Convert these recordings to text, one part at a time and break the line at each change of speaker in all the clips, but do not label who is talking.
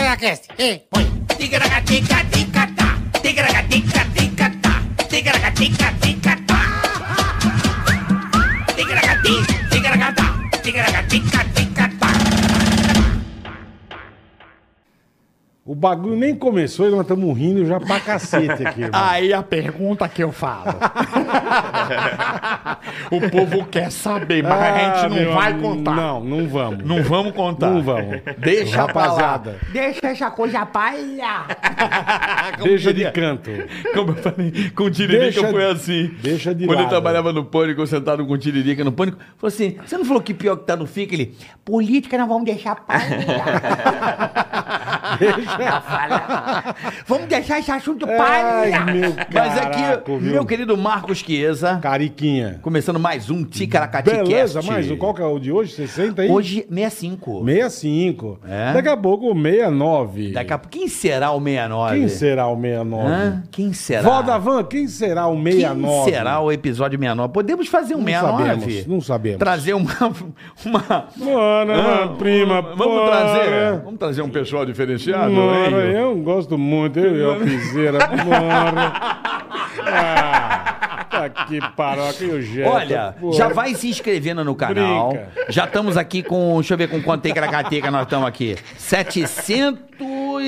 Ticaracast, ei, põe.
Ticaracatica, ticatá. Ticaracatica, ticatá. Ticaracatica, ticatá. Ticaracati, ticaracatá. Ticaracatica, ticatá.
O bagulho nem começou e nós estamos rindo já pra cacete aqui, irmão.
Aí a pergunta que eu falo. o povo quer saber, mas a
Ah,
gente não
meu
vai
amigo,
contar. Não.
Não, não vamos.
vamos contar.
Não vamos.
Deixa
Rapaziada.
pra lá. Deixa essa coisa palha. Como
Deixa de
diria-
canto.
Como eu falei, com o Tiririca
Deixa-
foi assim.
deixa de
Quando
lado.
eu trabalhava no Pânico, eu sentado com o Tiririca no Pânico, falou assim, você não falou que pior que tá no FIC? Ele, política não vamos deixar palha. vamos deixar esse assunto
Ai,
palha.
meu
Mas é que,
caraca, viu?
meu querido Marcos Chiesa,
Cariquinha.
começando mais um Ticaracatecast.
Beleza, mais um. Qual que é o de hoje? 60 aí?
Hoje, 65.
65.
É?
Daqui a pouco, 69.
Daqui a Ah, pouco, quem será o 69?
Quem será o 69?
Hã? Quem será?
Vodavan, quem será o
Quem
69?
será o episódio 69? Podemos fazer um
Não
69?
sabemos, não sabemos.
Trazer uma... uma...
Mano,
uma-
prima,
Ah, vamos
porra.
trazer, vamos trazer um pessoal diferenciado,
Mano,
hein?
eu gosto muito, eu e o Piseira, mano. Ah, tá que paroca e o Jetta,
Olha,
pô.
já vai se inscrevendo no canal.
Brinca.
Já estamos aqui com, deixa eu ver com quanto tem cracateca nós estamos aqui.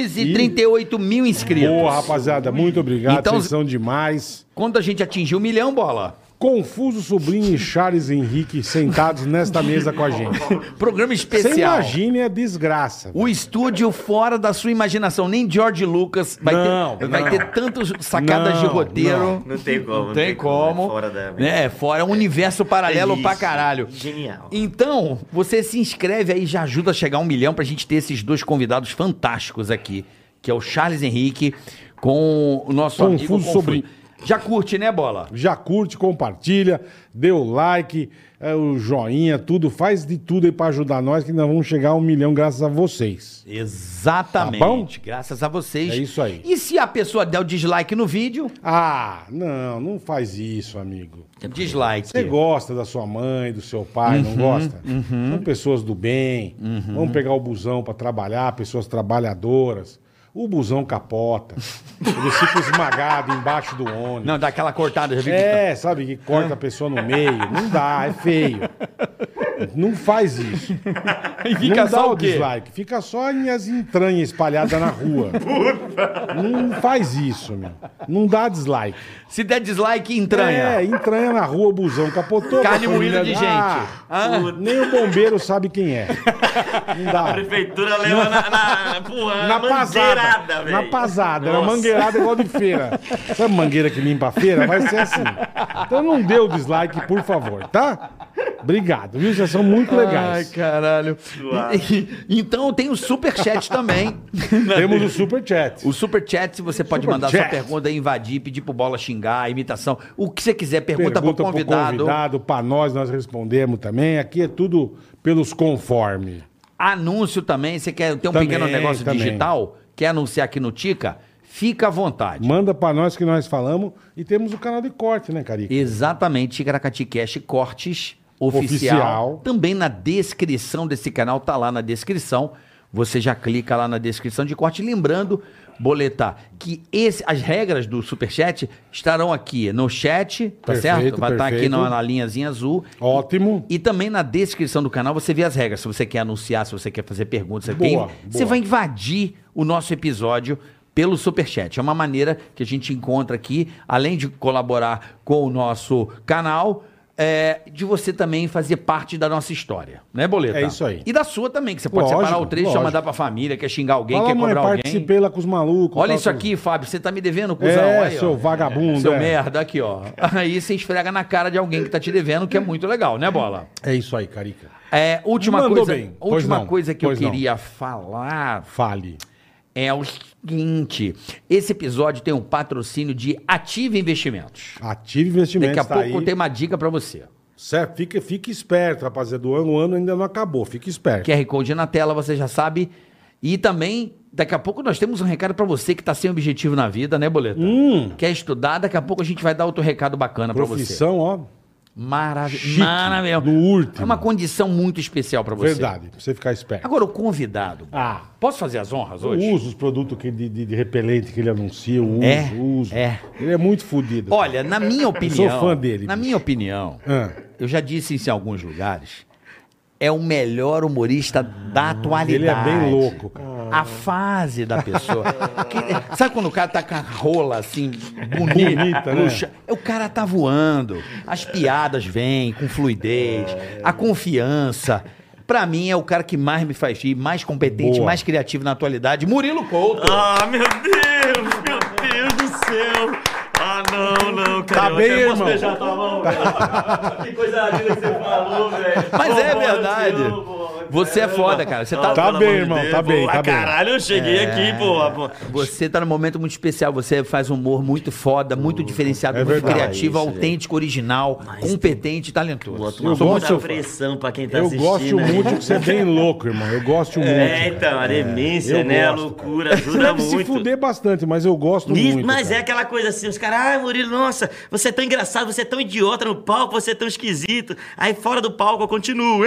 738 mil inscritos.
Boa, rapaziada, muito obrigado,
Então-
vocês são demais.
Quando a gente atingir um milhão, bola.
Confuso Sobrinho e Charles Henrique sentados nesta mesa com a gente.
Programa
Você
especial.
imagine a desgraça.
O estúdio fora da sua imaginação. Nem George Lucas vai
Não,
ter, vai
não.
ter tantas sacadas
Não,
de roteiro.
Não tem como.
Não tem como.
é Fora da...
É, fora um universo paralelo
Isso,
pra caralho.
Genial.
Então, você se inscreve aí, já ajuda a chegar a um milhão pra gente ter esses dois convidados fantásticos aqui, que é o Charles Henrique com o nosso
Confuso Tá
amigo Confuso.
Sobrinho.
Já curte, né, Bola?
Já curte, compartilha, dê o like, é, o joinha, tudo. Faz de tudo aí pra ajudar nós, que nós vamos chegar a um milhão graças a vocês.
Exatamente.
Tá bom?
Graças a vocês.
É isso aí.
E se a pessoa der o dislike no vídeo,
Ah, não, não faz isso, amigo.
dislike.
Você gosta da sua mãe, do seu pai, não gosta? São pessoas do bem. Vamos pegar o busão pra trabalhar, pessoas trabalhadoras. O busão capota. Ele fica esmagado embaixo do ônibus.
Não, dá aquela cortada, já vi que
É, sabe, que corta a pessoa no meio. Não dá, é feio. Não faz isso.
E fica
não dá
só
o
o quê?
dislike. Fica só em as entranhas espalhadas na rua. não faz isso, meu. Não dá dislike.
Se der dislike, entranha.
É, entranha na rua, o busão capotou.
Carne
a família-
moída de gente.
Ah,
Hã?
nem o bombeiro sabe quem é. Não
A
Tá
dá.
prefeitura leva na, na, na, porra,
Na pasada.
mangueirada, velho.
Na pasada. Na
Nossa.
mangueirada igual de feira. Sabe mangueira que limpa a feira? Vai ser assim. Então não dê o dislike, por favor, tá? Obrigado, viu? Vocês são muito
Ai,
legais.
caralho. E- e- então tem o superchat também.
Temos o super chat.
O superchat, se você pode mandar
Superchat.
sua pergunta, invadir, pedir pro bola xingar, imitação, o que você quiser, pergunta, pro convidado.
convidado, pra nós, nós respondemos também. Aqui é tudo pelos conforme.
Anúncio também, você quer ter um
Também,
pequeno negócio
também.
digital, quer anunciar aqui no Tica, fica à vontade.
Manda pra nós que nós falamos. E temos o canal de corte, né, Carica?
Exatamente, Ticaracati Cash Cortes oficial.
Oficial.
Também na descrição desse canal, tá lá na descrição. Você já clica lá na descrição de corte. Lembrando, Boleta, que esse- as regras do Superchat estarão aqui no chat, tá
Perfeito,
certo? Vai estar aqui
perfeito.
na, na linhazinha azul.
Ótimo.
E também na descrição do canal você vê as regras. Se você quer anunciar, se você quer fazer perguntas, você,
Boa,
tem-
boa.
você vai invadir o nosso episódio pelo Superchat. É uma maneira que a gente encontra aqui, além de colaborar com o nosso canal, é, de você também fazer parte da nossa história. Né, Boleta?
É isso aí.
E da sua também, que você pode
Lógico,
separar o trecho,
lógico.
já mandar pra família, quer xingar alguém,
Fala,
quer
mãe,
cobrar alguém.
participei lá com os malucos.
Olha
tal,
isso
com-
aqui, Fábio, você tá me devendo, cuzão.
É,
aí, ó.
seu vagabundo.
Seu
é.
merda, aqui, ó. Aí você esfrega na cara de alguém que tá te devendo, que é muito legal, né, Bola?
É isso aí, Carica.
É, última
Mandou
coisa,
bem. Pois
última
não,
coisa que eu
pois não.
queria falar
Fale.
é o seguinte: esse episódio tem um patrocínio de Ative Investimentos.
Ative investimentos.
Daqui a
tá
pouco
aí.
tem uma dica pra você.
Certo? Fica, fica esperto, rapaziada. O ano, o ano ainda não acabou. Fica esperto.
QR Code na tela, você já sabe. E também, daqui a pouco nós temos um recado pra você que tá sem objetivo na vida, né, Boleta?
Hum.
Quer estudar? Daqui a pouco a gente vai dar outro recado bacana pra você.
Profissão, ó.
maravilhoso.
Chique,
Maravilhoso.
do último.
É uma condição muito especial pra você.
Verdade, pra você ficar esperto.
Agora, o convidado.
ah,
Posso fazer as honras
eu
hoje?
uso os produtos que de, de- de repelente que ele anuncia, eu uso,
É,
uso.
é.
Ele é muito fodido.
Olha, na minha opinião.
fã dele,
Na
bicho.
minha opinião,
Ah.
eu já disse isso em alguns lugares. É o melhor humorista da atualidade.
ele é bem louco, cara.
A fase da pessoa. Que- sabe quando o cara tá com a rola assim, bonita?
Bonita, né?
luxa- O cara tá voando. As piadas vêm com fluidez, a confiança. Pra mim é o cara que mais me faz rir, mais competente,
Boa.
mais criativo na atualidade. Murilo Couto.
Ah, meu Deus, meu Deus do céu. Ah, não, não, cara.
Tá
eu
bem,
até posso
irmão?
beijar tua mão, velho. Que coisa linda que você falou, velho.
Mas é
Pô,
verdade.
eu te amo,
Você é foda, cara. Você tá-
Ah,
Tá
pelo
bem,
amor de
irmão,
Deus,
tá bem,
pô.
tá
Ah,
bem. É.
Caralho, eu cheguei aqui, porra. pô.
Você tá num momento muito especial, você faz um humor muito foda, muito diferenciado,
É
muito
verdade,
criativo,
isso,
autêntico, original, competente e talentoso.
Uma
Eu
boa
gosto,
da
seu-
pressão pra quem tá
Eu
assistindo.
gosto
aí.
muito que você é bem louco, irmão. Eu gosto muito.
É,
cara.
então, a demência,
eu
né? a
gosto,
loucura
Você
ajuda
deve
muito.
se fuder bastante, mas eu gosto
Ni-
muito.
Mas é
cara.
aquela coisa assim, os caras, ai Murilo, nossa, você é tão engraçado, você é tão idiota no palco, você é tão esquisito. Aí fora do palco eu continuo.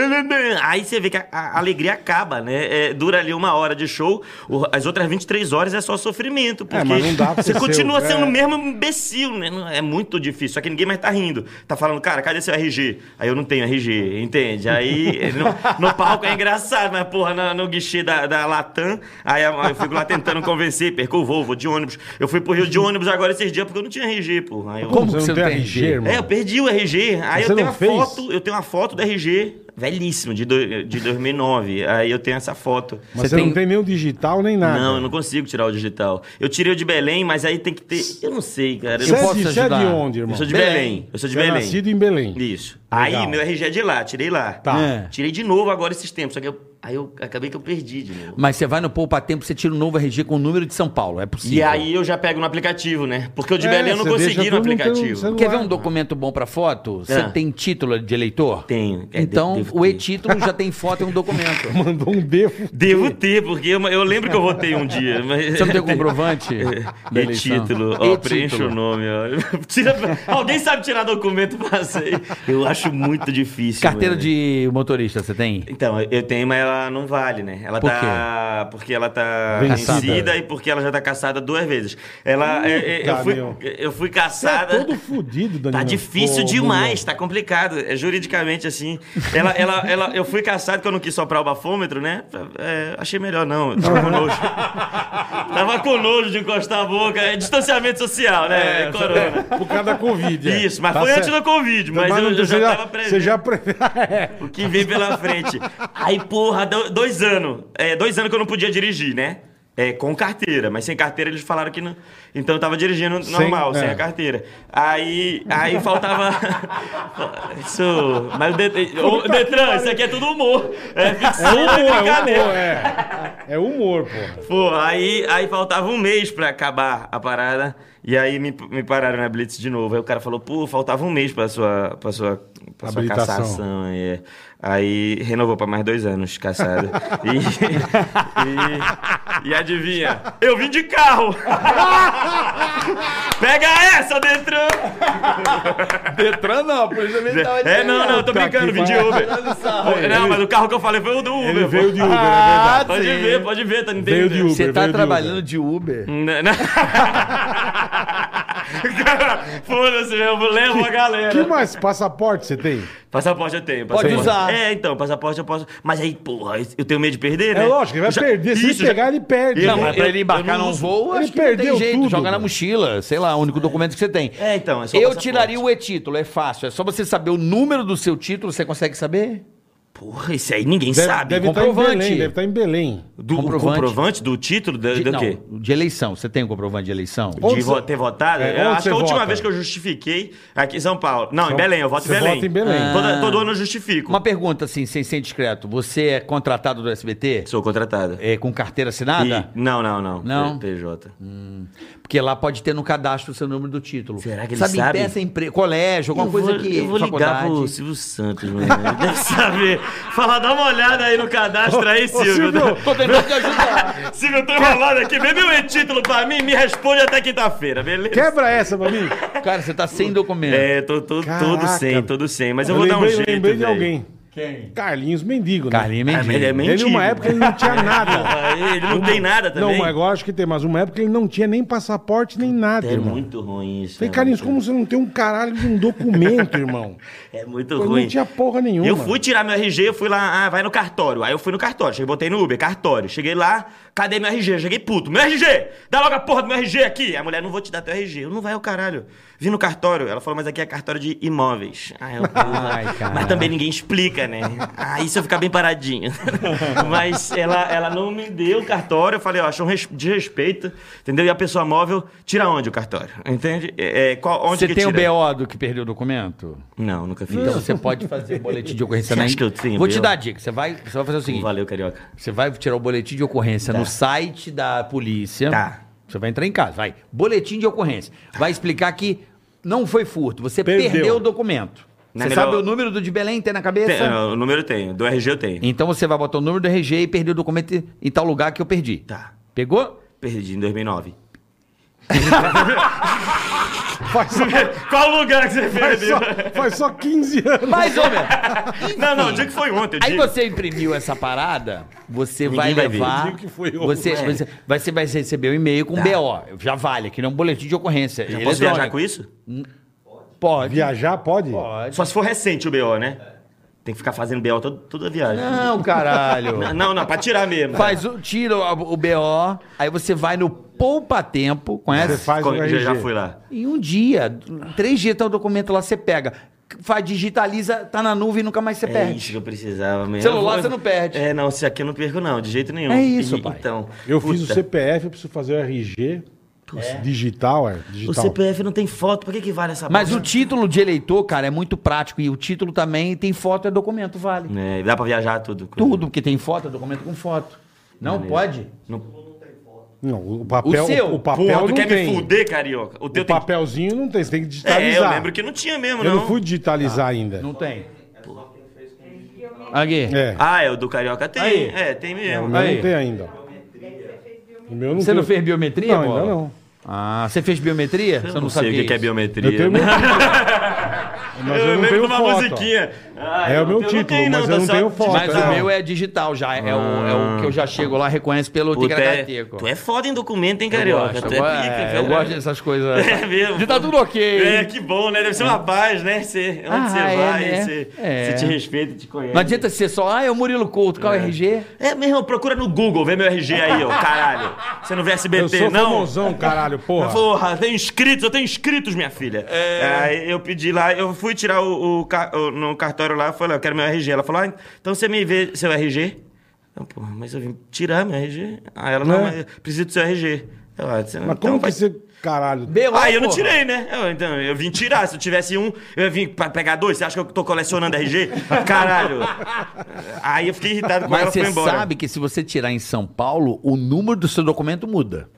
Aí você vê que a, a alegria acaba, né? É, dura ali uma hora de show, o- as outras 23 horas é só sofrimento. Porque
É, mas não dá pra
você
você ser
continua
o-
sendo
é.
o mesmo imbecil, né? Não- É muito difícil. Só que ninguém mais tá rindo. Tá falando, cara, cadê seu RG? Aí eu não tenho RG, entende? Aí no, no palco é engraçado, mas porra, na- no, guichê da, da Latam, aí eu eu fico lá tentando convencer, perco o voo, vou de ônibus. Eu fui pro Rio de ônibus agora esses dias porque eu não tinha RG, porra. Aí eu-
Como
Você
que
não tem RG, irmão?
É, eu perdi o RG. Aí
Você
eu tenho
não
uma
fez?
foto, eu tenho uma foto do RG velhíssimo, de, do- de 2009. Aí eu tenho essa foto.
Mas
Você
você
tem-
não tem nem o digital nem nada.
Não, eu não consigo tirar o digital. Eu tirei o de Belém, mas aí tem que ter. Eu não sei, cara. Eu
Você,
não
é,
posso
de, você é
ajudar.
de onde,
Eu
irmão?
sou de
Belém.
Belém. Eu sou de
Você é
Belém.
nascido em Belém.
Isso.
Legal.
Aí meu RG é de lá, tirei lá.
Tá.
É.
Tirei de novo agora esses tempos, só que eu, aí eu acabei que eu perdi de novo.
Mas você vai no Poupa Tempo, você tira o novo RG com o número de São Paulo, é possível.
E aí eu já pego no aplicativo, né? Porque o de
É,
Belém eu não
você deixa
consegui no
tudo no teu
aplicativo.
celular.
Quer ver um documento bom pra foto? Você
Ah.
tem título de eleitor?
Tenho. É, de-
então,
devo
o
ter.
e-título já tem foto e um documento.
Mandou um devo.
Devo ter, porque eu, eu lembro que eu votei um dia. Mas...
Você não tem comprovante? da
É, E
eleição?
título, ó,
E
preencha
título.
o nome, ó. Tira- alguém sabe tirar documento passei. Eu acho muito difícil.
Carteira
mano.
de motorista, você tem?
Então, eu tenho, mas ela não vale, né? Ela
Por
tá. Porque ela tá
Vencida.
vencida e porque ela já tá caçada duas vezes. Ela. é, é, eu,
Puta,
fui,
meu.
eu fui
Você é
caçada.
todo fudido, Danilo.
Tá difícil
Pô,
demais, tá complicado. É juridicamente assim. Ela, ela, ela, eu fui caçado porque eu não quis soprar o bafômetro, né? É, achei melhor não. Eu tava com nojo. tava com nojo de encostar a boca. É distanciamento social, né? É, corona.
Danilo. Por causa da Covid. é.
Isso, mas
Tá
foi antes
certo.
do Covid, mas,
não-
eu, eu
você
já, tava
Você
presente
já prevê.
o que vem pela frente. Aí, porra, do- dois anos. É, dois anos que eu não podia dirigir, né? É, com carteira, mas sem carteira eles falaram que não. Então eu tava dirigindo
Sem-
normal, sem
é.
a carteira. Aí, aí faltava. isso. Mas o Detran, o Detran, isso aqui é tudo humor. É
É
ficção,
humor,
é
é
brincadeira.
humor, é. É humor, pô.
Pô, aí, aí faltava um mês pra acabar a parada. E aí me, me pararam na Blitz de novo. Aí o cara falou, pô, faltava um mês pra sua, pra sua, pra sua
Habilitação.
cassação. é. Aí renovou pra mais dois anos, caçado. e, e, e adivinha? Eu vim de carro! Pega essa, Detran!
Detran não, a polícia militar
É, não, não, eu tô
Puta que
brincando, vim de
pariu.
Uber. Não, mas o carro que eu falei foi o do Uber.
Ele
pô.
veio de Uber, é
Ah,
verdade.
Pode ver, pode ver, tá
Veio de
entendendo?
Uber,
Você
veio
tá
de
trabalhando
Uber.
de Uber.
Né, né? Cara, Foda-se, eu levo a galera.
Que mais passaporte você tem?
Passaporte eu tenho.
Pode
passaporte.
usar.
É, então, passaporte eu posso. Mas aí, porra, eu tenho medo de perder, né?
É lógico, ele vai
Já-
perder. Se
Isso,
ele pegar, ele perde.
Não,
né?
mas- eu- eu não uso.
voo,
Ele perdeu tudo,
Joga na
mano.
mochila, sei lá, o único documento que você tem.
É, então, é só o
Eu
passaporte.
tiraria o e-título, é fácil. É só você saber o número do seu título, você consegue saber?
Porra, isso aí ninguém sabe.
Deve estar em
comprovante.
Belém. Deve estar em Belém.
do o
comprovante.
comprovante. do título do, do
não,
quê?
de eleição. Você tem o comprovante de eleição?
Onde
de
você-
vo- ter votado?
É,
eu
onde
acho que a
você
última
vota?
vez que eu justifiquei aqui em São Paulo. Não,
São-
em Belém, eu voto
Você
em Belém.
vota em Belém.
Ah. Todo, todo ano eu justifico.
Uma pergunta assim, sem ser discreto. Você é contratado do SBT?
Sou contratado.
É, com carteira assinada?
E- Não, não, não.
Não?
P- PJ.
Porque lá pode ter no cadastro o seu número do título.
Será que eles
sabe,
sabem?
Sabe, empre... colégio, alguma
eu
coisa
vou,
que...
Eu vou ligar
faculdade.
pro Silvio Santos, mano. Ele Deve saber. Falar, dá uma olhada aí no cadastro aí,
ô,
Silvio.
Silvio.
Tô tentando te ajudar.
Silvio, eu tô enrolado aqui. Vê meu e-título pra mim, me responde até quinta-feira, beleza?
Quebra essa pra mim.
Cara, você tá sem documento.
É, tô, tô todo
Caraca.
sem, todo sem. Mas eu, vou dar um jeito,
lembrei de
velho.
alguém.
Quem?
Carlinhos Mendigo, né?
Carlinhos
Ah, mas ele é
Mendigo.
mendigo.
Ele, numa época, ele não tinha nada.
Ah, Ele não tem nada também.
Não, mas agora acho que tem. Mas uma época ele não tinha nem passaporte, nem nada,
É
irmão.
muito ruim isso.
Falei,
né?
Carlinhos, como você não tem um caralho de um documento, irmão?
É muito
Eu não
ruim.
tinha porra nenhuma.
Eu fui tirar meu RG, eu fui lá, ah, vai no cartório. Aí eu fui no cartório, cheguei, botei no Uber, cartório. Cheguei lá, cadê meu RG? Cheguei puto, meu RG! Dá logo a porra do meu RG aqui! A mulher, não vou te dar teu RG. Eu, não vai, o caralho. Vim no cartório, ela falou, mas aqui é cartório de imóveis. Ai, eu,
Ai,
porra.
caralho.
Mas também ninguém explica, né? Aí se eu ficar bem paradinho. mas ela, ela não me deu o cartório, eu falei, ó, acho um res- desrespeito, entendeu? E a pessoa móvel, tira onde o cartório? Entende? É, é, qual, onde
Você
que
tem o
tira?
BO do que perdeu o documento?
Não, nunca fiz.
Então você pode fazer boletim de ocorrência
Você
na
acha
in-
que eu tenho
Vou te
BO?
dar a dica. Você vai, você vai fazer o seguinte:
Valeu, carioca.
você vai tirar o boletim de ocorrência no site da polícia.
Tá.
Você vai entrar em casa, vai. Boletim de ocorrência. Vai explicar que não foi furto, você perdeu,
Perdeu.
o documento.
Não
você
é melhor-
sabe o número do de Belém tem na cabeça?
Tem, é. o número eu tenho. Do RG eu tenho.
Então você vai botar o número do RG e perder o documento em- em tal lugar que eu perdi.
Tá.
Pegou?
Perdi em 2009.
Faz só,
Qual lugar que você
faz
perdeu?
só, faz só 15 anos.
Mais ou menos.
Não, não,
Enfim.
diga que foi ontem. eu
Aí
digo.
você imprimiu essa parada, você vai
Ninguém vai ver.
levar.
Digo que foi eu.
você,
É.
você, vai- você vai receber um e-mail
Tá.
com BO. Já vale, que não é um boletim de ocorrência.
Já posso
eletrônico.
viajar com isso?
Pode.
Viajar pode?
Pode.
Só se for recente o BO, né? Tem que ficar fazendo BO todo- toda a viagem.
Não, caralho.
Não, não, não, pra tirar mesmo.
Faz o, tira o, o BO, aí você vai no Poupa Tempo,
Você
conhece?
faz um
Co-
o
já,
RG.
já fui lá.
Em um dia, em três dias tá o documento lá, você pega. Faz, digitaliza, tá na nuvem e nunca mais você
É
perde.
isso que eu precisava mesmo.
Celular
Eu-
você não perde.
É, não, isso aqui eu não perco, não, de jeito nenhum.
É isso, pai.
Então,
Eu fiz o
puta,
CPF, eu preciso fazer o RG. Digital, é?
O
Digital.
CPF não tem foto, pra que, que vale essa
Mas o
bosta?
título de eleitor, cara, é muito prático. E o título também tem foto, é documento, vale.
É, dá pra viajar tudo.
Tudo, porque tem foto, é documento com foto. Não pode?
Não...
Não, o papel,
O seu?
o, papel
Porra, tu
não
quer
tem.
me fuder, carioca? O teu
o papelzinho não tem, você tem que
tem... É,
digitalizar.
eu lembro que não tinha mesmo,
Eu não,
não. Ah,
fui digitalizar ainda.
Não tem. Aqui.
É,
Ah, é o do carioca tem.
Aí.
É, tem
o
mesmo.
meu
Aí.
não tem ainda. O meu não
Você não
tem.
fez biometria?
Não, ainda
Bola?
não.
Ah, você fez biometria?
Eu
você
não,
não
sei
sabia
o que, que é
isso.
biometria.
Eu tenho
né?
meu Mas eu, não
lembro
tenho
de uma
foto. ó.
musiquinha. Ah,
É
eu
o meu
não tenho-
título, mas eu não tenho foto, né?
Mas
Não.
o meu é digital já. É, o, é o que eu já chego lá, reconheço pelo
Tu Ah. é,
Ticaracateco.
tu é foda em documento, hein,
Eu
carioca?
gosto,
tu
eu,
pica,
é, eu
velho.
gosto dessas coisas.
É mesmo.
De tá tudo ok.
É, que bom, né? Deve ser uma paz, né? Você, onde
Ah,
você
é,
vai,
né?
você,
É.
você te respeita, te conhece.
Não adianta ser só, ah, é o Murilo Couto, qual é o RG?
É, meu irmão, procura no Google, vê meu RG aí, ó, caralho. Você não vê
Eu
SBT,
sou
não?
famosão, caralho, porra. É.
Porra, tem inscritos, eu tenho inscritos, minha filha. Aí eu pedi lá, eu fui tirar o, o ca- o- no cartório lá, eu falei, eu quero meu RG. Ela falou, ah, então você me vê seu RG? Eu, porra, mas eu vim tirar meu RG. Aí ela, não,
É.
mas eu preciso do seu RG. Eu, ah, você não-
Mas como
então
que
vai-
você, caralho?
B.O.,
Aí eu não
porra.
tirei, né? Eu, então, eu vim tirar. Se eu tivesse um, eu vim pra pegar dois. Você acha que eu tô colecionando RG? Caralho. Aí eu fiquei irritado com ela,
Mas
foi
você
embora.
sabe que se você tirar em São Paulo, o número do seu documento muda.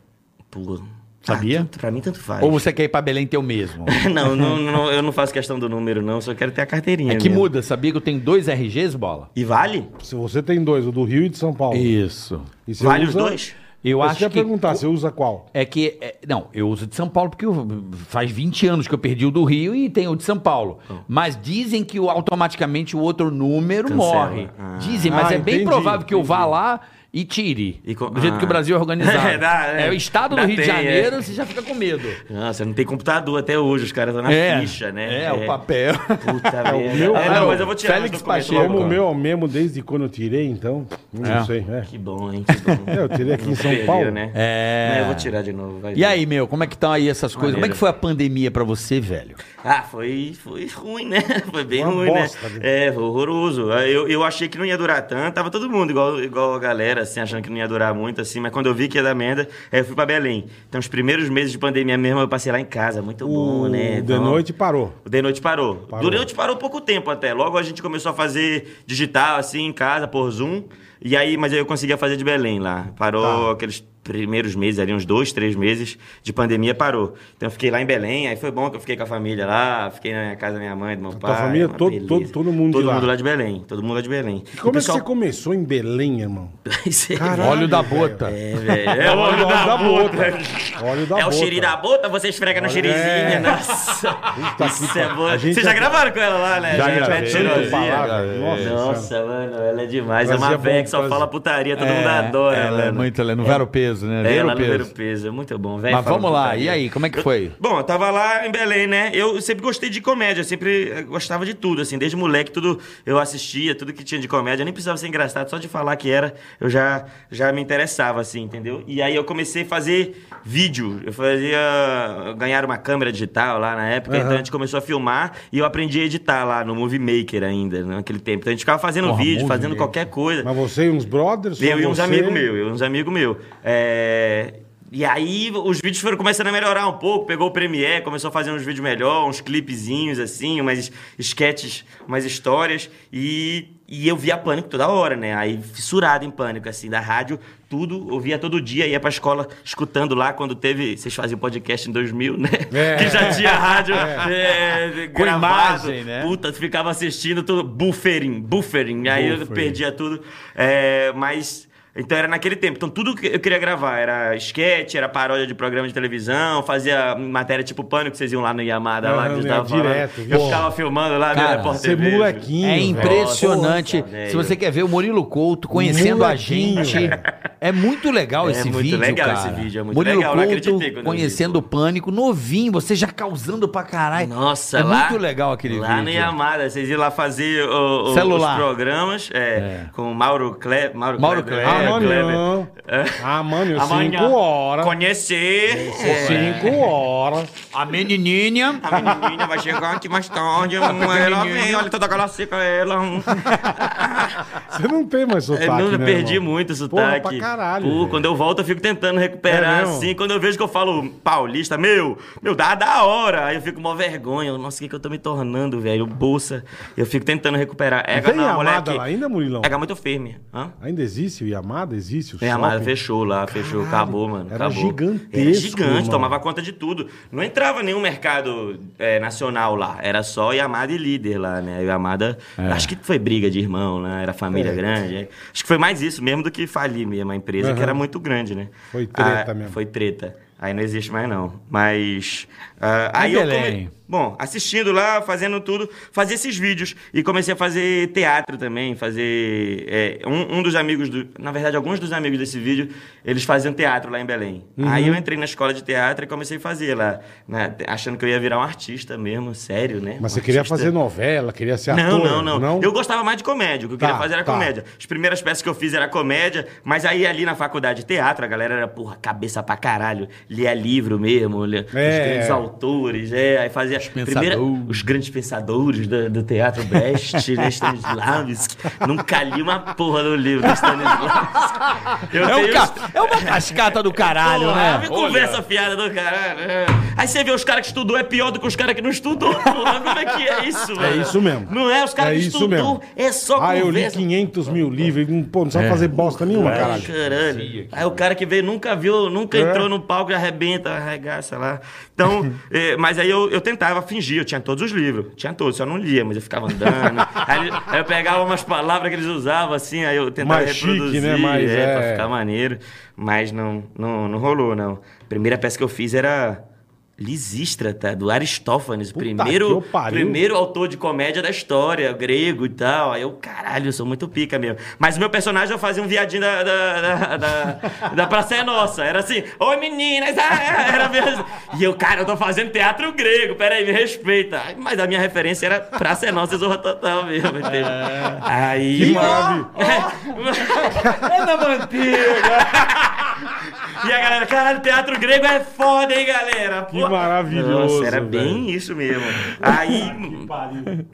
Pô,
Sabia?
Ah, tanto- pra mim, tanto faz.
Ou você quer ir pra Belém ter o mesmo?
Não, não, não, eu não faço questão do número, não. Eu só quero ter a carteirinha.
É que
mesmo.
muda, sabia que eu tenho dois RGs, bola?
E vale?
Se você tem dois, o do Rio e de São Paulo.
Isso.
E você
Vale os
usa-
dois?
Eu
Eu
acho
quer
que.
perguntar, você usa qual?
É que. é, não, eu uso de São Paulo porque eu- faz 20 anos que eu perdi o do Rio e tenho o de São Paulo. Mas dizem que o- automaticamente o outro número
Ah. Cancela.
morre.
Ah.
Dizem, mas
Ah,
é bem
entendi,
provável que eu vá
entendi.
lá e tire.
E co-
Do jeito
ah.
que o Brasil é organizado.
É, dá, é.
é o estado do
Dá
Rio de
tem, é.
Janeiro, você já fica com medo.
Nossa, Ah, não tem computador até hoje, os caras estão na ficha, né?
É, o papel.
Puta merda.
meu-
É,
Ah,
não,
o
mas eu vou tirar
Félix
meus documentos
Pacheco.
logo.
Como o
cara.
meu é o mesmo desde quando eu tirei, então. Não
É.
sei, é.
Que bom, hein? Que bom.
É, eu tirei aqui em
Não
São
perderam,
Paulo.
Né?
É.
Mas eu vou tirar de novo. vai
E
ver.
aí, meu, como é que estão aí essas coisas? Como é
Maneiro.
que foi a pandemia pra você, velho?
Ah, foi, foi ruim, né? Foi bem
Uma
ruim,
bosta,
né?
viu?
É, foi horroroso. Eu, eu achei que não ia durar tanto. Tava todo mundo igual, igual a galera, assim, achando que não ia durar muito, assim. Mas quando eu vi que ia dar merda, aí eu fui pra Belém. Então, os primeiros meses de pandemia mesmo, eu passei lá em casa. Muito bom,
O
né?
de
Então,
noite parou.
O The Noite parou.
Parou.
parou. The Noite parou pouco tempo até. Logo a gente começou a fazer
Tá.
digital, assim, em casa, por Zoom. E aí, mas aí eu conseguia fazer de Belém lá. Parou aqueles primeiros meses, ali uns dois, três meses de pandemia, parou. Então eu fiquei lá em Belém, aí foi bom que eu fiquei com a família lá, fiquei na minha casa da minha mãe, do meu pai.
família,
uma
todo-
beleza.
todo- todo mundo de
Todo
lá.
mundo lá de Belém, todo mundo lá de Belém. E o
Como é que
pessoal-
você começou em Belém, irmão?
Isso é-
Caralho,
Óleo da
velho.
bota.
É, velho. É o óleo da, bota.
Óleo da
é
bota.
o xiri da bota, você esfrega no
Olha,
xirizinho.
é.
Nossa.
que
Isso
pariu.
é bom.
A gente
Vocês já
já-
gravaram com ela lá,
É,
né?
Já
A gente
gravei.
mete
Tanto
tirozinho.
falar,
cara.
velho. Nossa,
Nossa, mano, ela é demais. é
Fazia
uma véia
bom,
que só
fazia-
fala putaria, todo mundo adora.
ela é
mano.
muito, ela é no Vero Peso, né? Vero
Ela no
Peso.
Vero Peso, é muito bom. véia
Mas
fala
vamos lá,
putaria.
e aí, como é que foi?
Bom, eu tava lá em Belém, né? Eu sempre gostei de comédia, eu sempre eh, gostava de tudo, assim, desde moleque, tudo eu assistia, tudo que tinha de comédia, eu nem precisava ser engraçado, só de falar que era, eu já, já me interessava, assim, entendeu? E aí eu comecei a fazer vídeo, eu fazia. ganhar uma câmera digital lá na época, então a gente começou a filmar e eu aprendi a editar lá no Movie Maker ainda, naquele tempo. Então a gente ficava fazendo
Porra,
vídeo,
Movie
fazendo
Maker.
qualquer coisa.
Mas você e uns brothers? só
Eu e uns
você?
amigos meus, eu e uns amigos meus. É, E aí os vídeos foram começando a melhorar um pouco, pegou o Premiere, começou a fazer uns vídeos melhor, uns clipezinhos assim, umas sketches, umas histórias. E, e eu via Pânico toda hora, né? Aí fissurado em Pânico, assim, da rádio, tudo, ouvia todo dia, ia pra escola escutando lá quando teve... Vocês faziam podcast em 2000, né?
É.
Que já tinha rádio é, gravado.
imagem, né?
Puta, ficava assistindo tudo, buffering, buffering. Aí eu
Buffering.
perdi dia tudo. É, mas. Então era naquele tempo. Então tudo que eu queria gravar era sketch, era paródia de programa de televisão, fazia matéria tipo pânico que vocês iam lá no Yamada lá
Ah,
que eu
né,
tava falando.
direto,
Eu
pô.
ficava filmando lá
Cara,
no Repórter
Você é
Veja.
molequinho.
É
velho.
impressionante.
Nossa, velho.
Se você quer ver o Murilo Couto conhecendo a
Molequinho,
gente, é muito legal
É
esse
muito
vídeo,
legal
cara.
esse vídeo, é muito
Murilo
legal, eu não
Couto
acreditei quando eu vi.
conhecendo o pânico, novinho, você já causando pra caralho.
Nossa,
é
lá.
muito legal aquele
Lá no
vídeo.
Yamada, vocês iam lá fazer o- o-
Celular.
os programas é, com o Mauro Kleber. Mauro,
Mauro
É,
Kleber.
Amanhã. Ah, Amanhã, cinco horas.
Conhecer. É.
Cinco horas.
A menininha.
A menininha vai chegar aqui mais tarde.
Tá
hum, Ela vem, olha toda galacica, ela. hum.
Você não tem mais sotaque,
Eu É, não
né,
perdi
irmão?
muito o
Porra,
sotaque.
pra caralho.
Pô,
velho.
quando eu volto, eu fico tentando recuperar,
É mesmo?
assim. Quando eu vejo que eu falo paulista, meu, meu, dá da hora. Aí eu fico com uma vergonha. Eu, Nossa, o que, que eu tô me tornando, velho? Bolsa. Eu fico tentando recuperar. Ega,
tem
não,
Yamada
moleque.
lá ainda, Murilão?
Ega muito firme. Hã?
Ainda existe o Yamada? Existe o
É, mas
shopping?
fechou lá, fechou,
Caralho,
acabou, mano.
era
acabou.
gigantesco,
Era gigante,
irmão.
tomava conta de tudo. Não entrava nenhum mercado é, nacional lá. Era só Yamada e líder lá, né? Yamada, acho que foi briga de irmão, né? Era família
É.
grande. é. Acho que foi mais isso mesmo do que falir mesmo a empresa, que era muito grande, né?
Foi treta
Ah,
mesmo.
Foi treta. Aí não existe mais, não. Mas. ah,
Em
aí eu come-
Belém.
Bom, assistindo lá, fazendo tudo, fazia esses vídeos. E comecei a fazer teatro também, fazer. é, um, um dos amigos do. Na verdade, alguns dos amigos desse vídeo, eles faziam teatro lá em Belém.
Uhum.
Aí eu entrei na escola de teatro e comecei a fazer lá. na- achando que eu ia virar um artista mesmo, sério, né?
Mas
Um
você queria
artista.
fazer novela, queria ser
Não,
ator.
não, não, Eu gostava mais de comédia. O que eu
Tá,
queria fazer era
tá.
comédia. As primeiras peças que eu fiz era comédia, mas aí ali na faculdade de teatro, a galera era, porra, cabeça pra caralho. Lia livro mesmo, lia
É.
os grandes autores, é, aí fazia. Primeira,
pensadores.
os grandes pensadores do, do teatro Brecht, né? Stanislavski. Nunca li uma porra do livro do Stanislavski. Eu
É, um
tenho-
ca- é uma cascata do caralho,
Porra,
né?
abre conversa fiada do caralho. é. Aí você vê os caras que estudou é pior do que os caras que não estudou. Porra, como é que é isso, velho?
isso mesmo.
Não é? Os caras
É
que
isso
estudou
mesmo.
é só
Ah, eu li
conversa.
500 mil livros. e, Pô, não
É.
sabe fazer bosta nenhuma,
Ai,
caralho.
caralho. Aí o cara que veio nunca viu, nunca
É.
entrou no palco e arrebenta, arregaça lá. Então, eh, mas aí eu, eu tentava fingir, eu tinha todos os livros. Tinha todos, só não lia, mas eu ficava andando. aí, ele- aí eu pegava umas palavras que eles usavam, assim, aí eu tentava
Mais chique,
reproduzir,
né? Mais,
é,
é.
pra ficar maneiro. Mas não, não, não rolou, não. A primeira peça que eu fiz era... Lisístrata, do Aristófanes,
Puta
primeiro,
que eu pariu.
primeiro primeiro autor de comédia da história, grego e tal. Aí eu, caralho, eu sou muito pica mesmo. Mas o meu personagem eu fazia um viadinho da, da, da, da- da Praça é Nossa. Era assim, oi meninas, ah, era mesmo. E eu, cara, eu tô fazendo teatro grego, peraí, me respeita. Ai, Mas a minha referência era Praça é Nossa e Zorra Total mesmo, entendeu? Aí.
Que maravilha.
É na manteiga.
E a galera, caralho, teatro grego é foda, hein, galera?
Que maravilhoso,
Nossa, era
velho.
bem isso mesmo. Aí,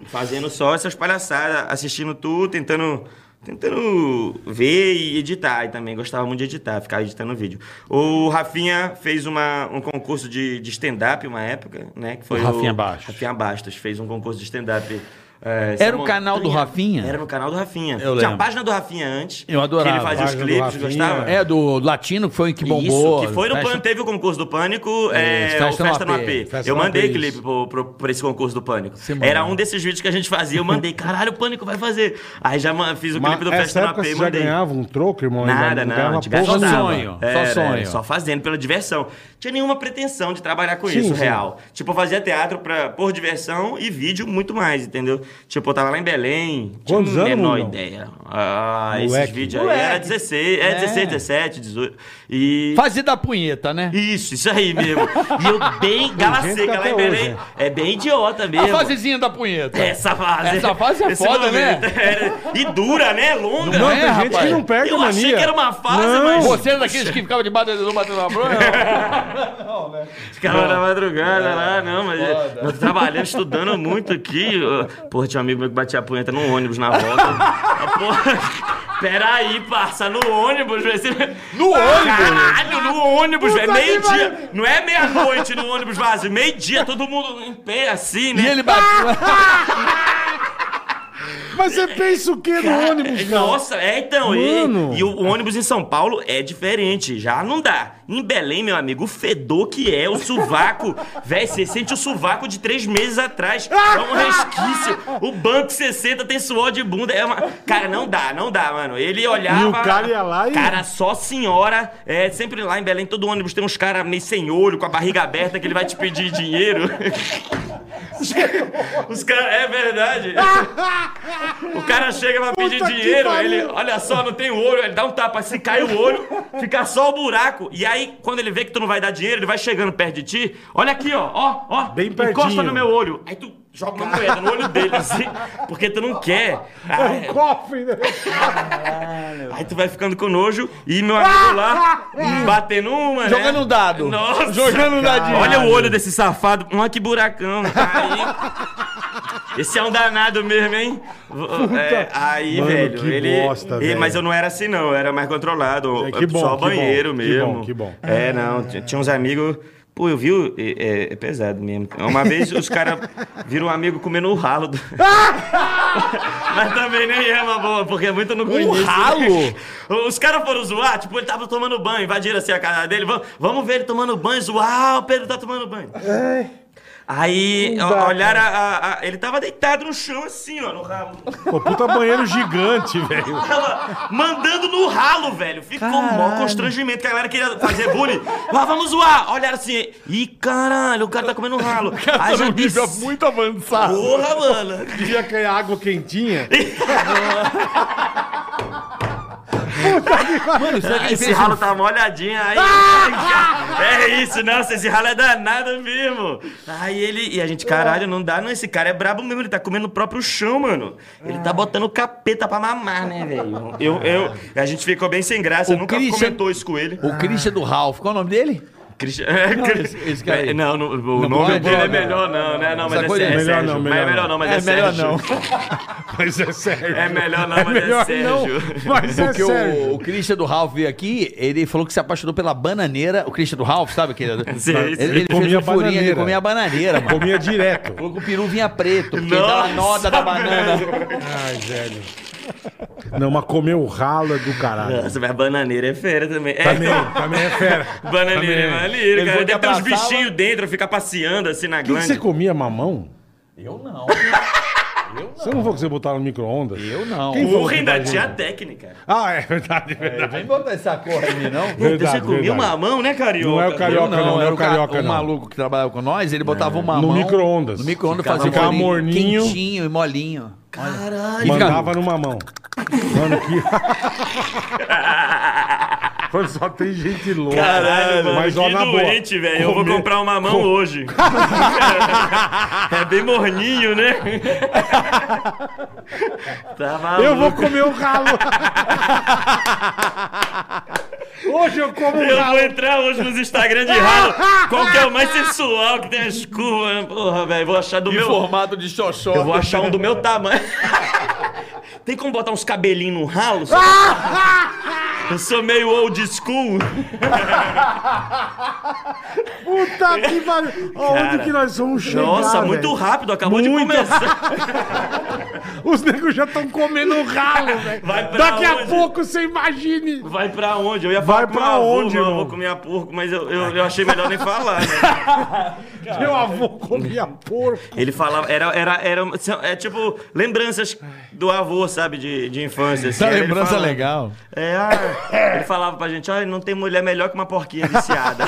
fazendo só essas palhaçadas, assistindo tudo, tentando, tentando ver e editar. E também gostava muito de editar, ficar editando vídeo. O Rafinha fez uma, um concurso de, de stand-up uma época, né? Que foi
O Rafinha Bastos.
Rafinha Bastos fez um concurso de stand-up é,
Era o
Montanha.
canal do Rafinha?
Era no canal do Rafinha.
Eu
Tinha
lembro.
a página do Rafinha antes.
Eu adorava.
Que ele fazia os
Página do
clipes,
Rafinha.
gostava?
É, do Latino, que foi o que bombou.
Isso, que foi no
Festa-
Pânico, teve o concurso do Pânico,
Isso,
é,
Festa
o Festa
no
no
AP.
AP.
Festa
eu
no
mandei
AP,
clipe pro, pro, pra esse concurso do Pânico.
Você mandou.
Era um desses vídeos que a gente fazia, eu mandei, caralho, o Pânico vai fazer. Aí já ma- fiz o
Mas
clipe do
essa
Festa no AP,
época você já
mandei.
ganhava um troco, irmão?
Nada,
Ainda
não.
ganhava
a gente
porra
Só
gastava.
nenhuma.
sonho, só
Era,
sonho.
Só fazendo pela diversão. Tinha nenhuma pretensão de trabalhar com
Sim,
isso,
sim.
real. Tipo, eu fazia teatro pra, por diversão e vídeo muito mais, entendeu? Tipo, eu tava lá em Belém. tinha
Quantos
a
anos,
menor
Lulão?
ideia. Ah, esses
Moleque.
vídeos
Moleque.
aí era 16, é,
É.
16, 17, 18. E.
Fazia da punheta, né?
Isso, isso aí mesmo. E eu bem
gente
galaceca lá
até
em Belém.
hoje,
É bem idiota
A
mesmo.
fasezinha da punheta.
É, Essa fase.
Essa fase é
Esse
foda,
momento.
né?
Era- E dura, né? Longa.
Não,
É,
tem gente
rapaz.
que não perde
eu
a mania.
achei que era um uma fase, é
Não.
mas.
Você era daqueles que ficava debaixo do batendo na bronha?
Ficava na madrugada lá, não, mas é, nós trabalhando, estudando muito aqui. ó. Porra, tinha um amigo meu que batia a punheta num ônibus na volta. Ah, Porra, peraí, parça, no ônibus, velho. você-
No ônibus?
Caralho, no ônibus, velho.
Puta que
Meio-dia. Não é meia-noite no ônibus vazio, meio-dia, todo mundo em pé assim, né?
E ele bateu.
Mas você pensa o quê no ônibus, cara?
Nossa, é então. e-
Mano.
E, o ônibus em São Paulo é diferente. Já não dá. Em Belém, meu amigo, o fedor que é, o sovaco. Véi, você sente o sovaco de três meses atrás. É um resquício. O banco 60 tem suor de bunda. É uma... Cara, não dá, não dá, mano. Ele olhava.
E o cara ia lá e-
Cara, só senhora. É, sempre lá em Belém, todo ônibus tem uns caras meio sem olho, com a barriga aberta, que ele vai te pedir dinheiro. Os caras, é verdade. O cara chega pra pedir
Puta que
dinheiro,
pariu.
ele, olha só, não tem o olho, ele dá um tapa, se cai o olho, fica só o buraco. E aí, quando ele vê que tu não vai dar dinheiro, ele vai chegando perto de ti, olha aqui, ó, ó, ó,
Bem
encosta
pertinho.
no meu olho. Aí tu joga uma moeda no olho dele, assim, porque tu não quer. Ah, Aí,
É um cofre, né?
aí tu vai ficando com nojo e meu amigo lá, batendo uma, né?
Jogando um dado.
Nossa,
Jogando um dadinho.
Olha o olho desse safado. Olha que buracão. Tá Aí. Esse é um danado mesmo, hein? É, aí,
Mano,
velho,
que
ele,
bosta,
ele-
velho.
Mas eu não era assim, não. Eu era mais controlado.
É, que bom,
só
que
banheiro
bom, que
mesmo.
bom, que bom.
É, não. t- Tinha uns amigos. Pô, eu vi. o- É, é- é pesado mesmo. Uma vez os caras viram um amigo comendo o ralo. do- mas também nem é uma boa, porque é muito no início, né?
ralo?
Os caras foram zoar, tipo, ele tava tomando banho, invadiram assim a casa dele. Vamos, vamos ver ele tomando banho, zoar, "Ah, o Pedro tá tomando banho. Aí
Não
ó,
dá,
olharam, a, a- a- ele tava deitado no chão assim, ó, no ralo.
Pô, puta banheiro gigante, velho.
Tava mandando no ralo, velho. Ficou um maior constrangimento, que a galera queria fazer bullying. Mas vamos zoar. Olharam assim, ih, caralho, o cara tá comendo ralo. Aí já disse,
muito avançado.
porra, mano.
Devia cair água quentinha.
Mano, será que ele
Esse
fez
ralo
um...
tá molhadinho aí.
Ah!
É isso, nossa, esse ralo é danado mesmo. Aí ele. E a
Ah.
gente, caralho, não dá, não. Esse cara é brabo mesmo, ele tá comendo o próprio chão, mano. Ele
Ah.
tá botando o capeta pra mamar, né, velho? Eu, eu, a gente ficou bem sem graça,
O
eu nunca
Christian-
comentou isso com ele.
O Christian do Ralph, qual é o nome dele?
Christian- é,
esse- esse cara aí.
É, Não, não, o
Não
nome
pode,
dele é
não.
melhor não, né? Não, mas
Essa
é
coisa é
Sérgio.
melhor
Melhor
não,
não,
melhor
é
não.
melhor não, mas é,
é melhor
Sérgio.
não.
Mas é sério.
É melhor não, mas é Sérgio.
Mas é
Porque o,
sério.
o Christian do Ralph veio aqui, ele falou que se apaixonou pela bananeira. O Christian do Ralph, sabe aquele?
sim.
ele, ele, fez
Ele
comia
um furinho, ele
bananeira.
comia a bananeira, mano.
Comia direto.
Falou que o peru vinha preto, porque
Nossa,
dava noda da banana.
Ai, velho. Não, mas comer o ralo é do caralho.
Nossa, mas a bananeira é fera também. É,
Também,
então,
também é fera.
Bananeira é
Também.
maneiro,
Ele
cara. Deve ter uns
abraçava.
bichinhos dentro, ficar passeando assim na
O que, que você
glande.
comia mamão?
Eu não,
Você não falou que você botar no micro-ondas?
eu não.
Quem-
Porra, ainda tinha técnica.
Ah, é verdade, é
Não
verdade.
Vem botar essa cor em mim, não?
Verdade,
você comia
verdade.
mamão, né, carioca?
Não é o carioca, não,
né?
não,
era
é o carioca,
ca- o
não. É.
maluco que trabalhava com nós, ele botava uma
No
mão...
micro-ondas.
No micro-ondas
Ficava-
um
fazia
ficava
bolinho
morninho.
Quentinho e molinho.
Caralho.
Mandava numa mão. Mano, que. Mano, só tem gente louca.
Caralho, mano,
Mas
que
ó, na boa.
doente, velho. Eu vou
Comer-
comprar um uma mamão hoje. é bem morninho, né? tá maluco.
Eu vou comer
um
o ralo. Hoje eu como
um
o
Eu vou
ralo.
entrar hoje nos Instagram de ralo. Qual que é o mais sensual que tem as curvas? né? Porra, velho, vou achar do meu...
formato de xoxó.
Eu vou achar um do meu tamanho. Tem como botar uns cabelinhos no ralo? Eu sou meio old school.
Puta que pariu. Ó, Onde
Cara.
que nós vamos chegar,
Nossa, muito
velho?
rápido, acabou de começar.
Os negros já estão comendo um ralo, velho.
Vai pra
Daqui a
onde?
pouco você imagine.
Vai pra onde? Eu ia
Vai
falar com
pra
meu avô,
onde,
meu avô
irmão?
comia porco, mas eu, eu, eu achei melhor nem falar, né?
Meu avô comia porco.
Ele falava, era, era, era, é tipo, lembranças do avô, sabe, de, de infância. Assim.
Essa
Era ele
lembrança
falando.
legal.
É, ah, ele falava pra gente, olha, não tem mulher melhor que uma porquinha viciada.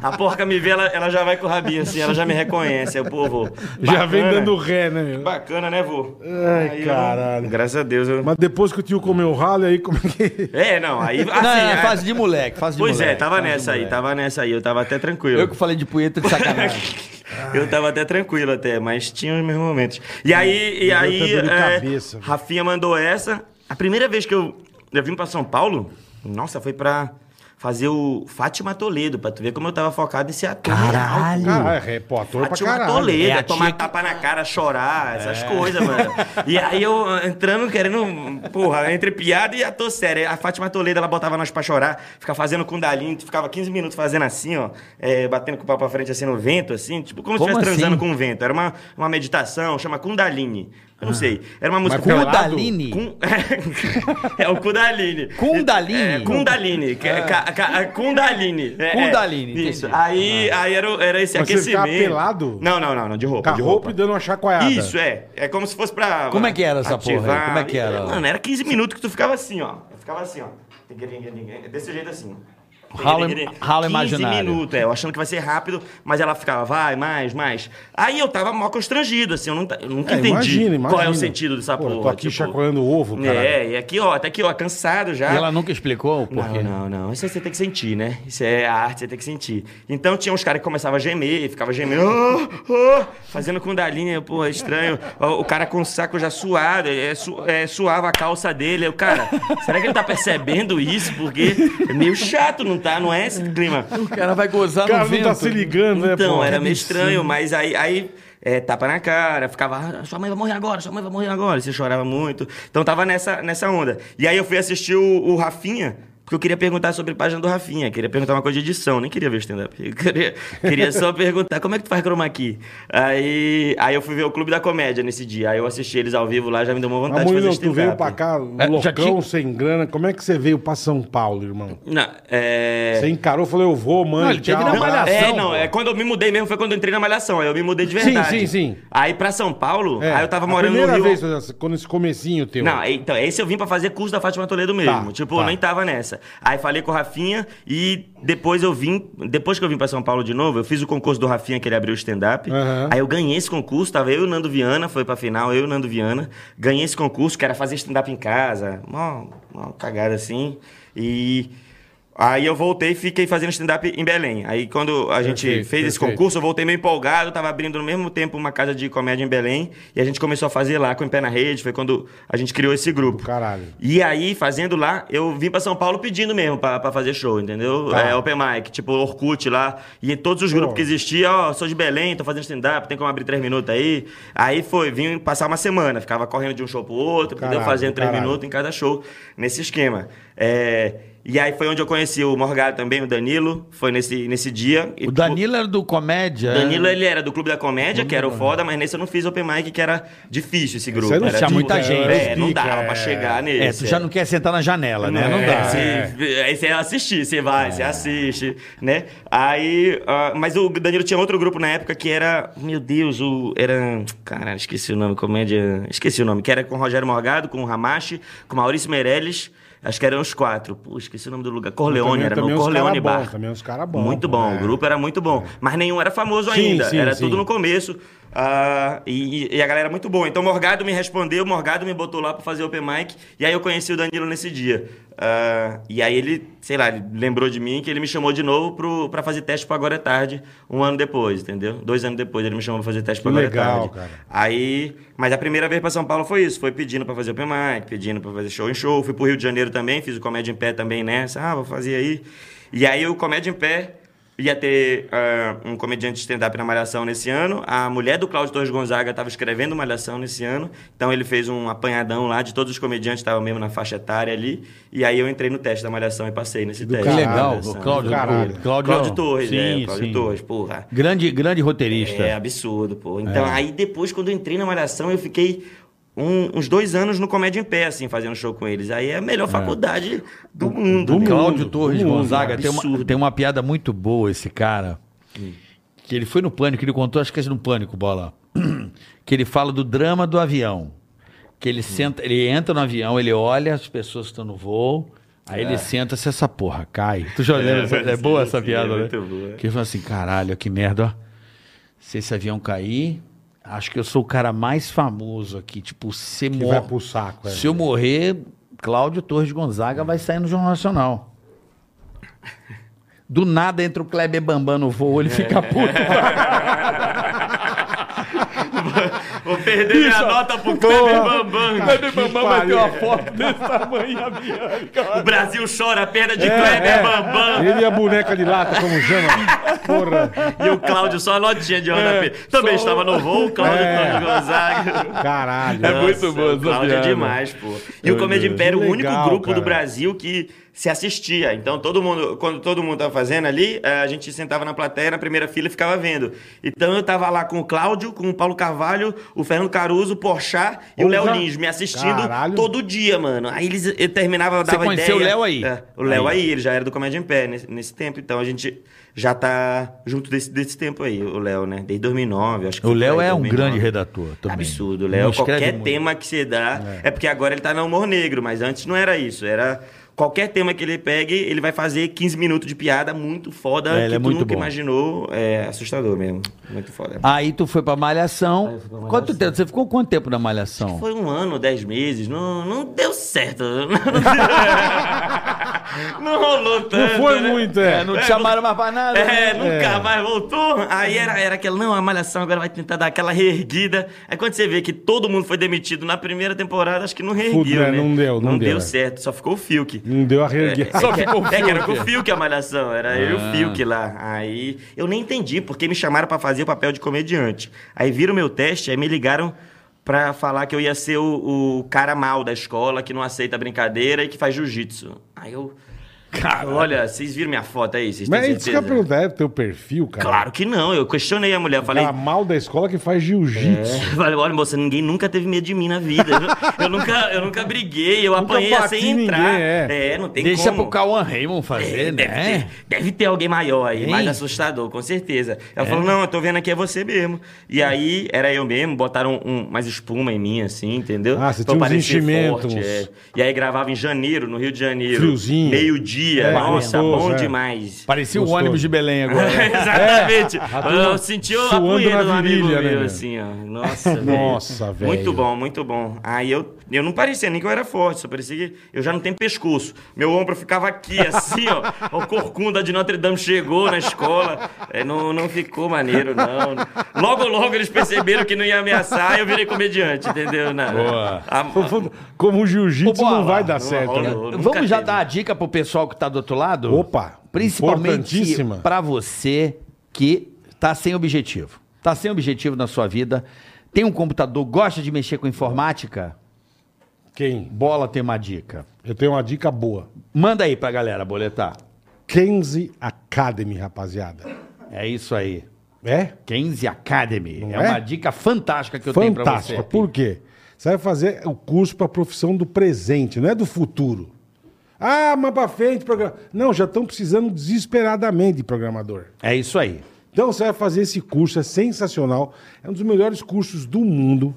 A porca me vê, ela, ela já vai com o rabinho assim, ela já me reconhece, é o povo.
Já vem
bacana.
dando ré, né, meu?
Bacana, né, vô?
Ai,
eu-
caralho.
Graças a Deus. Eu...
Mas depois que o tio comeu ralo, aí como é que...
É, não, aí... Assim,
não, não,
é-
não, faz de moleque, faz de
Pois
moleque.
é, tava
fase de
nessa aí,
moleque.
tava nessa aí, eu tava até tranquilo.
Eu que falei de punheta de sacanagem.
Eu tava até tranquilo até, mas tinha os meus momentos. E aí, e aí
dor de
é,
cabeça, velho.
Rafinha mandou essa. A primeira vez que eu, eu vim pra São Paulo, nossa, foi pra fazer o Fátima Toledo, pra tu ver como eu tava focado em ser ator.
Caralho.
Caralho, é, pô, ator pra
Fátima
caralho. É.
Toledo,
É a
é tomar
tia que-
tapa na cara, chorar, essas coisas, mano. E aí eu ah, entrando, querendo, porra, entre piada e ator sério. A Fátima Toledo, ela botava nós pra chorar, ficava fazendo kundalinho, tu ficava 15 minutos fazendo assim, ó, é, batendo com o pau pra frente, assim, no vento, assim, tipo, como, se
Como
estivesse transando
assim?
com o vento. Era uma, uma meditação, chama Kundalini.
Ah.
Eu não sei. Era uma música...
pelado?
Kundalini.
Kun- é o Kundalini.
Kundalini?
É, Kundalini. que é ca- ca- Kundalini. É, é.
Kundalini,
Isso.
entendi.
Aí,
Ah.
aí era, o- era esse
Mas você
É aquecimento.
ficava pelado?
Não, não, não, não, de roupa.
Com a
de
roupa e dando uma chacoalhada.
Isso, é. É como se fosse pra.
Como é que era essa porra aí?
ativar.
Como é que era?
Mano, era 15 minutos que tu ficava assim, ó. Eu ficava assim, ó. Desse jeito assim.
Ralo- ralo imaginário.
minutos, é, eu achando que vai ser rápido, mas ela ficava, vai, mais, mais. Aí eu tava mal constrangido, assim, eu, não, ta- eu nunca
É,
entendi
imagina, imagina.
qual é o sentido dessa
Pô, eu
porra. tipo,
tô aqui chacoalhando o ovo, caralho.
É, e aqui, ó, até aqui, ó, cansado já.
E ela nunca explicou o porquê.
Não, não, não. Isso aí você tem que sentir, né? Isso é a arte, você tem que sentir. Então tinha uns caras que começavam a gemer, ficava gemendo, "Ah, ah", fazendo com dalinha, porra, é estranho. O, o cara com o saco já suado, é, su- é, suava a calça dele. Eu, cara, será que ele tá percebendo isso? Porque é meio chato, não tá? Não é esse clima.
O cara vai gozar
O
no
cara não
vento.
tá se ligando, né,
Então,
pô?
era meio estranho, mas aí, aí é, tapa na cara, ficava, "Ah, sua mãe vai morrer agora, sua mãe vai morrer agora. Você chorava muito. Então tava nessa, nessa onda. E aí eu fui assistir o, o Rafinha, porque eu queria perguntar sobre a página do Rafinha, queria perguntar uma coisa de edição, nem queria ver stand-up. Eu Queria, queria só perguntar como é que tu faz chroma key? Aí, aí eu fui ver o Clube da Comédia nesse dia. Aí eu assisti eles ao vivo lá, já me deu uma vontade
Mas,
de fazer
Murilo, tu
stand-up.
veio pra cá,
É, já
loucão,
tinha-
sem grana. Como é que você veio pra São Paulo, irmão?
Não, é...
Você encarou e falou, eu vou, mãe,
Não, ele teve
tchau.
na
abraço.
Malhação.
É, não, é quando eu me mudei mesmo, foi quando eu entrei na Malhação. Aí eu me mudei de
Sim,
verdade.
sim, sim.
Aí pra São Paulo,
É,
aí eu tava
a
morando no
primeira
Rio.
vez, Zé, quando esse comecinho teu.
Não, então, esse eu vim pra fazer curso da Fátima Toledo mesmo.
Tá,
tipo,
tá.
eu nem tava nessa. Aí falei com o Rafinha e depois eu vim. Depois que eu vim pra São Paulo de novo, eu fiz o concurso do Rafinha, que ele abriu o stand-up.
Aham.
Aí eu ganhei esse concurso, tava eu e o Nando Viana, foi pra final, eu e o Nando Viana. Ganhei esse concurso, que era fazer stand-up em casa. Mó, mó cagada assim. E. Aí eu voltei e fiquei fazendo stand-up em Belém. Aí quando a gente
Perfeito,
fez
perfeito.
esse concurso, curso, eu voltei meio empolgado, tava abrindo no mesmo tempo uma casa de comédia em Belém, e a gente começou a fazer lá com o Em Pé na Rede, foi quando a gente criou esse grupo.
Caralho.
E aí, fazendo lá, eu vim pra São Paulo pedindo mesmo pra, pra fazer show, entendeu?
Tá.
É, open mic, tipo Orkut lá, e em todos os grupos que existiam, ó, sou de Belém, tô fazendo stand-up, tem como abrir três minutos aí? Aí foi, vim passar uma semana, ficava correndo de um show pro outro,
Caralho,
entendeu? Fazendo três
caralho.
minutos em cada show nesse esquema. É, E aí foi onde eu conheci o Morgado também, o Danilo, foi nesse, nesse dia. E,
O
tipo,
Danilo era do comédia.
Danilo, ele era do Clube da Comédia, que era o foda, mas nesse eu não fiz open mic, que era difícil esse grupo.
Você não
era
tinha muita
difícil.
gente.
É, não
Pica,
dava
é.
pra chegar nesse.
É, tu já não quer sentar na janela, né?
É,
Não dá. É.
você- Aí você assistir, você vai, você assiste, né? Aí. ah, mas o Danilo tinha outro grupo na época que era. Meu Deus, o. Era. Caralho, esqueci o nome, comédia. Esqueci o nome, que era com o Rogério Morgado, com o Ramashi, com o Maurício Meirelles. Acho que eram os quatro. Pô, esqueci o nome do lugar. Corleone,
Também-
era
também
no
uns
Corleone
cara bom,
Bar.
também uns cara bom,
Muito bom,
é.
o grupo era muito bom. Mas nenhum era famoso
Sim,
ainda.
sim,
era
sim.
tudo no começo. ah, e, e- e a galera muito boa. Então o Morgado me respondeu, o Morgado me botou lá pra fazer open mic. E aí eu conheci o Danilo nesse dia. Ah, e aí ele, sei lá, ele lembrou de mim que ele me chamou de novo pro, pra fazer teste pro Agora é Tarde, um ano depois, entendeu? Dois anos depois ele me chamou pra fazer teste pro Agora
legal,
é Tarde.
cara.
Aí, mas a primeira vez pra São Paulo foi isso, foi pedindo pra fazer open mic, pedindo pra fazer show em show. Fui né? pro Rio de Janeiro também, fiz o Comédia em Pé também nessa. Ah, vou fazer aí. E aí o Comédia em Pé Ia ter ah, um comediante de stand-up na Malhação nesse ano. A mulher do Cláudio Torres Gonzaga estava escrevendo Malhação nesse ano. Então ele fez um apanhadão lá de todos os comediantes, estavam mesmo na faixa etária ali. E aí eu entrei no teste da Malhação e passei nesse teste.
caralho,
da
Legal,
Malhação.
Cláudio,
Caralho.
Cláudio,
é Cláudio Torres, é,
sim,
Cláudio
sim.
Torres, porra.
Grande, grande roteirista.
É absurdo, pô. Então, aí depois, quando eu entrei na Malhação, eu fiquei um- uns dois anos no Comédia em Pé, assim, fazendo show com eles. Aí é a melhor faculdade do mundo. né?
Cláudio Torres
do mundo,
Gonzaga tem uma,
absurdo.
tem uma piada muito boa, esse cara. Que ele foi no pânico, ele contou, acho que é no pânico, bola. Que ele fala do drama do avião. Que ele senta, ele entra no avião, ele olha as pessoas que estão no voo, aí ele senta se essa porra cai. Tu já lembra? essa- É,
sim,
boa essa
sim,
piada,
É. é
né?
muito boa.
Que ele fala assim, caralho, que merda, ó. Se esse avião cair, acho que eu sou o cara mais famoso aqui. Tipo, você
Que
morre.
vai pro saco, é.
Se eu morrer, Cláudio Torres Gonzaga
É.
vai sair no Jornal Nacional. Do nada entra o Kleber Bambam no voo,
É.
ele fica puto.
Vou perder minha nota pro Kleber Bambam.
Kleber Bambam vai ter uma
foto desse
O Brasil chora a perda
É,
de Kleber Bambam.
Ele e a boneca de lata, como chama? Porra.
E o Cláudio só a notinha de
É.
rodapé. Também estava no voo, Cláudio
É.
Torres Gonzaga.
Caralho.
Nossa,
É muito boa
o
essa
Cláudio é
piada.
demais, pô. E o Comédia
Deus.
Império,
Que
o único
legal,
grupo
cara.
do Brasil que se assistia. Então, todo mundo, quando todo mundo tava fazendo ali, eh, a gente sentava na plateia, na primeira fila e ficava vendo. Então, eu tava lá com o Cláudio, com o Paulo Carvalho, o Fernando Caruso, o Porchat e o
Porra.
Léo Lins me assistindo
Caralho.
todo dia, mano. Aí eles eh, terminavam, dava
conheceu
ideia.
o Léo aí?
É, o Léo aí. ele já era do Comédia em Pé nesse, nesse tempo. Então, a gente já tá junto desse, desse tempo aí, o Léo, né? Desde 2009, acho que
O
foi por
Léo
aí,
é um
2009.
grande redator também.
Absurdo,
Não
Léo.
escreve
Qualquer
muito.
tema que você dá. É. porque agora ele tá no humor negro, mas antes não era isso. Era qualquer tema que ele pegue, ele vai fazer 15 minutos de piada muito foda
É, ele
que
é
tu
muito
nunca
bom.
imaginou. É assustador mesmo. Muito foda.
Aí tu foi pra Malhação. Quanto tempo? Você ficou quanto tempo na Malhação?
Foi um ano, dez meses, não, não deu certo. Não, rolou
Não
tanto.
foi
né?
muito, é.
É, não te chamaram mais pra nada? né?
É, nunca mais voltou.
É.
Aí era, era aquela, não, a malhação agora vai tentar dar aquela reerguida. Aí quando você vê que todo mundo foi demitido na primeira temporada, acho que não reerguiu,
Puta, é,
né?
não deu, não deu, é.
certo, só ficou o Fiuk.
Não deu a reerguer.
É que- é que era com o Fiuk a malhação, era eu
Ah.
e o Fiuk lá. Aí eu nem entendi porque me chamaram pra fazer o papel de comediante. Aí viram meu teste, aí me ligaram pra falar que eu ia ser o, o cara mal da escola, que não aceita brincadeira e que faz jiu-jitsu. Aí eu. Cara, olha, vocês viram minha foto aí? Vocês têm
Mas isso que eu ia
certeza?
perguntar, é teu perfil, cara?
Claro que não, eu questionei a mulher, falei.
Cara mal da escola que faz jiu-jitsu.
Falei, olha, moça, ninguém nunca teve medo de mim na vida. Eu, eu nunca, eu nunca briguei, eu apanhei
bati
sem entrar.
ninguém, é.
é. não tem
Deixa
como.
pro Cauan Raymond fazer,
É, deve, ter,
né?
deve ter alguém maior aí,
Hein?
mais assustador, com certeza. Ela falou, não, eu tô vendo aqui é você mesmo. E aí, era eu mesmo, botaram um, mais espuma em mim, assim, entendeu?
Ah, você
Pra
tinha uns
parecer
enchimentos,
forte,
uns-
é. E aí gravava em janeiro, no Rio de Janeiro.
Friozinho.
Meio-dia,
É,
nossa,
gostoso,
bom
é.
demais.
Parecia o
Gostoso.
ônibus de Belém agora.
Exatamente.
É, turma
eu senti a
suando na
punheta do amigo
virilha, né,
meu,
meu?
assim, ó. Nossa,
Nossa, velho.
Muito bom, muito bom. Aí eu, eu não parecia nem que eu era forte, só parecia que eu já não tenho pescoço. Meu ombro ficava aqui, assim, ó. O corcunda de Notre Dame chegou na escola. É, não, não ficou maneiro, não. Logo, logo eles perceberam que não ia ameaçar e eu virei comediante, entendeu? Ah, Na,
Boa.
É. a-
Como o
Ô,
jiu-jitsu
Bola,
não vai dar
não
certo,
rola.
né?
Eu nunca
Vamos já
teve.
dar a dica pro pessoal que tá do outro lado?
Opa,
Principalmente
importantíssima.
pra você que tá sem objetivo. Tá sem objetivo na sua vida. Tem um computador, gosta de mexer com informática?
Quem?
Bola tem uma dica.
Eu tenho uma dica boa.
Manda aí pra galera, boletar.
Kenzie Academy, rapaziada.
É isso aí.
É?
Kenzie Academy. É,
Não é?
uma dica fantástica que eu tenho pra você.
Fantástica. Por quê? Você vai fazer o curso para a profissão do presente, não é do futuro. Ah, mas para frente, programa. Não, já estão precisando desesperadamente de programador.
É isso aí.
Então você vai fazer esse curso, é sensacional. É um dos melhores cursos do mundo,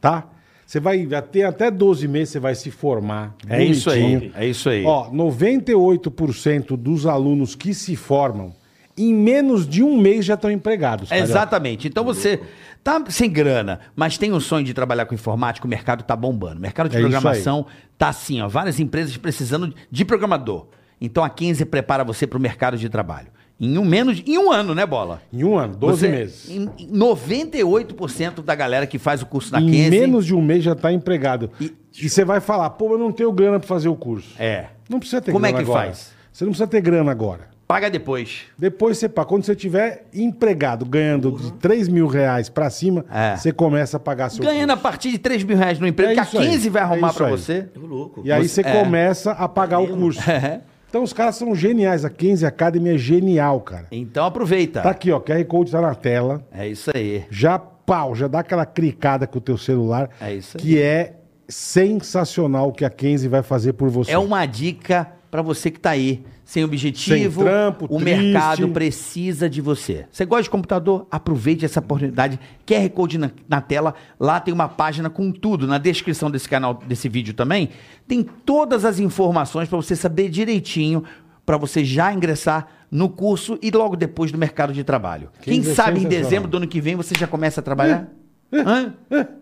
tá? Você vai vai ter até 12 meses, você vai se formar.
É isso aí,
bonitinho.
é isso aí.
Ó, 98% dos alunos que se formam, em menos de um mês já estão empregados. Carioca.
Exatamente. Então você tá sem grana, mas tem o sonho de trabalhar com informática, o mercado tá bombando. O mercado de
É isso aí.
programação tá assim, ó, várias empresas precisando de programador. Então a 15 prepara você para o mercado de trabalho. Em um menos, em um ano, né, bola?
Em um ano, 12
Você-
meses.
em- em 98% da galera que faz o curso da
Em
15
menos de um mês já está empregado. E, você vai falar, pô, eu não tenho grana para fazer o curso.
é.
Não precisa ter
Como é
grana
que
agora.
faz?
Você não precisa ter grana agora.
Paga depois.
Depois você paga. Quando você tiver empregado, ganhando de 3 mil reais pra cima,
É.
você começa a pagar seu
Ganhando a
custo.
partir de 3 mil reais no emprego,
É
que a
isso aí,
15 vai
é
arrumar
isso
pra
aí.
você.
Ô, louco.
E aí você começa a pagar o curso.
É.
Então os caras são geniais. A 15 Academy é genial, cara.
Então aproveita.
Tá aqui, ó. QR Code tá na tela.
É isso aí.
já pau, já dá aquela cricada com o teu celular.
É isso aí.
Que é sensacional o que a Kenzie vai fazer por você.
É uma dica pra você que tá aí, sem objetivo.
Sem trampo,
o
triste.
mercado precisa de você. Você gosta de computador? Aproveite essa oportunidade. QR Code na, na tela. Lá tem uma página com tudo. Na descrição desse canal, desse vídeo também, tem todas as informações pra você saber direitinho, pra você já ingressar no curso e logo depois no mercado de trabalho. Quem,
Quinze é
sabe em
sensacional. É,
dezembro do ano que vem você já começa a trabalhar? Hã?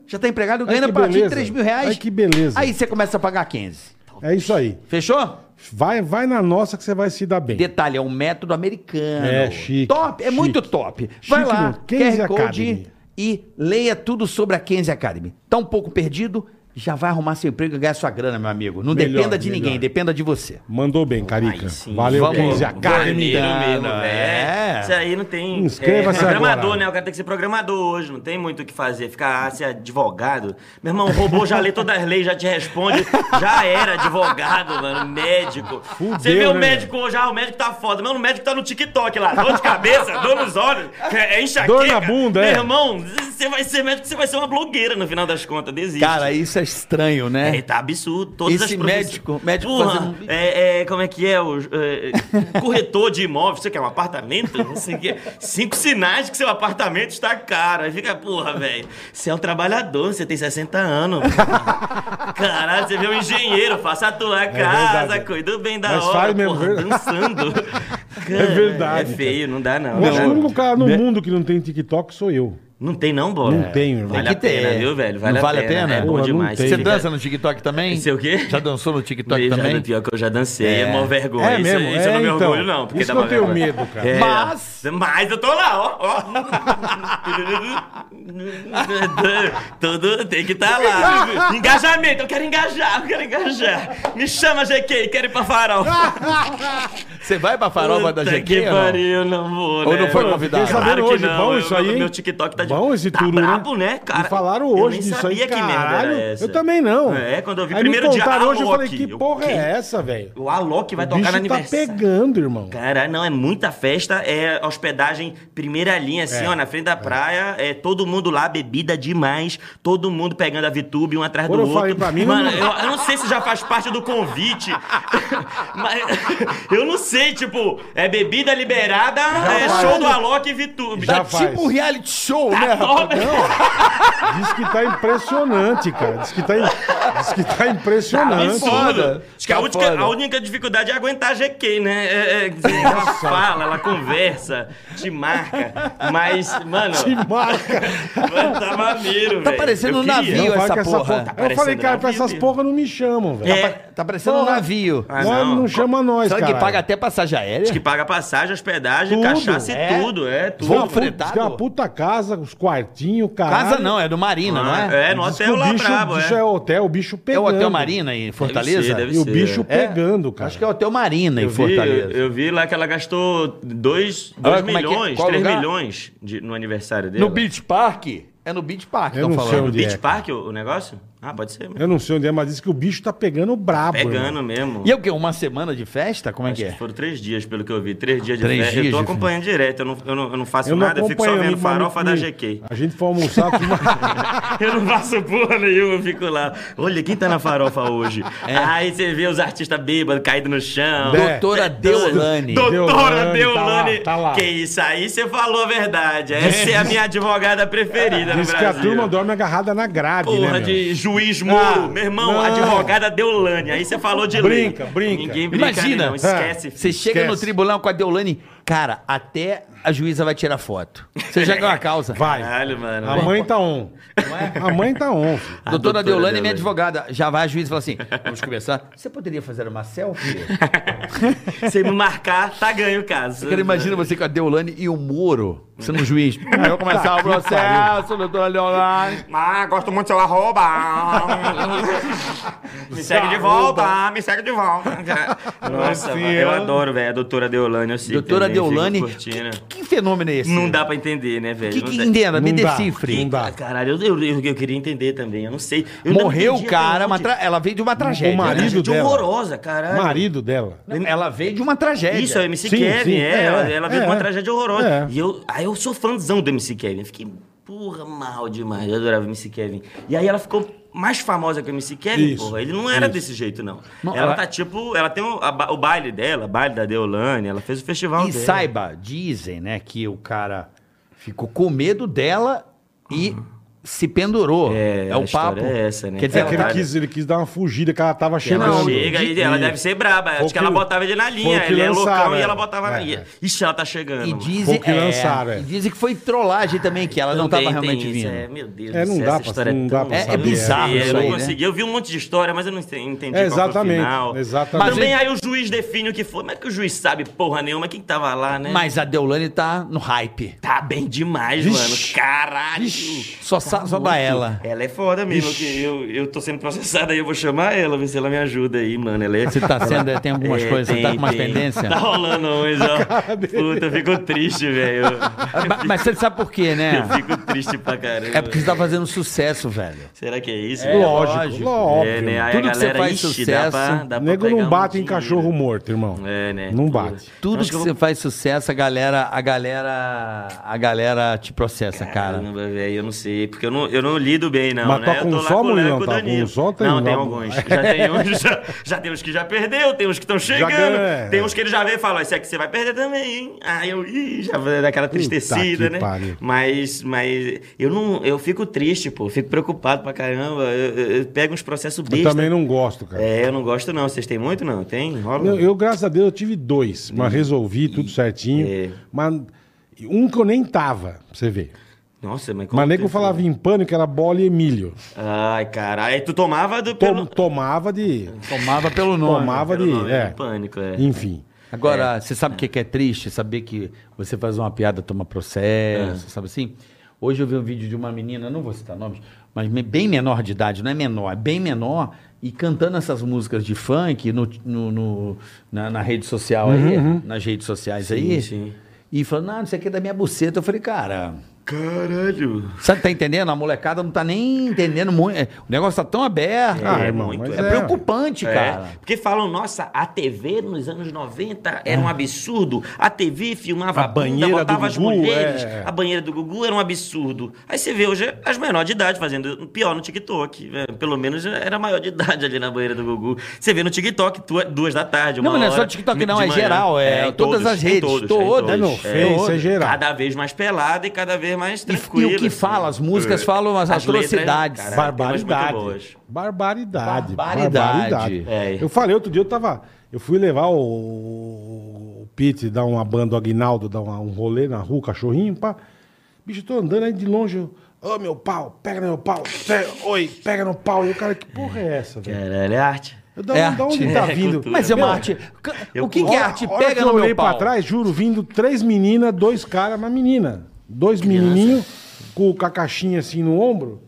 Já tá empregado, ganhando
que
a partir de
beleza.
3 mil reais.
Ai, que beleza.
Aí você começa a pagar 15.
É isso aí.
Fechou?
Vai, vai na nossa que você vai se dar bem.
Detalhe, é um método americano.
É, chique,
Top, é
chique.
muito top. Vai
Chique
lá,
no Kenzie
QR Code
Academy.
e leia tudo sobre a Kenzie Academy. Tá um pouco perdido, já vai arrumar seu emprego e ganhar sua grana, meu amigo. Não
Melhor,
dependa de
melhor.
ninguém, dependa de você.
Mandou bem, Carica.
Aí sim.
Valeu,
Vamos.
Kenzie Academy.
Maneiro mesmo,
Mano,
velho.
é.
né? Isso aí não tem.
né? Inscreva-se
Programador,
agora.
né? O cara tem que ser programador hoje. Não tem muito o que fazer. Ficar ah, ser advogado. Meu irmão, o robô já lê todas as leis, já te responde. Já era advogado, mano. Médico.
Fudeu,
Você vê
né,
o médico hoje, ah, o médico tá foda. Mano, o médico tá no TikTok lá. Dor de cabeça, dor nos olhos. É é enxaqueca.
Dor na bunda,
Meu
é.
irmão, você vai ser médico, você vai ser uma blogueira no final das contas. Desiste.
Cara, isso é estranho, né?
É, tá absurdo. Todas
Esse
as profissões-
médico- médico
Porra,
fazendo-
é, é, como é que é? O, é, corretor de imóvel, você quer um apartamento? Não sei o quê. Cinco sinais que seu apartamento está caro. Aí fica, porra, velho, você é um trabalhador, você tem 60 anos. Caralho, você vê um engenheiro, faça a tua casa,
verdade.
cuida bem da
Mas
hora,
faz mesmo,
porra,
verdade.
dançando. Cara,
verdade,
É feio, não dá não.
Eu acho que o
Não,
único cara no mundo que não tem TikTok sou eu.
não tem não, Bola?
Não tenho, irmão.
Vale
Tem
a
que ter.
pena, viu, velho? Vale,
Não vale a pena?
É bom
Porra, não
demais.
tem. é
Você
Fica-
dança no TikTok também?
Sei o quê?
Já dançou no TikTok
Eu já-
né?
também?
Pior que eu já dancei, é, mó vergonha.
É
isso,
mesmo,
isso eu
é,
não me
então.
orgulho, não. Porque
Isso
dá
que eu tenho
vergonha. É.
medo, cara.
Mas-
Mas eu tô lá, ó. ó. Todo tem que estar lá. Engajamento, eu quero engajar, eu quero engajar. Me chama, GK, quero ir pra farol.
Ah,
Você vai pra farofa da
Puta que
GQ? ou não?
pariu, não vou, né?
Ou não foi
Pô,
convidado?
Claro
Sabendo
que
hoje,
não.
bom
eu-
isso aí,
Meu
hein?
TikTok tá de...
Bom esse
tá
tudo, né?
brabo, né, cara?
Me falaram
Eu
hoje
nem
disso aí,
sabia que merda
caralho.
era essa.
Eu também não.
É, quando eu vi
Aí
primeiro
me
dia,
contaram
ah,
hoje, eu falei,
Loki.
que
Eu,
porra
quê?
é essa, velho?
O Alok vai
O bicho
tocar no
tá
aniversário.
pegando, irmão.
Cara, não, é muita festa, é hospedagem primeira linha, assim,
É,
ó, na frente da praia, é todo mundo lá, bebida demais, todo mundo pegando a VTube um atrás
Quando
do
eu
outro.
falei pra mim, não-
Mano, eu, eu não sei se já faz parte do convite, mas eu não sei, tipo, é bebida liberada, é
faz.
show do Alok e VTube.
Já
Tá
faz. Tá
tipo um reality show, né? rapaz?
Top.
Diz que tá impressionante, cara. Diz que tá, diz que tá impressionante.
Absurdo. é Acho que a
Tá
única,
foda.
a única dificuldade é aguentar a GQ, né? É, é, ela fala, ela conversa, te marca, mas, mano...
Que marca.
Mano, tá maneiro, velho.
Tá parecendo
Eu
um
queria.
navio
Eu,
essa
falo que essa
porra.
porra- eu
parecendo
falei, cara,
navio
pra essas
mesmo.
porra não me chamam, velho.
É.
Tá parecendo um
Porra.
navio.
Ah,
não,
não.
não chama nós,
Será
cara.
que paga até passagem aérea?
Acho que paga passagem, hospedagem,
Tudo,
cachaça e
é.
tudo, é, tudo.
Vão
fretado?
uma puta casa, os quartinhos, caralho.
Casa não, é do Marina, não é?
é, no
Diz que
hotel
o
lá
bicho,
brabo,
O bicho
é.
é hotel, o bicho
É o
pegando.
Hotel Marina em Fortaleza?
ser, deve
E o
ser.
bicho pegando, cara.
Acho que é o Hotel Marina em
Eu vi,
Fortaleza.
eu vi lá que ela gastou 2
Ah, como é que é?
milhões,
Qual
3
lugar?
milhões de- no aniversário dele.
No Beach Park? É no Beach Park,
Eu
estão
não sei
falando.
onde-
Beach
é, cara.
Park o, o negócio? Ah, pode ser mesmo.
Eu não sei onde é, mas diz que o bicho tá pegando brabo.
Pegando
irmão.
mesmo.
E é o quê? Uma semana de festa? Como é
Acho
que
que
é?
foram três dias, pelo que eu vi. Três dias de
Três
festa.
dias
eu tô
de
acompanhando direto, eu não, eu não, eu não faço
Eu não
nada, eu fico só
acompanho.
vendo
me-
farofa
me-
da GK.
A gente foi almoçar com uma...
Eu não faço porra nenhuma, eu fico lá. Olha, quem tá na farofa hoje?
É.
Aí você vê os artistas bêbados caídos no chão.
É.
Doutora Deolane.
Doutora
Deolane, tá lá,
Deolane.
tá lá.
Que isso aí, você falou a verdade. Essa é a minha advogada preferida no
É. Diz que a
Brasil.
turma dorme agarrada na grade, né,
Porra
meu?
de juiz Moro.
Ah,
meu irmão,
não.
advogada Deolane. Aí você falou de
Brinca,
lei.
brinca.
Ninguém brinca,
Imagina. É.
Imagina. não. Esquece,
Você
filho.
chega
Esquece.
no tribunal com a Deolane Cara, até a juíza vai tirar foto. Você já ganhou a causa.
Vai.
Caralho, mano. Ah,
A mãe tá on. A mãe tá on. filho.
A doutora,
doutora
Deolane é minha
Deolane.
advogada. Já vai a juíza e fala assim: vamos conversar. Você poderia fazer uma selfie?
Se me marcar, tá ganho o caso.
Cara, imagina você com a Deolane e o Moro sendo um juiz. Aí eu começar o processo, doutora Deolane.
Ah, gosto muito do seu arroba. me segue de volta, me segue de volta.
Nossa, mano, eu adoro, velho. A doutora Deolane, eu sei.
Doutora
também, fico
Deolane,
curtindo.
que, que fenômeno é esse?
Não dá pra entender, né, velho?
Que,
Não
que
dá.
entenda, me
Não dá,
decifre.
não dá.
Ah, caralho, eu, eu, eu, eu queria entender também, eu não sei. Eu não
Morreu o
entendi
cara,
até
uma
onde.
tra- ela veio de uma tragédia. né?
marido-
Gente
dela.
horrorosa, caralho.
Marido dela.
Não, Ela veio de uma tragédia.
Isso, é o MC
Sim,
Kevin,
sim,
é,
é,
ela, ela veio
é.
com uma tragédia horrorosa.
É.
E eu, aí eu sou fãzão do MC Kevin, fiquei, porra, mal demais, eu adorava o MC Kevin. E aí ela ficou mais famosa que o MC Kevin,
Isso,
porra, ele não era desse jeito, não.
Não,
ela,
ela-
tá tipo, ela tem o, a ba- o baile dela, o baile da Deolane, ela fez o festival
E
dela.
saiba, dizem, né, que o cara ficou com medo dela e se pendurou.
É,
É,
a
o
história
papo.
é essa, né?
Quer dizer,
É que ele
ela-
quis, ele quis dar uma fugida, que ela tava
E ela
chegando.
chega e ela deve ser braba.
Foi
Acho
o
que ela
que-
botava ele na linha.
foi o que
Ele é
lançaram,
loucão e
é.
ela botava na
É,
linha.
é.
Ixi, ela tá chegando.
E
mano.
dizem,
Foi o que
é,
lançaram, é.
e dizem que foi trollagem também, que ela não
Também
estava
tem
realmente
isso,
vindo.
é, meu Deus
É,
do
não
céu,
dá
essa
pra-
história
não dá
tão-
pra
É- é saber. bizarro
Eu
isso
não
aí, né?
consegui. Eu vi um monte de história, mas eu não ente- entendi
É,
qual foi o
exatamente,
final.
exatamente.
Também aí o juiz define o que foi. Mas é que o juiz sabe porra nenhuma quem que tava lá, né?
Mas a Deolane tá no hype.
Tá bem demais,
Vixe.
mano. Caralho.
Só, sa- só dá ela.
Ela é foda mesmo. Que eu, eu tô sendo processado aí, eu vou chamar ela, ver se ela me ajuda aí, mano. Ela é...
Você tá sendo, é, tem algumas
É,
coisas, você tá
tem,
com umas
tem.
pendências?
Tá rolando uns, ó. Puta, eu fico triste, velho.
Ma- Mas você sabe por quê,
Eu
né?
fico triste pra caramba.
É porque você tá fazendo sucesso, velho.
Será que é isso?
É,
Lógico,
lógico.
lógico.
É, né? Aí
Tudo
a
que você
galera,
faz
ixi,
sucesso,
dá pra, dá
O
pra
nego
pegar
não
um
bate em
dinheiro.
cachorro morto, irmão.
É, né?
Não
Pô.
bate.
Tudo
Acho
que,
que eu
você
vou-
faz sucesso, a galera, a galera, a galera te processa, cara.
Caramba, velho, eu não sei, porque eu não, eu não lido bem, não.
Mas
né?
tá
Eu
com
tô
um
lá
só,
o Léo e
Murilão?
com o
Tá com
Danilo.
um só ou tem
Não,
um
tem
lá?
alguns. Já tem uns, já, já tem uns que já perdeu, tem uns que estão chegando.
ganha. é.
tem uns que ele já vê e fala, esse aqui você vai perder também, hein? Aí eu, ih, já dá aquela tristecida,
que
né?
pariu.
Mas, mas eu não, eu fico triste, pô, fico preocupado pra caramba. Eu, eu- eu pego uns processos
Eu
besta.
também não gosto, cara.
É, eu não gosto não. Vocês têm muito, não? Tem? Rola?
Não, eu, graças a Deus, eu tive dois, mas
Uhum.
resolvi tudo certinho.
É.
Mas um que eu nem tava, pra você ver.
Nossa, mas... como
Mas nego
tem-
falava em pânico, era bola e Emílio.
Ai, caralho. Tu tomava do...
Tom-
pelo-
Tomava de.
Tomava pelo nome.
tomava
pelo
de.
nome,
é.
do pânico, é.
Enfim.
Agora, você sabe o que que é triste? Saber que você faz uma piada, toma processo, sabe assim? Hoje eu vi um vídeo de uma menina, não vou citar nomes, mas me- bem menor de idade, não é menor, é bem menor, e cantando essas músicas de funk no, no- no- na, na rede social aí, nas redes sociais aí.
sim.
E falando, não, isso aqui é da minha buceta. Eu falei, cara,
Caralho.
sabe, tá entendendo? A molecada não tá nem entendendo muito. é, O negócio tá tão aberto.
Ah,
é
irmão,
muito,
mas
é
é,
É preocupante, cara.
É, porque falam, nossa, a TV nos anos 90
É.
era um absurdo. A TV filmava
A
bunda,
banheira do
botava as
Gugu,
mulheres.
é.
A banheira do Gugu era um absurdo. Aí você vê hoje as menores de idade fazendo pior no TikTok. né? Pelo menos era maior de idade ali na banheira do Gugu. Você vê no TikTok tu- duas da tarde, uma
Não, mas não é só
hora,
TikTok não,
de
é
manhã.
geral, é
em
todas as
em
redes,
todos,
todas.
em
É, não,
todos,
feio, isso é geral.
Cada vez mais pelada e cada vez mais
E-
tranquila.
e o que
assim.
fala, as músicas
É.
falam as
letras,
atrocidades.
cara, tem umas muito
Barbaridade.
boas.
Barbaridade.
Barbaridade.
É.
Eu falei outro dia, eu tava. Eu fui levar o, o Pete, dar uma banda, o Aguinaldo, dar uma- um rolê na rua, cachorrinho, pá. Bicho, eu tô andando aí de longe. eu, Ô meu pau, pega no meu pau, pega- oi, pega no pau. E o cara, que porra é essa, velho?
Caralho, é arte.
Eu da,
É
da onde
arte.
tá
É
vindo?
cultura.
Mas é uma
Meu,
arte.
eu-
o que, que é
Olha-
arte?
A hora
Pega
que eu
no
olhei
meu pau.
pra trás, juro, vindo três meninas, dois caras, uma menina. Dois menininhos com, com a caixinha assim no ombro.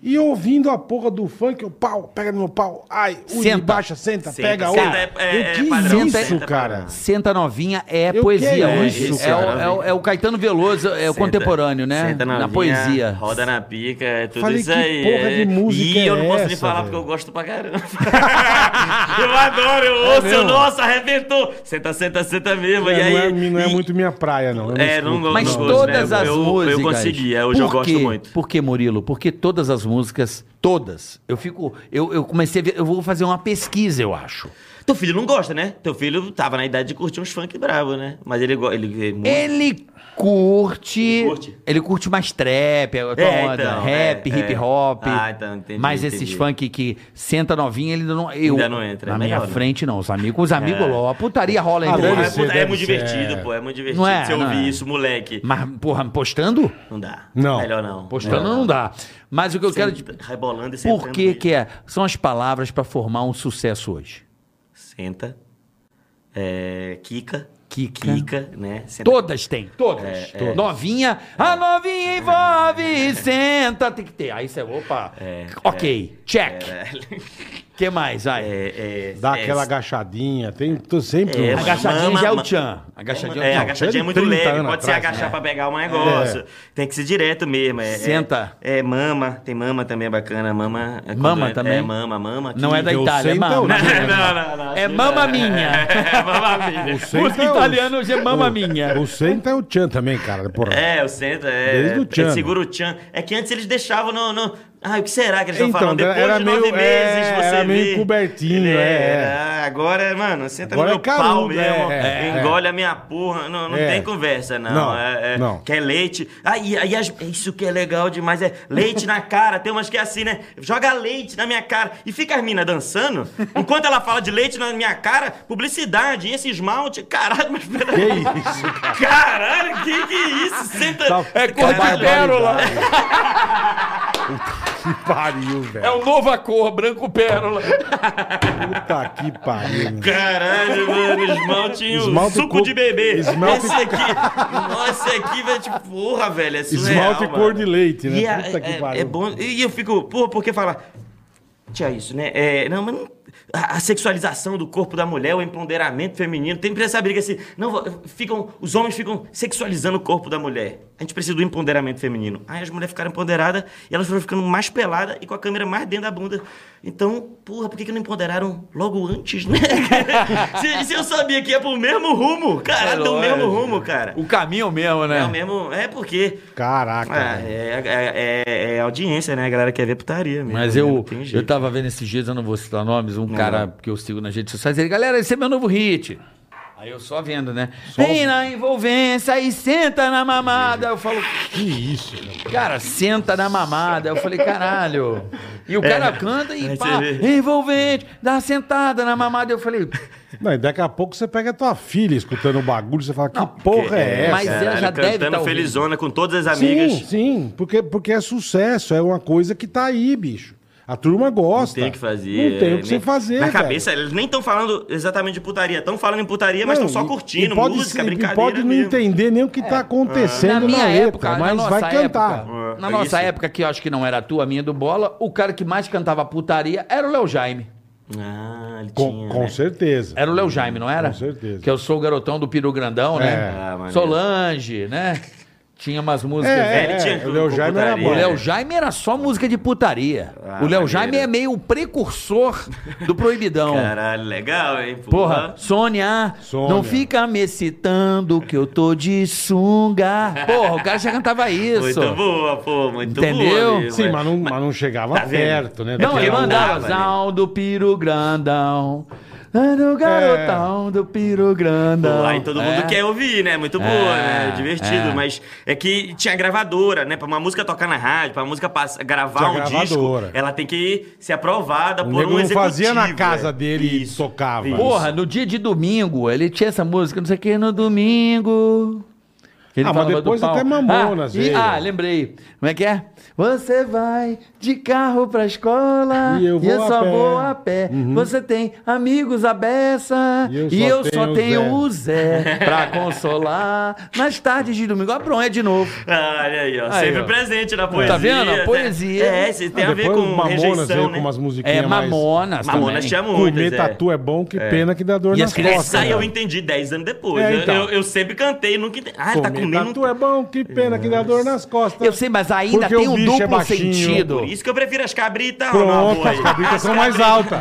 E eu ouvindo a porra do funk, eu pau, pega no meu pau, ai, ui,
Senta.
me baixa, senta,
Senta,
pega
senta,
outra.
é- é- é
eu quis
padrão,
isso,
senta, é
cara.
padrão.
Senta novinha é
Eu
poesia
quero
hoje.
isso,
é, o,
cara.
é o- é o Caetano Veloso, é o
Senta.
contemporâneo, né?
Senta
na
novinha,
poesia.
Roda na pica, é tudo
Falei,
isso
que
aí.
porra de
é.
música
E eu não
é
posso nem
essa,
falar
velho?
porque eu gosto pra caramba. eu adoro, eu ouço, eu, nossa, arrebentou. Senta, senta, senta mesmo.
É Não,
e aí,
é, não é
e-
muito minha praia, não. Eu
É,
escuto,
não gosto.
Mas
não gosto,
todas
né?
as
eu,
músicas.
Eu consegui, é, hoje eu
Por
gosto
quê?
muito.
Por que, Murilo? Porque todas as músicas, todas. Eu fico. Eu, eu comecei a ver, Eu vou fazer uma pesquisa, eu acho.
Teu filho não gosta, né? Teu filho tava na idade de curtir uns funk bravo, né? Mas ele gosta. Ele, ele, muito-
Ele curte. Ele curte,
curte?
mais trap, a tua
É,
onda,
então,
rap,
é,
hip
é.
hop.
Ah, então, entendi,
Mas
entendi.
esses funk que senta novinha, ele ainda não. Eu,
Ainda não entra,
Na
é
minha
melhor, né? É.
frente, não. Os amigos, os amigos, ó, putaria rola
Ah,
Pô,
entre
deve
é,
eles.
ser,
puta, é
deve ser.
muito divertido, pô. É muito divertido
Não é,
você
não
ouvir
é.
isso, moleque.
Mas, porra, postando?
Não dá.
Não.
Melhor não. É.
Postando não dá. Mas o que eu quero.
Senta- Rebolando
Por
e sentando
que
mesmo.
que é? São as palavras pra formar um sucesso hoje.
Senta. É, Kika.
Kika.
Kika, né? Senta.
Todas tem, todas.
É,
Todas. Novinha, a novinha envolve, senta, tem que ter. Aí você, opa,
É,
ok, check. O que mais? Vai.
né? É, é,
Dá
é,
aquela agachadinha, tem tô sempre.
É,
um-
mas-
agachadinha
mama-
já é o tchan. Agachadinha
É,
é o tchan.
agachadinha é muito
30
leve, pode
anos
ser
atrás,
agachar
né? É.
pra pegar um negócio. Tem que ser direto mesmo. é- é-
Senta.
É, mama, tem mama também é bacana, mama. é
Mama
quando é-
também?
É mama, mama.
Não é da
Eu
Itália, é
sei,
mama.
então, né?
não, não, não.
É mama minha.
É, mama minha.
Senta
Música
é o-
italiana hoje é mamma mia.
O senta é o Tchan também, cara. Porra.
É, o senta, é.
Desde o
ele
Tchan.
segura o tchan. É que antes eles deixavam no. no- Ah, o que será que eles estão
Então,
falando?
era-
Depois
era
de nove
meio-
meses
é,
você
era
vê.
meio cobertinho,
Ele
é,
era, Agora, mano, senta
Agora é
no meu
carudo,
pau mesmo.
é, é,
engole a minha porra. Não, não
É.
tem conversa, não.
Não,
é, é,
não.
Quer leite. Ah, e, aí as- isso que é legal demais. É leite na cara. Tem umas que é assim, né? Joga leite na minha cara. E fica as minas dançando. Enquanto ela fala de leite na minha cara, publicidade, e esse esmalte. Caralho, mas
Que
peraí.
isso, cara.
Caralho, que que é isso? Senta.
Tá-
é
cor de
caralho.
pérola.
Puta que pariu,
É
velho.
o nova cor, branco pérola.
Puta que pariu,
É,
meu.
Caralho, mano, esmaltinho,
Esmalte
suco
cor-
de bebê.
esmalte-
Esse aqui, nossa, esse aqui, velho, tipo, porra, velho, é surreal,
Esmalte
mano.
cor de leite, né?
E a-
Puta que
é,
pariu.
é bom, e eu fico, porra, porque fala, tinha isso, né? É, não, mas não- a, a sexualização do corpo da mulher, o empoderamento feminino, tem essa briga assim, não, vo- ficam, os homens ficam sexualizando o corpo da mulher. A gente precisa do empoderamento feminino. Aí as mulheres ficaram empoderadas e elas foram ficando mais peladas e com a câmera mais dentro da bunda. Então, porra, por que, que não empoderaram logo antes, né? se, se eu sabia que ia pro mesmo rumo, caralho, do mesmo rumo, cara.
É O caminho mesmo,
É o
né?
mesmo, é porque...
Caraca.
Ah,
velho.
é, é- é- é audiência, né? A galera quer ver putaria mesmo.
Mas
né? Não
eu,
tem
eu
jeito.
tava vendo esses dias, eu não vou citar nomes, um cara que eu sigo nas redes sociais, ele, galera, esse é meu novo hit. Aí eu só vendo, né? Vem na envolvência e senta na mamada. Eu falo,
Que isso, cara.
cara, senta na mamada. Eu falei, caralho. E o cara canta e
É. Aí
pá,
você vê.
envolvente, dá uma sentada na mamada. Eu falei,
Não, e daqui a pouco você pega a tua filha escutando o bagulho, você fala, que porra é essa?
mas ela já deve
cantando
tá ouvindo.
felizona com todas as amigas.
Sim, sim, porque, porque é sucesso, é uma coisa que tá aí, bicho. A turma gosta.
Tem o que fazer.
Não tem o que você
nem-
fazer,
Na
velho.
cabeça, eles nem estão falando exatamente de putaria. Estão falando em putaria, mas
Não,
estão só
e-
curtindo
e pode
música,
ser- e
brincadeira
pode não
mesmo.
entender nem o que tá acontecendo na, letra, mas vai cantar.
época, na
É
nossa
isso.
época, que eu acho que não era a tua, a minha do Bola, o cara que mais cantava putaria era o Léo Jaime.
Ah, ele
Com,
tinha,
com
né?
certeza.
Era o Léo Jaime, não era?
Com certeza.
Que eu sou o garotão do Piro Grandão, né?
É.
Ah, maneiro.
Solange, né? Tinha umas músicas.
É,
Ele
é,
um tinha né?
o Léo
com
Jaime era
putaria.
bom.
O Léo Jaime era só música de putaria.
Ah,
o Léo
maneiro.
Jaime é meio o precursor do proibidão.
Caralho, legal, hein?
Porra, Sônia,
Sônia.
não fica me excitando que eu tô de sunga. Porra, o cara já cantava isso.
Muito boa, pô, muito
Entendeu?
boa. mesmo,
Sim,
é.
mas não, mas não chegava
Tá vendo?
perto, né?
Não, ele
Daquela
mandava
onda, né?
Zão do Piro Grandão. É do
É.
garotão do Piro Grandão.
Aí todo mundo
É.
quer ouvir, né? Muito boa, né? Divertido. Mas é que tinha gravadora, né? Pra uma música tocar na rádio, pra música passar, gravar
Tinha
um
gravadora.
disco, ela tem que ser aprovada
O
por
nego
um
não
executivo.
fazia na
é.
casa dele e tocava.
Porra, no dia de domingo, ele tinha essa música, não sei o que, no domingo. Ele
Ah, mas
falava do
depois
pau.
até Mamonas
ah, e,
veio.
ah, lembrei. Como é que é? Você vai de carro pra escola
E eu vou a
só
pé. Uhum.
vou a pé. Você tem amigos à beça
E eu
e
só
eu só
tenho
tenho
o
o Zé pra consolar. Nas tardes de domingo, a Bron é de novo.
Ah, Olha aí, ó.
Aí,
sempre
ó. Tá
presente na poesia.
vendo? A
né?
poesia.
É, isso tem
Ah,
a ver
depois o
com rejeição,
veio
né?
com umas musiquinhas
É
mais...
Mamonas também.
Mamonas tinha
Comer
muitas, é.
tatu é bom, que pena que dá dor
E
nas
as crianças
costas.
Essa aí eu
né?
entendi 10 anos depois.
É,
Eu-
então.
eu, eu sempre cantei, nunca entendi. Ah, tá
Comer
comendo...
tatu é bom, que pena que dá dor nas costas.
Eu sei, mas ainda
Porque
tem
o
um
bicho é
duplo
baixinho.
sentido.
Por isso que eu prefiro as cabritas,
Pronto,
Ronaldo, é aí.
as cabritas são mais altas.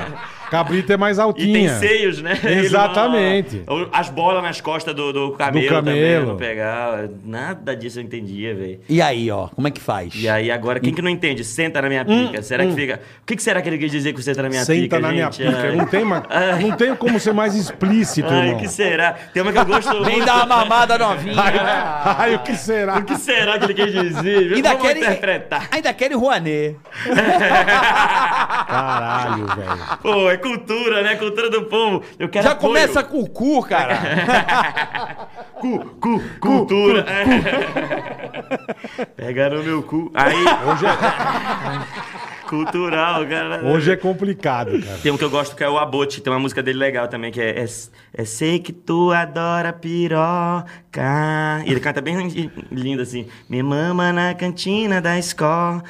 Cabrita é mais
E
altinha.
tem seios, né? Ele não-
Exatamente.
Ou As bolas nas costas do, do camelo,
Do
também,
camelo.
não pegava. Nada disso eu entendia, velho.
E aí, ó, como é que faz?
E aí agora, quem que não entende? Senta na minha pica. será que fica... O que, que será que ele quis dizer com senta na minha
Hum, Senta
pica,
na minha
gente? Ai.
pica. Não tem, mais,
Ai.
não tem como ser mais explícito,
Ai,
irmão.
o que será? Tem uma que eu gosto
Vem
muito.
dar uma mamada novinha.
Ai, o que será?
O que será que ele quis dizer?
Ainda
Vamos
querem-
interpretar.
Ainda querem Rouanet.
Caralho, velho.
Pô, é cultura, né? Cultura do povo. Eu quero
Já
apoio.
começa com o cu, cara.
Cu, cu, cultura. Pegaram meu cu. Aí... Hoje é... Cultural, cara.
Hoje é complicado, cara.
Tem um que eu gosto que é o Abote, tem uma música dele legal também, que é, é, é Sei que tu adora piroca. E ele canta bem lindo assim. Me mama na cantina da escola.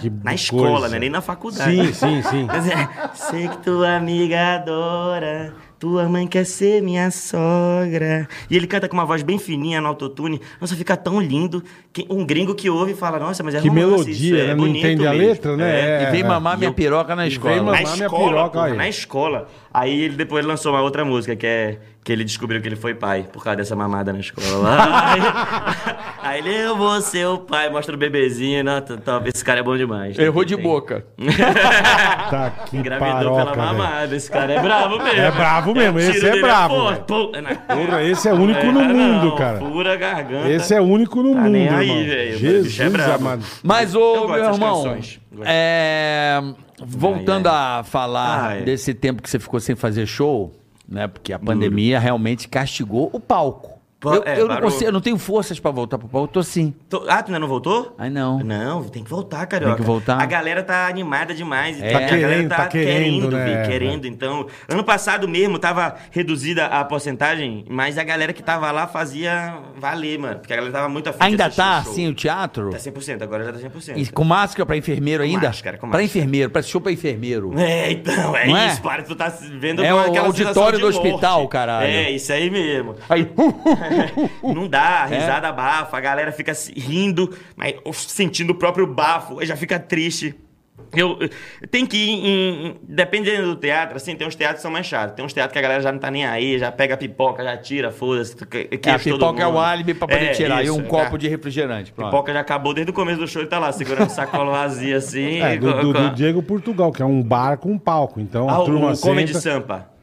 que
na escola,
coisa.
né? Nem na faculdade.
Sim, sim, sim.
Mas é, Sei que tua amiga adora. Tua mãe quer ser minha sogra. E ele canta com uma voz bem fininha no autotune. Nossa, fica tão lindo. Que- Um gringo que ouve e fala, nossa, mas é
Que
romance,
melodia,
isso é
né? Não
bonito
entende a
mesmo. É.
letra, né?
e vem mamar minha piroca na escola.
mamar.
Na
minha
escola,
piroca,
porra,
olha aí.
na escola. Aí ele depois lançou uma outra música que é que ele descobriu que ele foi pai por causa dessa mamada na escola. aí, aí ele, eu vou ser o pai, mostra o bebezinho, não, t- top, esse cara é bom demais.
Errou de
Tem-
boca.
Tá que
Engravidou
paroca,
pela
velho.
mamada, esse cara é bravo mesmo.
É bravo mesmo,
o
esse
tiro
é
dele
bravo,
forte,
velho.
pum, é na cara.
Porra, esse é único no
É, não,
mundo, cara.
Pura garganta.
Esse é único no
Tá
mundo,
nem
irmão.
aí, velho, o
Jesus
bicho é brabo.
amado.
Mas,
Eu
ô,
gosto
meu
das
irmão,
canções. Gosto.
é, voltando
Ai,
a falar
Ai.
desse tempo que você ficou sem fazer show, né? Porque a pandemia realmente castigou o palco.
Pa-
eu,
é,
eu não
parou.
consigo, eu não tenho forças pra voltar pro palco, eu tô assim.
Tô- Ah, tu ainda não voltou?
Ai, não.
Não, tem que voltar, carioca.
Tem que voltar.
A galera tá animada demais.
É. Tá
Tá, a galera
querendo, tá querendo, né?
vi, querendo. Então, ano passado mesmo tava reduzida a porcentagem, mas a galera que tava lá fazia valer, mano. Porque a galera tava muito afim de
Ainda
assistir
tá
o show.
assim o teatro?
Tá 100%, agora já tá 100%.
E com máscara pra enfermeiro ainda?
máscara, com
Pra
máscara.
enfermeiro, pra show pra enfermeiro.
É, então, é
Não é?
isso, para, tu tá se vendo
É
com
o
aquela
auditório
sensação de
do hospital,
morte.
caralho.
É, isso aí mesmo.
Aí, uh,
Não dá, a risada abafa, a galera fica se- rindo, mas uf, sentindo o próprio bafo, aí já fica triste. Eu, eu- tem que ir em, em- Dependendo do teatro, assim, tem uns teatros que são mais chatos. Tem uns teatros que a galera já não tá nem aí, já pega a pipoca, já tira, foda-se. tu que-
é, a
queixa todo
pipoca é o
mundo.
álibi pra poder
É,
tirar. e
isso,
um
é,
copo
tá.
de refrigerante. Pronto.
Pipoca já acabou desde o começo do show, ele tá lá segurando o sacola vazio assim.
É, do,
com-
do-
com
do
a-
Diego Portugal, que é um bar com um palco. Então
Ah,
a turma
o Comedy
senta.
Sampa.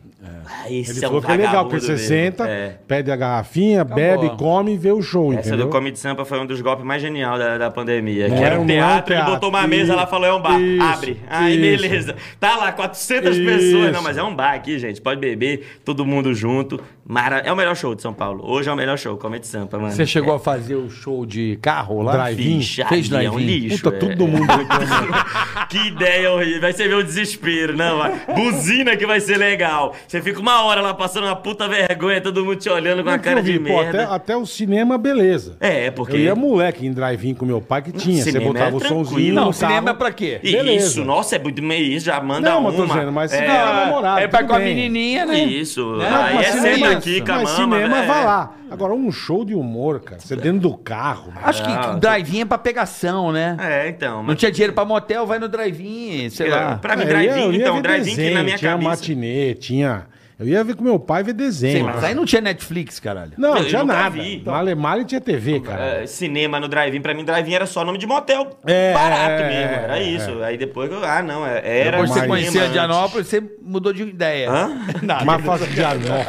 Ah, esse
Ele
é um
falou que é legal, porque
vagabundo
você
mesmo.
senta,
É.
pede a garrafinha, bebe, come e vê o show,
Essa
entendeu?
do Comedy Sampa foi um dos golpes mais genial da, da pandemia.
Não
que era
é um-
um
não é um
teatro, ele
teatro.
botou uma mesa, ela falou, é um bar.
Isso,
Abre. Aí,
isso.
beleza. Tá lá, 400 pessoas. Não,
Isso.
mas é um bar aqui, gente. Pode beber, todo mundo junto. Mara... É o melhor show de São Paulo. Hoje é o melhor show, Comedy Sampa, mano.
Você chegou a fazer o show de carro lá?
Drive-in?
Ficha,
Fez
é. ali, é um
drive-in?
lixo.
Puta,
é.
todo mundo reclamando.
Que ideia horrível. Vai ser meu desespero, não, vai. Buzina que vai ser legal. Você fica uma hora lá passando uma puta vergonha, todo mundo te olhando com a
Mas é que
é cara
eu vi,
de
pô, até,
merda.
até o cinema, beleza.
É, porque.
Eu ia moleque em drive-in com meu pai que tinha. Você
cinema
botava
é
o um somzinho.
tranquilo.
Não,
Não,
cinema é
montava.
pra quê?
E
Beleza.
Isso, nossa, é muito meio isso, já manda
Não,
uma.
mas tô dizendo, mas se
é,
dá uma namorada,
É pra
tudo
com a
bem.
menininha, né?
Isso,
Né?
aí
Mas
é
cinema-
sempre aqui, com a
Ah, Mas
mama,
cinema,
né?
vai lá. Agora, um show de humor, cara. Você dentro do carro.
Acho que drive-in é pra pegação, né?
Ah, É, então.
Não
Mas,
tinha dinheiro pra motel, vai no drive-in, sei lá.
pra mim,
É, eu ia- eu
drive-in,
ia
então,
ver
drive-in que na
desenho,
minha
tinha
cabeça.
matinê, tinha... Eu ia ver com meu pai ver desenho.
Sim, mas
cara.
aí não tinha Netflix, caralho.
Não,
Eu
tinha
nunca
nada. Então,
vi.
Male Male tinha TV, cara.
É, cinema no drive-in, pra mim, drive-in era só nome de motel.
É,
barato
é,
mesmo, era
é,
isso. Aí depois, eu- ah, não, é- era.
Depois você
Mas-
cinema
conhecia a
antes.
Dianópolis, você mudou de ideia.
Hã?
Nada.
Mas fazer de anó.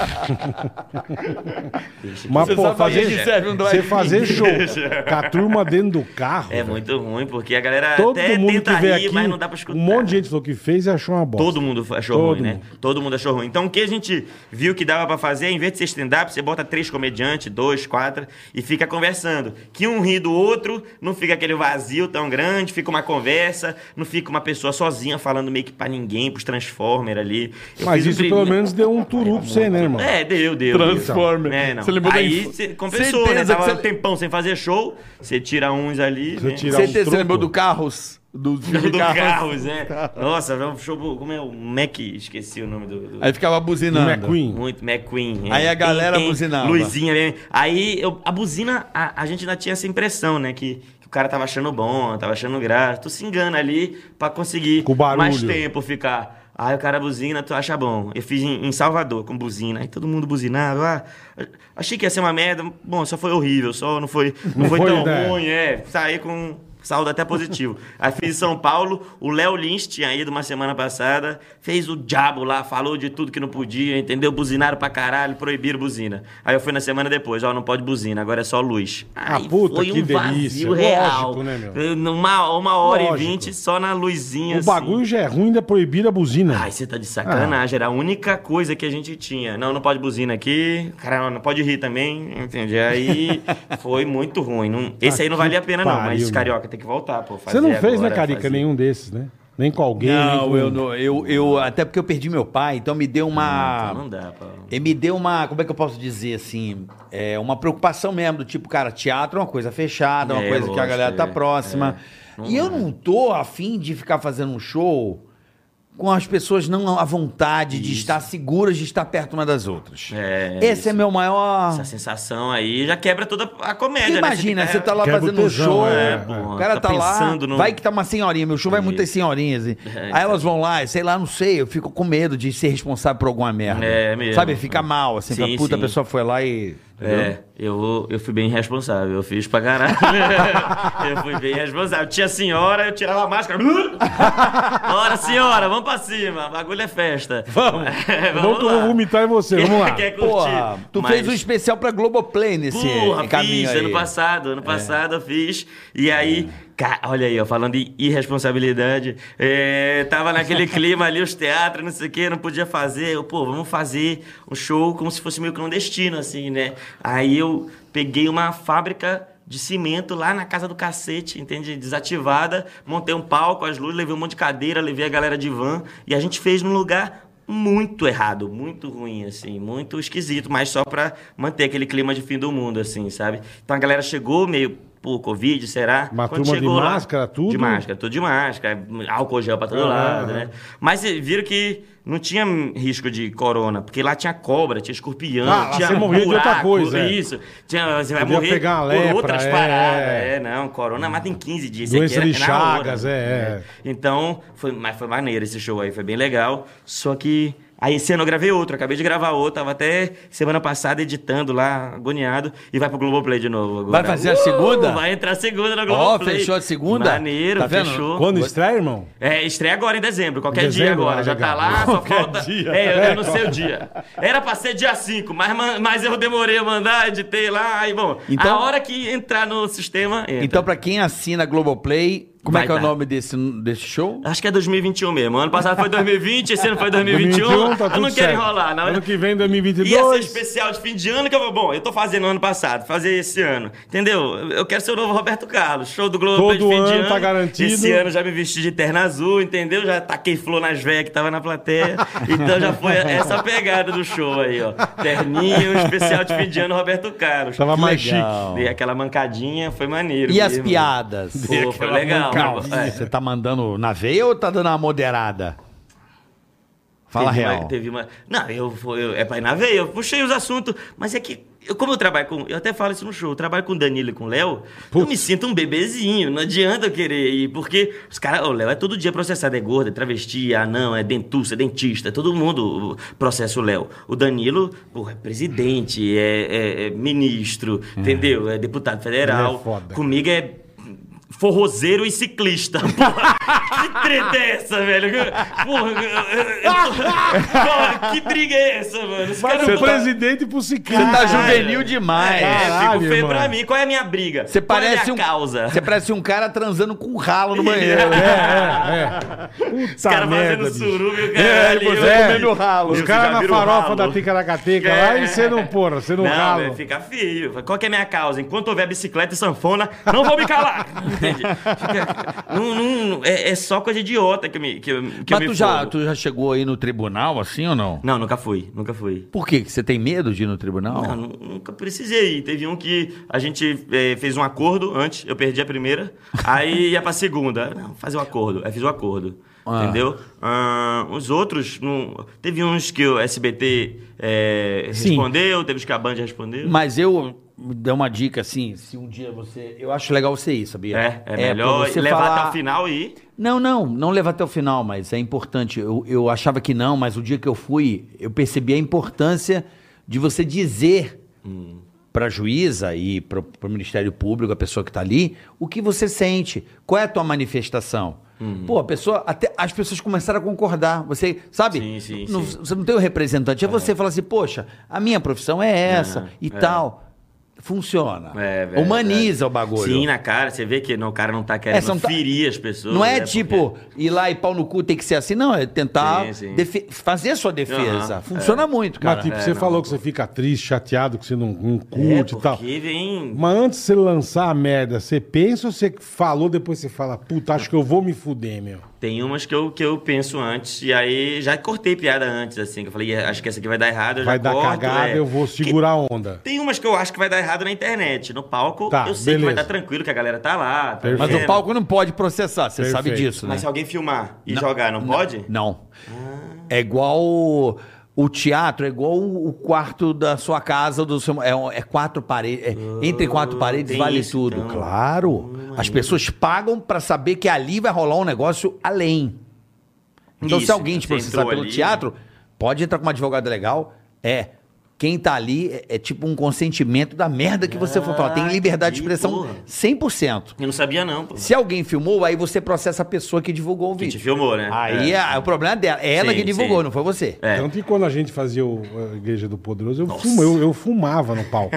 Mas,
Você
pô,
sabe
fazer,
onde serve um
você
drive-in?
fazer show com a turma dentro do carro.
É muito ruim, porque a galera
Todo
até
mundo
tenta
que veio
rir,
aqui,
mas não dá pra escutar.
um monte de gente falou que fez e achou uma bosta.
Todo mundo achou
Todo
ruim, né? Todo mundo achou ruim. Então, o que a gente viu que dava pra fazer, em vez de ser stand-up, você bota três comediantes, dois, quatro, e fica conversando. Que um ri do outro, não fica aquele vazio tão grande, fica uma conversa, não fica uma pessoa sozinha falando meio que pra ninguém, pros Transformers ali. Eu
Mas
fiz o
isso pelo
primeiro-
menos deu um turu pra você, né, irmão?
É, deu, deu.
Transformer.
deu. É, não.
Você lembrou da
Aí
inf-
você compensou, né?
Certeza que
Tava
você-
um tempão sem fazer show, você tira uns ali.
Você
né?
tira
Você, te-
um
você lembrou do
troco.
Carros? Do filme
do
Carros?
Carros, né? Nossa, foi um show. Como é o Mac? Esqueci o nome do. do-
Aí ficava buzinando.
McQueen.
Muito, McQueen.
Aí
é.
a galera
Tem- tem
buzinava.
Luzinha mesmo. Aí eu- a buzina, a, a gente ainda tinha essa impressão, né? Que, que o cara tava achando bom, tava achando graça. Tu se engana ali pra conseguir
Com o barulho.
mais tempo ficar. Aí o cara buzina, tu acha bom. Eu fiz em, em Salvador com buzina. Aí todo mundo buzinava. Ah, achei que ia ser uma merda. Bom, só foi horrível, só não foi, não foi,
foi
tão
ideia.
ruim, é. Saí com saldo até positivo. Aí fiz em São Paulo, o Léo Lins tinha ido uma semana passada, fez o diabo lá, falou de tudo que não podia, entendeu? Buzinaram pra caralho, proibiram buzina. Aí eu fui na semana depois, ó, não pode buzina, agora é só luz.
Ah,
Aí
puta,
foi um
que delícia.
vazio real.
Lógico, né, meu?
Uma, uma hora
Lógico.
e vinte só na luzinha.
O bagulho já é ruim, ainda é proibir a buzina.
assim. Ai, você tá de sacanagem. Era a única coisa que a gente tinha. Não, não pode buzina aqui. Cara, não pode rir também. Entende? Aí foi muito ruim. Não- esse aí não
que
valia a pena, não.
pariu,
Mas,
meu.
carioca, tem que voltar, pô.
Você não fez, né, Carica,
Carica,
nenhum desses, né? Nem com alguém. nem
Não,
com-
eu, não- eu, eu. Até porque eu perdi meu pai, então me deu uma.
Não dá, pô.
E me deu uma, como é que eu posso dizer assim, é, uma preocupação mesmo, do tipo, cara, teatro é uma coisa fechada, uma
É,
coisa que a
lógico,
galera tá
é,
próxima. e eu não tô afim de ficar fazendo um show com as pessoas não à vontade de estar seguras, de estar perto uma das outras.
É,
Esse é
isso.
meu maior.
Essa sensação aí já quebra toda a comédia,
Imagina,
né?
você tá lá
Quebra o
fazendo um
tesão,
show,
é,
pô,
o cara tá,
tá
lá,
pensando no-
vai que tá uma senhorinha, meu show vai muitas senhorinhas. e-
É,
aí elas vão lá, e sei lá, não sei, eu fico com medo de ser responsável por alguma merda.
É mesmo.
Sabe, fica mal, assim,
Sim,
fala, puta, a
sim.
pessoa foi lá e...
É, eu, eu fui bem responsável. Eu fiz pra caralho. eu fui bem responsável. Tinha senhora, eu tirava a máscara. Bora, senhora, vamos pra cima. Bagulho é festa. É, Vamos.
Não que eu vou vomitar em você, vamos lá.
Quer curtir?
Porra, tu
Mas-
fez um especial pra Globoplay nesse
Porra,
caminho
fiz
aí. É.
ano passado, ano passado eu fiz. E aí, ca- olha aí, ó, falando de irresponsabilidade, é, tava naquele clima ali, os teatros, não sei o quê, não podia fazer. Eu, pô, vamos fazer um show como se fosse meio clandestino, assim, né? Aí eu peguei uma fábrica de cimento lá na casa do cacete, entende? Desativada, montei um palco, as luzes, levei um monte de cadeira, levei a galera de van e a gente fez num lugar muito errado, muito ruim, assim, muito esquisito, mas só pra manter aquele clima de fim do mundo, assim, sabe? Então a galera chegou meio, pô, Covid, será?
Mas turma de
chegou
máscara, tudo?
De máscara, tudo de máscara, álcool gel pra todo
Aham,
lado,
aham.
né? Mas eh, viram que não tinha risco de corona, porque lá tinha cobra, tinha escorpião,
Ah, lá
tinha
você morria de outra coisa, é.
Isso, tinha, você vai
Podia
morrer
pegar uma
por
lepra,
outras
é.
paradas, é, não, corona mata em 15 dias. isso
Doença
aqui é-
de
é na hora.
Chagas, é, é.
Então, foi, mas foi maneiro esse show aí, foi bem legal. Só que. Aí esse ano eu gravei outro, acabei de gravar outro, tava até semana passada editando lá, agoniado, e vai pro Globoplay de novo agora. Uh,
Vai fazer a segunda?
Vai entrar a segunda no Globoplay.
fechou a segunda?
Maneiro,
Tá vendo?
fechou.
Quando estreia, irmão?
É, estreia agora em dezembro, qualquer
Em dezembro,
dia agora.
ah,
Já tá
legal.
lá, só
Qualquer
falta.
dia.
É, eu, eu não sei o dia. Era pra ser dia 5, mas, man- mas eu demorei a mandar, editei lá, aí bom.
Então-
a hora que entrar no sistema. entra.
Então, pra quem assina Globoplay, como é
Vai
que é o
dar.
nome desse, desse show?
Acho que é 2021 mesmo. Ano passado foi 2020, esse ano foi 2021. eu não quero enrolar, não.
tá Ano que vem,
Ia ser
2022.
especial de fim de ano que eu vou. Bom, eu tô fazendo ano passado, fazer esse ano. Entendeu? Eu quero ser o novo Roberto Carlos. Show do Globo
Todo
de fim de
ano
ano.
tá garantido.
Esse ano já me vesti de terno azul, entendeu? Já taquei flor nas velhas que tava na plateia. então já foi essa pegada do show aí, ó. Terninho, um especial de fim de ano, Roberto Carlos.
Tava mais
Legal.
chique.
Dei aquela mancadinha, foi maneiro.
E as
É mesmo. né?
piadas?
Pô, foi legal.
Calma,
É.
Você tá mandando na veia ou tá dando uma moderada? Fala
teve
real.
Uma, teve uma... Não, eu, fui- eu é pra ir na veia, eu puxei os assuntos, mas é que. Eu, como eu trabalho com. Eu até falo isso no show, eu trabalho com o Danilo e com o Léo, eu me sinto um bebezinho, não adianta eu querer ir, porque os caras. O Léo é todo dia processado, é gordo, é travesti, ah não, é dentuça, é dentista, todo mundo processa o Léo. O Danilo, porra, é presidente, é, é- é ministro, entendeu? É deputado federal.
Uhum. Ele é foda.
Comigo é forrozeiro e ciclista. Porra, que treta é essa, velho? Porra, eu- eu- eu tô- Porra, que briga é essa, mano? Os
Vai
caras
do
botam-
presidente pro
Você
ciclista. É,
tá
Caralho.
juvenil demais.
É,
Caralho,
fico feio
mano.
pra mim. Qual é a minha briga?
Você
Qual é a
parece,
minha
um,
causa?
você parece um cara transando com um ralo no banheiro. né?
é, Puta
Os caras
tá merda,
fazendo
bicho.
suruba e
É,
o cara
você comendo
ralo.
Os
Você
caras
já
na
viram
farofa
ralo?
da ticaracateca lá e você não, porra, você não,
Não,
rala.
velho, fica feio. Qual que é a minha causa? Enquanto houver bicicleta e sanfona, não vou me calar. Entende? Fica- não, não- é, é só coisa idiota que, eu me, que, eu- que eu
Mas
me
tu já,
fogo.
tu já chegou aí no tribunal, assim ou não?
Não, nunca fui. Nunca fui.
Por quê? Que Você tem medo de ir no tribunal?
Não, nu- nunca precisei. Teve um que a gente eh, fez um acordo antes, eu perdi a primeira, aí ia pra segunda. Não, fazer o acordo. Aí fiz o acordo. Entendeu? Ah, os outros. Não... Teve uns que o SBT eh,
Sim.
respondeu, teve uns que a Band respondeu.
Mas eu dá uma dica assim, se um dia você. Eu acho legal você ir, sabia?
É, é,
pra
melhor
você
levar
falar-
até o final e ir.
Não, não, não levar até o final, mas é importante. Eu, eu achava que não, mas o dia que eu fui, eu percebi a importância de você dizer
Hum.
pra juíza e pro, pro Ministério Público, a pessoa que tá ali, o que você sente, qual é a tua manifestação.
Hum.
Pô, a pessoa, até as pessoas começaram a concordar. Você, sabe?
Sim, sim,
Não-
sim.
Você não tem o representante. É você falar assim, poxa, a minha profissão é essa
Não,
e
é.
tal. Funciona.
É, velho,
Humaniza
é.
o bagulho.
Sim, na cara. Você vê que não, o cara não tá querendo
É, são ta-
ferir as pessoas.
Não é
né,
tipo ir lá e pau no cu tem que ser assim, não. É tentar
Sim, sim.
defe- fazer a sua defesa.
Aham, É.
Funciona muito, cara.
Mas, tipo, você falou que você fica triste, chateado, que você não, não
É,
curte
porque...
e tal.
Porque vem...
Mas antes de você lançar a merda, você pensa ou você falou, depois você fala, puta, acho que eu vou me fuder, meu.
Tem umas que eu, que eu penso antes, e aí já cortei piada antes, assim, que eu falei, "Ih, acho que essa aqui vai dar errado, eu
Vai
já
dar
corto,
cagada,
é."
eu vou segurar a onda.
Tem umas que eu acho que vai dar errado na internet. No palco,
Tá,
eu sei que vai
beleza.
dar tranquilo, que a galera tá lá. tá
Perfeito.
Mas
vendo.
o palco não pode processar, você
Perfeito.
sabe disso, né?
Mas se alguém filmar e jogar, não, pode?
Não. É igual o- o teatro, é igual o o quarto da sua casa, do seu, é, um- é quatro paredes. é- entre quatro paredes
tem
vale
Ah, isso,
tudo.
então.
Claro. As pessoas pagam pra saber que ali vai rolar um negócio além. Então, se
Isso,
alguém te
você
processar
entrou
pelo
ali,
teatro, pode entrar com uma advogada legal. É. Quem tá ali é, é tipo um consentimento da merda que você for falar. Tem
Ah,
liberdade de
entendi,
expressão
porra.
100%.
Eu não sabia, não, pô.
Se alguém filmou, aí você processa a pessoa que divulgou o
Que
vídeo.
te filmou, né?
Aí
é.
é, o problema é dela. É ela
Sim,
que divulgou,
sim.
não foi você.
É.
Tanto que quando a gente fazia o, a Igreja do Poderoso, eu, fumo, eu, eu fumava no palco.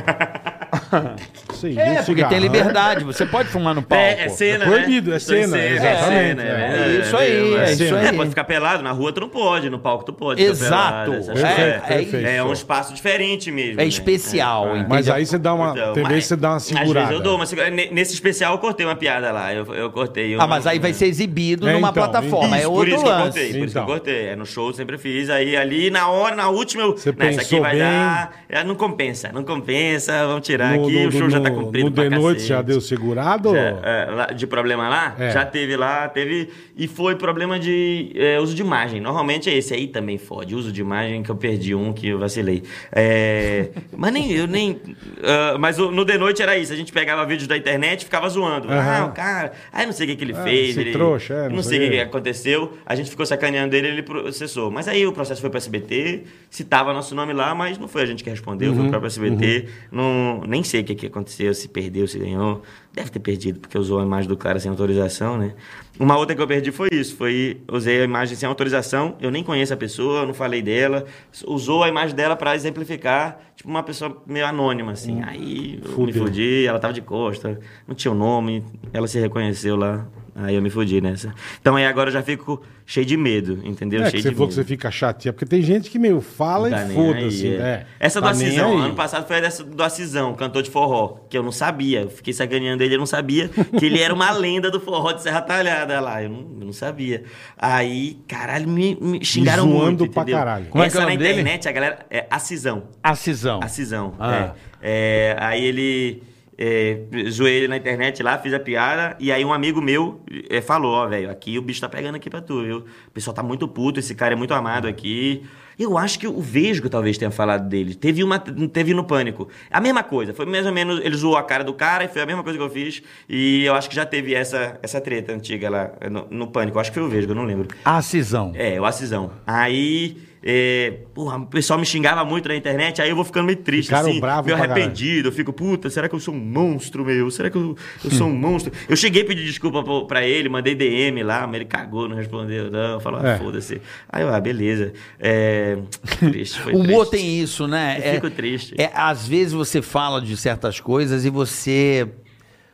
Sei,
É, porque tem liberdade.
né?
Você pode fumar no palco.
É, é cena,
É proibido,
né?
é
Isso aí,
cena,
é
exatamente,
cena,
é.
verdade,
É isso aí,
mesmo,
é
isso
cena.
aí.
Você pode ficar pelado, na rua tu não pode, no palco tu pode. ficar
Exato.
pelado, essas
É,
coisas.
é perfeito.
É um espaço diferente mesmo.
É
né?
especial,
É.
entendeu?
Mas aí você dá uma.
Então,
tem vezes
mas-
você dá uma segurada.
Às vezes eu dou uma segurada. Ne- Nesse especial eu cortei uma piada lá. Eu, eu cortei. eu
Ah,
não-
mas aí vai ser exibido
É,
numa
então,
plataforma.
isso,
é
por
outro
isso que eu
lance.
cortei, por isso que eu
Então.
cortei. É, no show eu sempre fiz. Aí ali na hora, na última, eu.
Você
"Não, essa
pensou
aqui vai
bem?
dar. é, Não compensa, não compensa, vamos tirar
No-
aqui.
no-
o show já tá
no-
cumprido.
No de
pra
noite já
cacete.
deu segurado?
Já, é, lá- de problema lá?
É.
Já teve lá, teve. E foi problema de é, uso de imagem. Normalmente é esse aí também fode. Uso de imagem que eu perdi um que eu vacilei. É, mas nem eu nem. ah, mas o- no de noite era isso. A gente pegava vídeos da internet e ficava zoando. Ah,
Aham.
o cara. Ah, não sei o que, que ele
Ah,
fez.
esse
ele,
trouxa, é,
não, sei o que, que aconteceu. A gente ficou sacaneando ele ele processou. Mas aí o processo foi para SBT, citava nosso nome lá, mas não foi a gente que respondeu, foi o próprio SBT. Não, nem sei o que, que aconteceu, se perdeu, se ganhou. Deve ter perdido, porque usou a imagem do cara sem autorização, né? Uma outra que eu perdi foi isso, foi usei a imagem sem autorização, eu nem conheço a pessoa, não falei dela, usou a imagem dela para exemplificar, tipo uma pessoa meio anônima assim. Aí eu
Fudeu.
me fudi fudi, ela tava de costa, não tinha o nome, ela se reconheceu lá, aí eu me fudi nessa. Então aí agora eu já fico cheio de medo, entendeu?
É, que
cheio
você
de
falou
medo.
que você fica chateado, porque tem gente que meio fala
Tá
e
nem
foda-se.
aí, é.
É.
Essa
Tá
do
nem
Acisão,
aí.
ano passado foi essa do Acisão, cantor de forró, que eu não sabia. Eu fiquei sacaneando ele, eu não sabia que ele era uma lenda do forró de Serra Talhada lá. Eu não, eu não sabia. Aí, caralho, me, me xingaram
zoando
muito,
pra
entendeu?
caralho.
Como é que
essa
é o
na
nome dele?
internet, a galera... É Acisão.
A cisão.
A cisão.
Ah.
É. É, aí ele. É, zoei ele na internet lá, fiz a piada, e aí um amigo meu é, falou, ó, velho, aqui o bicho tá pegando aqui pra tu, viu? O pessoal tá muito puto, esse cara é muito amado aqui. Eu acho que o Vesgo talvez tenha falado dele. Teve uma. Teve no pânico. A mesma coisa, foi mais ou menos. Ele zoou a cara do cara e foi a mesma coisa que eu fiz. E eu acho que já teve essa, essa treta antiga lá no, no pânico. Eu acho que foi o Vesgo, eu não lembro.
A cisão.
É, o Acisão. Aí, é, porra, o pessoal me xingava muito na internet, aí eu vou ficando meio triste,
Ficaram
assim,
bravo
meio
pra caralho.
arrependido. Eu fico, puta, será que eu sou um monstro, meu? Será que eu, eu sou um
Hum.
monstro? Eu cheguei a pedir desculpa pro- pra ele, mandei DM lá, mas ele cagou, não respondeu, não. Falou, ah,
É.
foda-se. Aí eu, ah, beleza. É, triste, foi
O humor
triste.
tem isso, né?
Eu
É-
fico triste.
É, às vezes você fala de certas coisas e você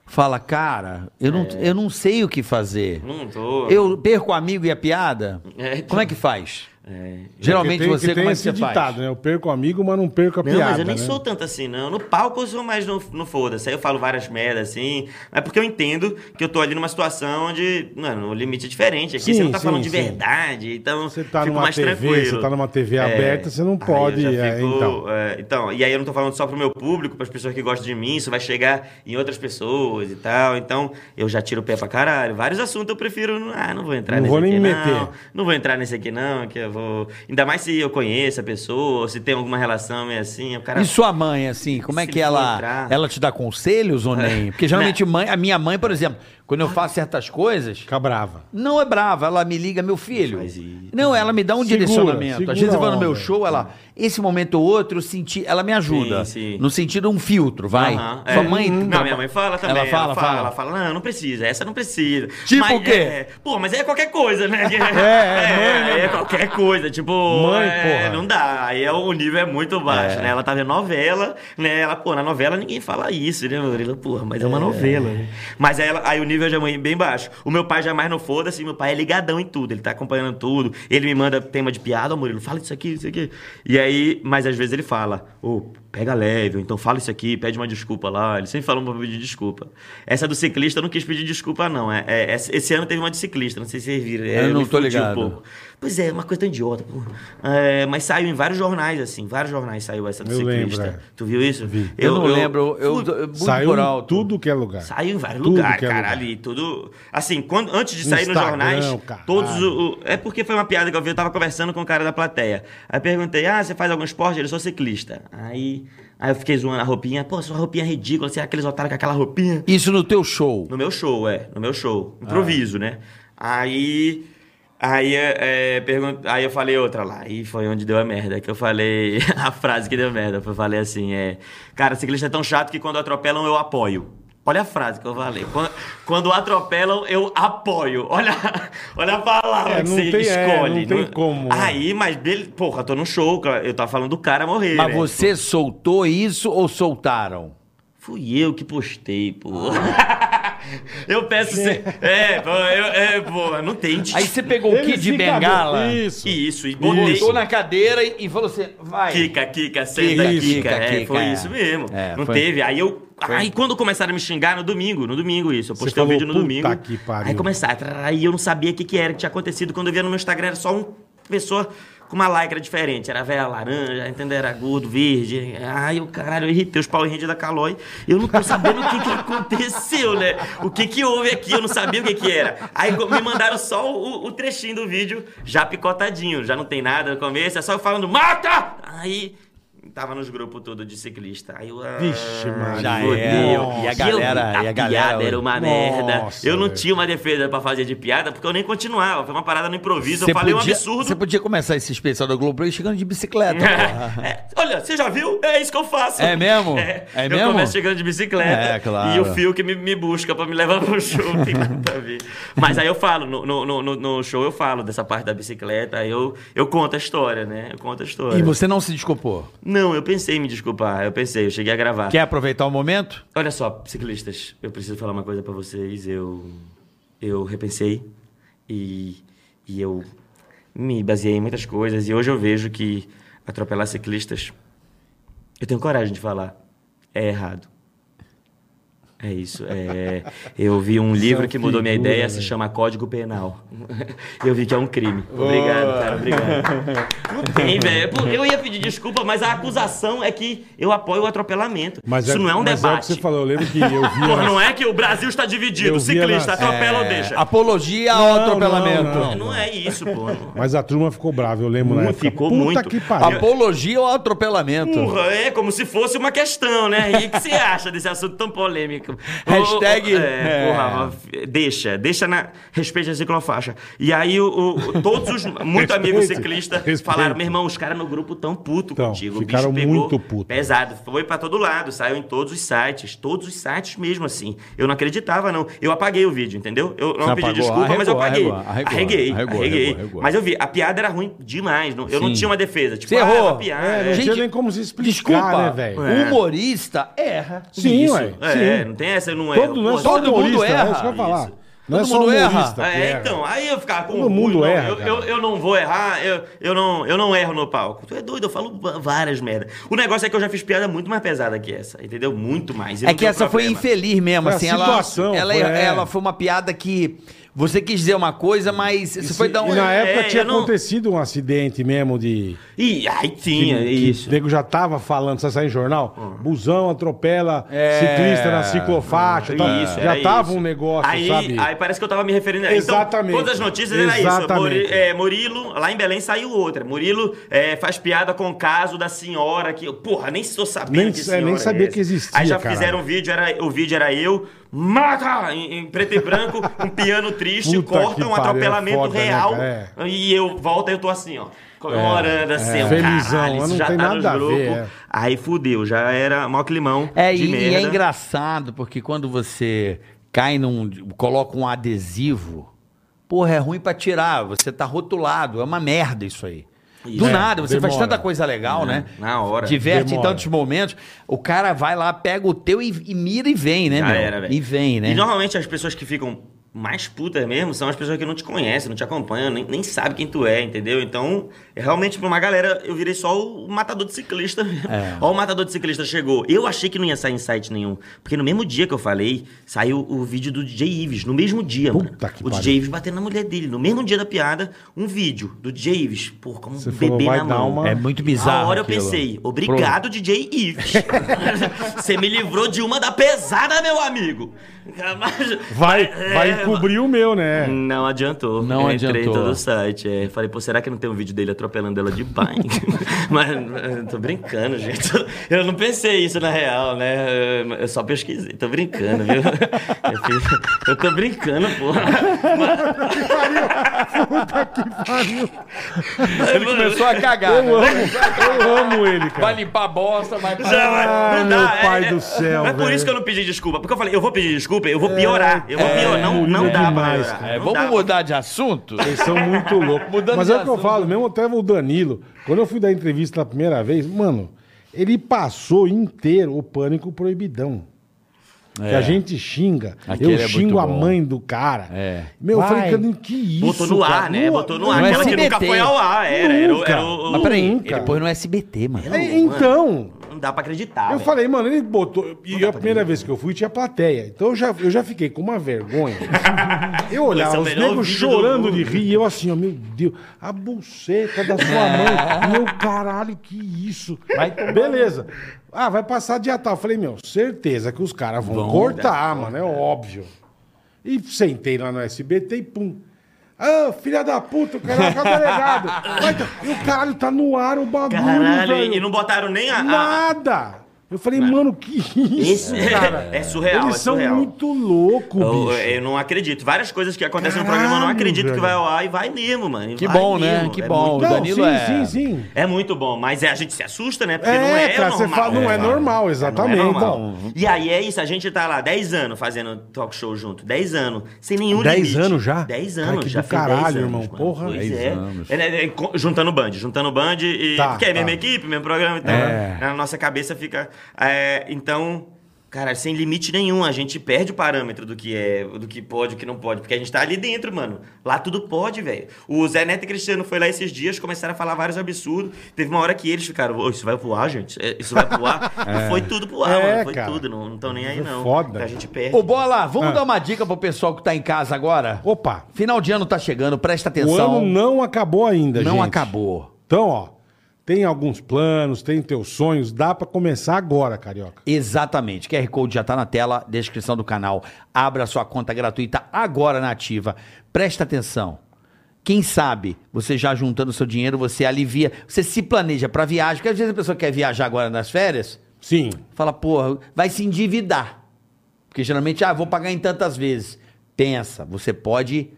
fala, cara, eu não, eu não sei o que fazer.
É. Não tô.
Eu perco o amigo e a piada?
É, então-
Como é que faz?
É.
Geralmente
Porque tem-
você,
que
como
tem
é que
esse
você
ditado,
faz?
né? Eu perco o amigo, mas não perco a
Não,
piada.
mas eu nem
né?
sou tanto assim, não. No palco eu sou mais no, no foda-se. Aí eu falo várias merdas, assim. Mas porque eu entendo que eu tô ali numa situação onde, mano, o limite é diferente. Aqui
Sim,
você não tá
sim,
falando de
sim.
verdade, então
Você tá
fico
numa
mais
TV,
tranquilo. É.
você tá numa TV aberta, você não
aí eu
pode,
já
é, então.
é, então, e aí eu não tô falando só pro meu público, pras pessoas que gostam de mim, isso vai chegar em outras pessoas e tal. Então, eu já tiro o pé pra caralho. Vários assuntos eu prefiro, ah, não vou entrar
Não
nesse
vou
aqui
nem
não.
meter.
Não vou entrar nesse aqui não, que eu vou. Ainda mais se eu conheço a pessoa, ou se tem alguma relação meio assim. O cara.
E sua mãe, assim, como é
Se
que ela
encontrar.
ela te dá conselhos ou nem? Porque geralmente mãe, a minha mãe, por exemplo, quando eu faço certas coisas,
Fica brava.
não é brava, ela me liga, meu filho.
Faz isso.
Não, ela me dá um
Segura,
direcionamento.
segura
Às vezes eu vou
a
no meu
onda.
show, ela, esse momento ou outro, eu senti, ela me ajuda.
Sim, sim.
No sentido um filtro, vai.
Aham,
Sua
é.
mãe, tá
Não, minha mãe fala também.
Ela fala, fala.
Ela fala, não, não precisa, essa não precisa.
Tipo o quê?
é, pô, mas é qualquer coisa, né? É,
é,
é qualquer coisa. Tipo,
Mãe,
é,
porra.
não dá. Aí é, o nível é muito baixo, né? Ela tá vendo novela, né? Ela, pô, na novela ninguém fala isso, né, Murilo? Porra, mas é uma novela, né? Mas aí, ela- aí o nível já é bem baixo. O meu pai jamais não foda-se, meu pai é ligadão em tudo, ele tá acompanhando tudo. Ele me manda tema de piada, ó, Murilo, fala isso aqui, isso aqui. E aí, mas às vezes ele fala, ô, pega leve, ou então fala isso aqui, pede uma desculpa lá. Ele sempre falou pra pedir desculpa. Essa do ciclista eu não quis pedir desculpa, não. É, é- esse esse ano teve uma de ciclista, não sei se vocês viram. É,
Eu não
me
tô
fudi
ligado.
Pois é, uma coisa tão idiota. pô. É, mas saiu em vários jornais, assim. Vários jornais saiu essa do
Eu
ciclista.
lembro, é.
Tu viu isso?
Eu, não lembro, eu, eu muito
Saiu
por
em
alto.
tudo que é lugar.
Saiu em vários
Tudo
lugares,
que é lugar.
caralho. E tudo. Assim, quando, antes de
No
sair nos
Instagram,
jornais,
caralho.
todos o, o- É porque foi uma piada que eu vi, eu tava conversando com o cara da plateia. Aí perguntei, ah, você faz algum esporte? Ele, sou ciclista. Aí, aí eu fiquei zoando a roupinha, pô, sua roupinha é ridícula, você é aqueles otários com aquela roupinha.
Isso no teu show.
No meu show, é. No meu show.
Ah.
Improviso, né? Aí. Aí, é, é, pergun- aí eu falei outra lá. E foi onde deu a merda. Que eu falei. A frase que deu merda. Eu falei assim: é. Cara, ciclista é tão chato que quando atropelam eu apoio. Olha a frase que eu falei. Quando, quando atropelam, eu apoio. Olha, olha a palavra
É,
que
não
você
tem- é,
escolhe.
não tem como, né?
Aí, mas dele. Porra, tô no show, cara. Eu tava falando do cara morrer.
Mas
né?
você soltou isso ou soltaram?
Fui eu que postei, pô. eu peço ser. É, pô, eu, é, pô, não tem. de-
Aí você pegou o
Ele
Kid de
fica-
Bengala,
Isso.
Isso, e botei.
botou na cadeira e, e falou assim: vai.
Kika, Kika, senta,
Kika,
Kika.
Kika,
é,
Kika,
foi
é.
isso mesmo.
É,
não
foi-
teve. Aí eu. Aí quando começaram a me xingar no domingo, no domingo isso. Eu postei um
falou,
vídeo no
"Puta
domingo.
que pariu."
Aí começaram. Aí eu não sabia o que, que era que tinha acontecido. Quando eu via no meu Instagram, era só uma pessoa com uma lycra diferente. Era velha laranja, entendeu? Era gordo, verde. Ai, eu, caralho, eu irritei os Power Rangers da Calói. Eu não tô sabendo o que, que aconteceu, né? O que que houve aqui? Eu não sabia o que que era. Aí me mandaram só o, o trechinho do vídeo, já picotadinho. Já não tem nada no começo, é só eu falando, mata! Aí... Tava nos grupos todo de ciclista. Aí eu. ah,
Vixe, Maria.
Já
fodeu.
era. E a
eu-
galera- e a galera
piada um era uma
hoje.
merda.
Nossa,
eu não
velho.
tinha uma defesa pra fazer de piada, porque eu nem continuava. Foi uma parada no improviso.
Você
eu falei
podia-
um absurdo.
Você podia começar esse especial da Globo chegando de bicicleta. porra.
É, olha, você já viu? É isso que eu faço.
É mesmo? É
eu
mesmo?
começo chegando de bicicleta.
É, claro.
E o fio que me, me busca pra me levar pro show. não tem nada a ver. Mas aí eu falo, no, no- no- no- no show eu falo dessa parte da bicicleta. Aí eu, eu conto a história, né? Eu conto a história.
E você não se desculpou.
Não, eu pensei em me desculpar. Eu pensei, eu cheguei a gravar.
Quer aproveitar o momento?
Olha só, ciclistas, eu preciso falar uma coisa pra vocês. Eu eu repensei e, e eu me baseei em muitas coisas e hoje eu vejo que atropelar ciclistas, eu tenho coragem de falar, é errado. É isso. é. eu vi um livro que mudou minha
figura,
ideia, se chama Código Penal. Eu vi que é um crime. Obrigado, cara, obrigado. Não tem, velho. Pô, Eu ia pedir desculpa, mas a acusação é que eu apoio o atropelamento.
Mas
Isso
é,
não é um
mas É o que
debate.
você falou. Eu lembro que eu vi.
Pô,
umas-
não é que o Brasil está dividido,
Eu vi
ciclista
ela-
atropela ou
É,
deixa.
Apologia ao
Não,
atropelamento.
não,
Não, é isso, pô. Não-
Mas a turma ficou brava, eu lembro na
Muito,
época.
ficou
Puta
muito.
que pariu.
Apologia ao atropelamento.
Porra, é como se fosse uma questão, né? E o que você acha desse assunto tão polêmico?
Hashtag-
Ô, ô, é,
é.
porra, f- deixa, deixa na. Respeita a ciclofaixa. E aí, o, o- todos os. Muito amigos
Respeito,
ciclistas
respeito.
falaram: meu irmão, os caras no grupo tão puto
Então,
contigo.
ficaram
o bicho pegou
muito puto.
Pesado. Foi pra todo lado, saiu em todos os sites. Todos os sites mesmo, assim. Eu não acreditava, não. Eu apaguei o vídeo, entendeu? Eu não
Você
pedi
apagou,
desculpa, mas eu apaguei.
arregou,
Arreguei,
arregou,
arreguei.
arregou, arregou, arregou.
Mas eu vi, a piada era ruim demais. não- Eu não tinha uma defesa. Tipo,
Você errou.
é uma piada.
É, não
é.
Gente,
tinha nem como se explicar,
Desculpa,
né, velho?
É.
humorista erra.
Sim,
Isso.
ué.
É,
sim.
não tem essa, não é.
Todo, não é
Pô,
só
todo mundo
humorista,
erra.
é isso que eu ia falar.
Isso.
Não é
Todo
só
mundo erra.
humorista. que
É,
erra.
então, aí eu ficava com
Todo
orgulho,
mundo
não,
erra,
Eu,
cara.
eu, eu não vou errar, eu, eu, não, eu não erro no palco. Tu é doido, eu falo va- várias merdas. O negócio é que eu já fiz piada muito mais pesada que essa, entendeu? Muito mais. e
É
não
que
tem
essa foi
problema.
infeliz mesmo,
Foi a
assim. Ela,
situação,
ela,
foi, é.
ela foi uma piada que Você quis dizer uma coisa, mas você foi dar um.
E na época
É,
tinha
eu não-
acontecido um acidente mesmo de.
Ih, aí tinha,
O
isso.
nego já tava falando, você saiu em jornal? Busão atropela ciclista na ciclofaixa. e tal.
É. Isso,
já
era
tava
isso.
um negócio,
aí,
sabe?
Aí parece que eu tava me referindo...
Exatamente.
Então, todas as notícias era isso.
Exatamente.
Mori- é, Murilo, lá em Belém saiu outra. Murilo é, faz piada com o caso da senhora que... Porra, nem sou sabia
Nem-
que
é,
senhora
nem
é
sabia
essa.
que existia,
Aí já
caralho.
fizeram um vídeo, era, o vídeo era eu... Mata! Em, em preto e branco, um piano triste,
Puta que
corta um
pariu, é
atropelamento
foda, né,
real.
cara? É,
E eu volto e eu tô assim, ó. Comemorando assim, ó,
Felizão,
caralho,
mas
isso
não
já
tem
tá
nada a
no grupo.
ver, é.
Aí fudeu, já era mó climão
É,
de
e, e
merda.
é engraçado, porque quando você cai num. coloca um adesivo, porra, é ruim pra tirar. Você tá rotulado, é uma merda isso aí. Do
É,
nada, você faz
demora.
tanta coisa legal, né?
na hora.
Diverte
Demora.
em tantos momentos. O cara vai lá, pega o teu e, e mira e vem, né,
Já
meu?
era, velho.
E vem, né?
E normalmente as pessoas que ficam mais putas mesmo são as pessoas que não te conhecem, não te acompanham, nem, nem sabem quem tu é, entendeu? Então, é realmente, pra uma galera, eu virei só o matador de ciclista. mesmo.
É.
Ó, o matador de ciclista chegou. Eu achei que não ia sair em site nenhum. Porque no mesmo dia que eu falei, saiu o vídeo do DJ Ives. No mesmo dia,
Puta
mano.
que
o
pariu.
DJ Ives batendo na mulher dele. No mesmo dia da piada, um vídeo do DJ Ives. Pô, como um
Você
bebê
falou, vai
na
dar
mão.
uma-
É muito bizarro.
Na hora
aquilo.
eu pensei, obrigado, DJ Ives. Você me livrou de uma da pesada, meu amigo. Mas-
Vai, vai
É,
encobrir o meu, né?
Não adiantou.
Não
eu entrei
adiantou.
todo o site. é, falei, pô, será que não tem um vídeo dele atropelando ela de bike? Mas eu tô brincando, gente. Eu não pensei isso na real, né? Eu- Eu só pesquisei. Tô brincando, viu? Eu, fiz- eu tô brincando, pô. Ele
Começou a cagar.
Eu
né?
amo, eu amo ele,
Vai
cara.
limpar a bosta, vai pra...
Já, mas
Ai,
não
meu
dá,
pai do céu,
Não é por
velho.
isso que eu não pedi desculpa. Porque eu falei, eu vou pedir desculpa, eu vou piorar. Eu vou piorar. Não, não
Murilo
dá pra
é demais,
piorar.
É,
não
vamos
dá.
mudar de assunto?
Eles são muito loucos.
Mudando
Mas
de
é o que eu
assunto.
falo, mesmo até o Danilo. Quando eu fui dar entrevista na primeira vez, mano, ele passou inteiro o pânico proibidão. Que a gente xinga.
Aquele
eu
é
xingo
muito
a
bom.
mãe do cara.
É.
Meu, eu falei,
Vai.
cara, que isso?
Botou no
cara?
ar, né?
Não-
botou no ar.
não é
Aquela que nunca
SBT.
foi ao ar. Era, era, o- era o-
Mas peraí,
Nunca.
ele pôs no SBT, mano.
É, Então,
Não dá pra acreditar.
eu
Tá, velho.
falei, mano, ele botou. E a primeira vez que eu fui tinha plateia. Então eu já, eu já fiquei com uma vergonha. Eu
Esse
olhava
é o
os
melhor
negros
vídeo do
chorando
mundo.
de rir. E eu assim, ó, meu Deus, a buceta da sua mãe.
É.
Meu caralho, que isso. Beleza. Ah, vai passar dia tal. Eu falei, meu, certeza que os caras vão, cortar,
né?
mano, é óbvio. E sentei lá no SBT e pum. Ah, filha da puta, o cara é delegado. Vai, tá- E o caralho tá no ar o bagulho,
Caralho,
velho.
e não botaram nem a. a-
Nada! Eu falei, mano, que isso,
Esse
cara?
é surreal,
Eles
é
são
surreal.
muito loucos,
Eu,
bicho.
eu não acredito. Várias coisas que acontecem no programa eu não
Caralho,
acredito
velho.
que vai ao ar e vai mesmo, mano. e
Que
vai
bom, né?
mesmo.
Que
É
bom.
muito-
o
não,
Danilo
sim,
é-
sim, sim,
É muito bom, mas é, a gente se assusta, né? Porque
É,
não é
cara,
normal.
você fala, não é normal, exatamente.
Não é normal. E aí é isso, a gente tá lá 10 anos fazendo talk show junto. 10 anos. Sem nenhum
10
limite.
anos já?
10
Cara,
anos
que
já.
do
fez 10
caralho,
anos,
irmão,
mano.
porra.
Pois
10
é.
anos.
É, é, é, co- juntando band, juntando band e.
Tá,
porque é a mesma
tá.
equipe, mesmo programa, então
É.
na, na nossa cabeça fica. é, então, cara, sem limite nenhum, a gente perde o parâmetro do que é, do que pode, o que não pode, porque a gente tá ali dentro, mano. Lá tudo pode, velho. O Zé Neto e Cristiano foi lá esses dias, começaram a falar vários absurdos. Teve uma hora que eles ficaram, "Ô, isso vai pro ar, gente? É, Isso vai pro ar? E foi tudo pro ar,
É,
mano. Foi
cara.
tudo, não, não tão nem aí, não.
Foda,
Então A gente perde.
Ô, Bola,
Ah.
vamos dar uma dica pro pessoal que tá em casa agora?
Opa,
Final de ano tá chegando, presta
o
atenção.
ano não acabou ainda, gente.
Não acabou.
Então, ó, tem alguns planos, tem teus sonhos, dá pra começar agora, Carioca.
Exatamente. QR Code já tá na tela, descrição do canal. Abra sua conta gratuita agora na Ativa. Presta atenção. Quem sabe, você já juntando seu dinheiro, você alivia, você se planeja pra viagem, porque às vezes a pessoa quer viajar agora nas férias,
Sim.
fala, porra, vai se endividar. Porque geralmente, ah, vou pagar em tantas vezes. Pensa, você pode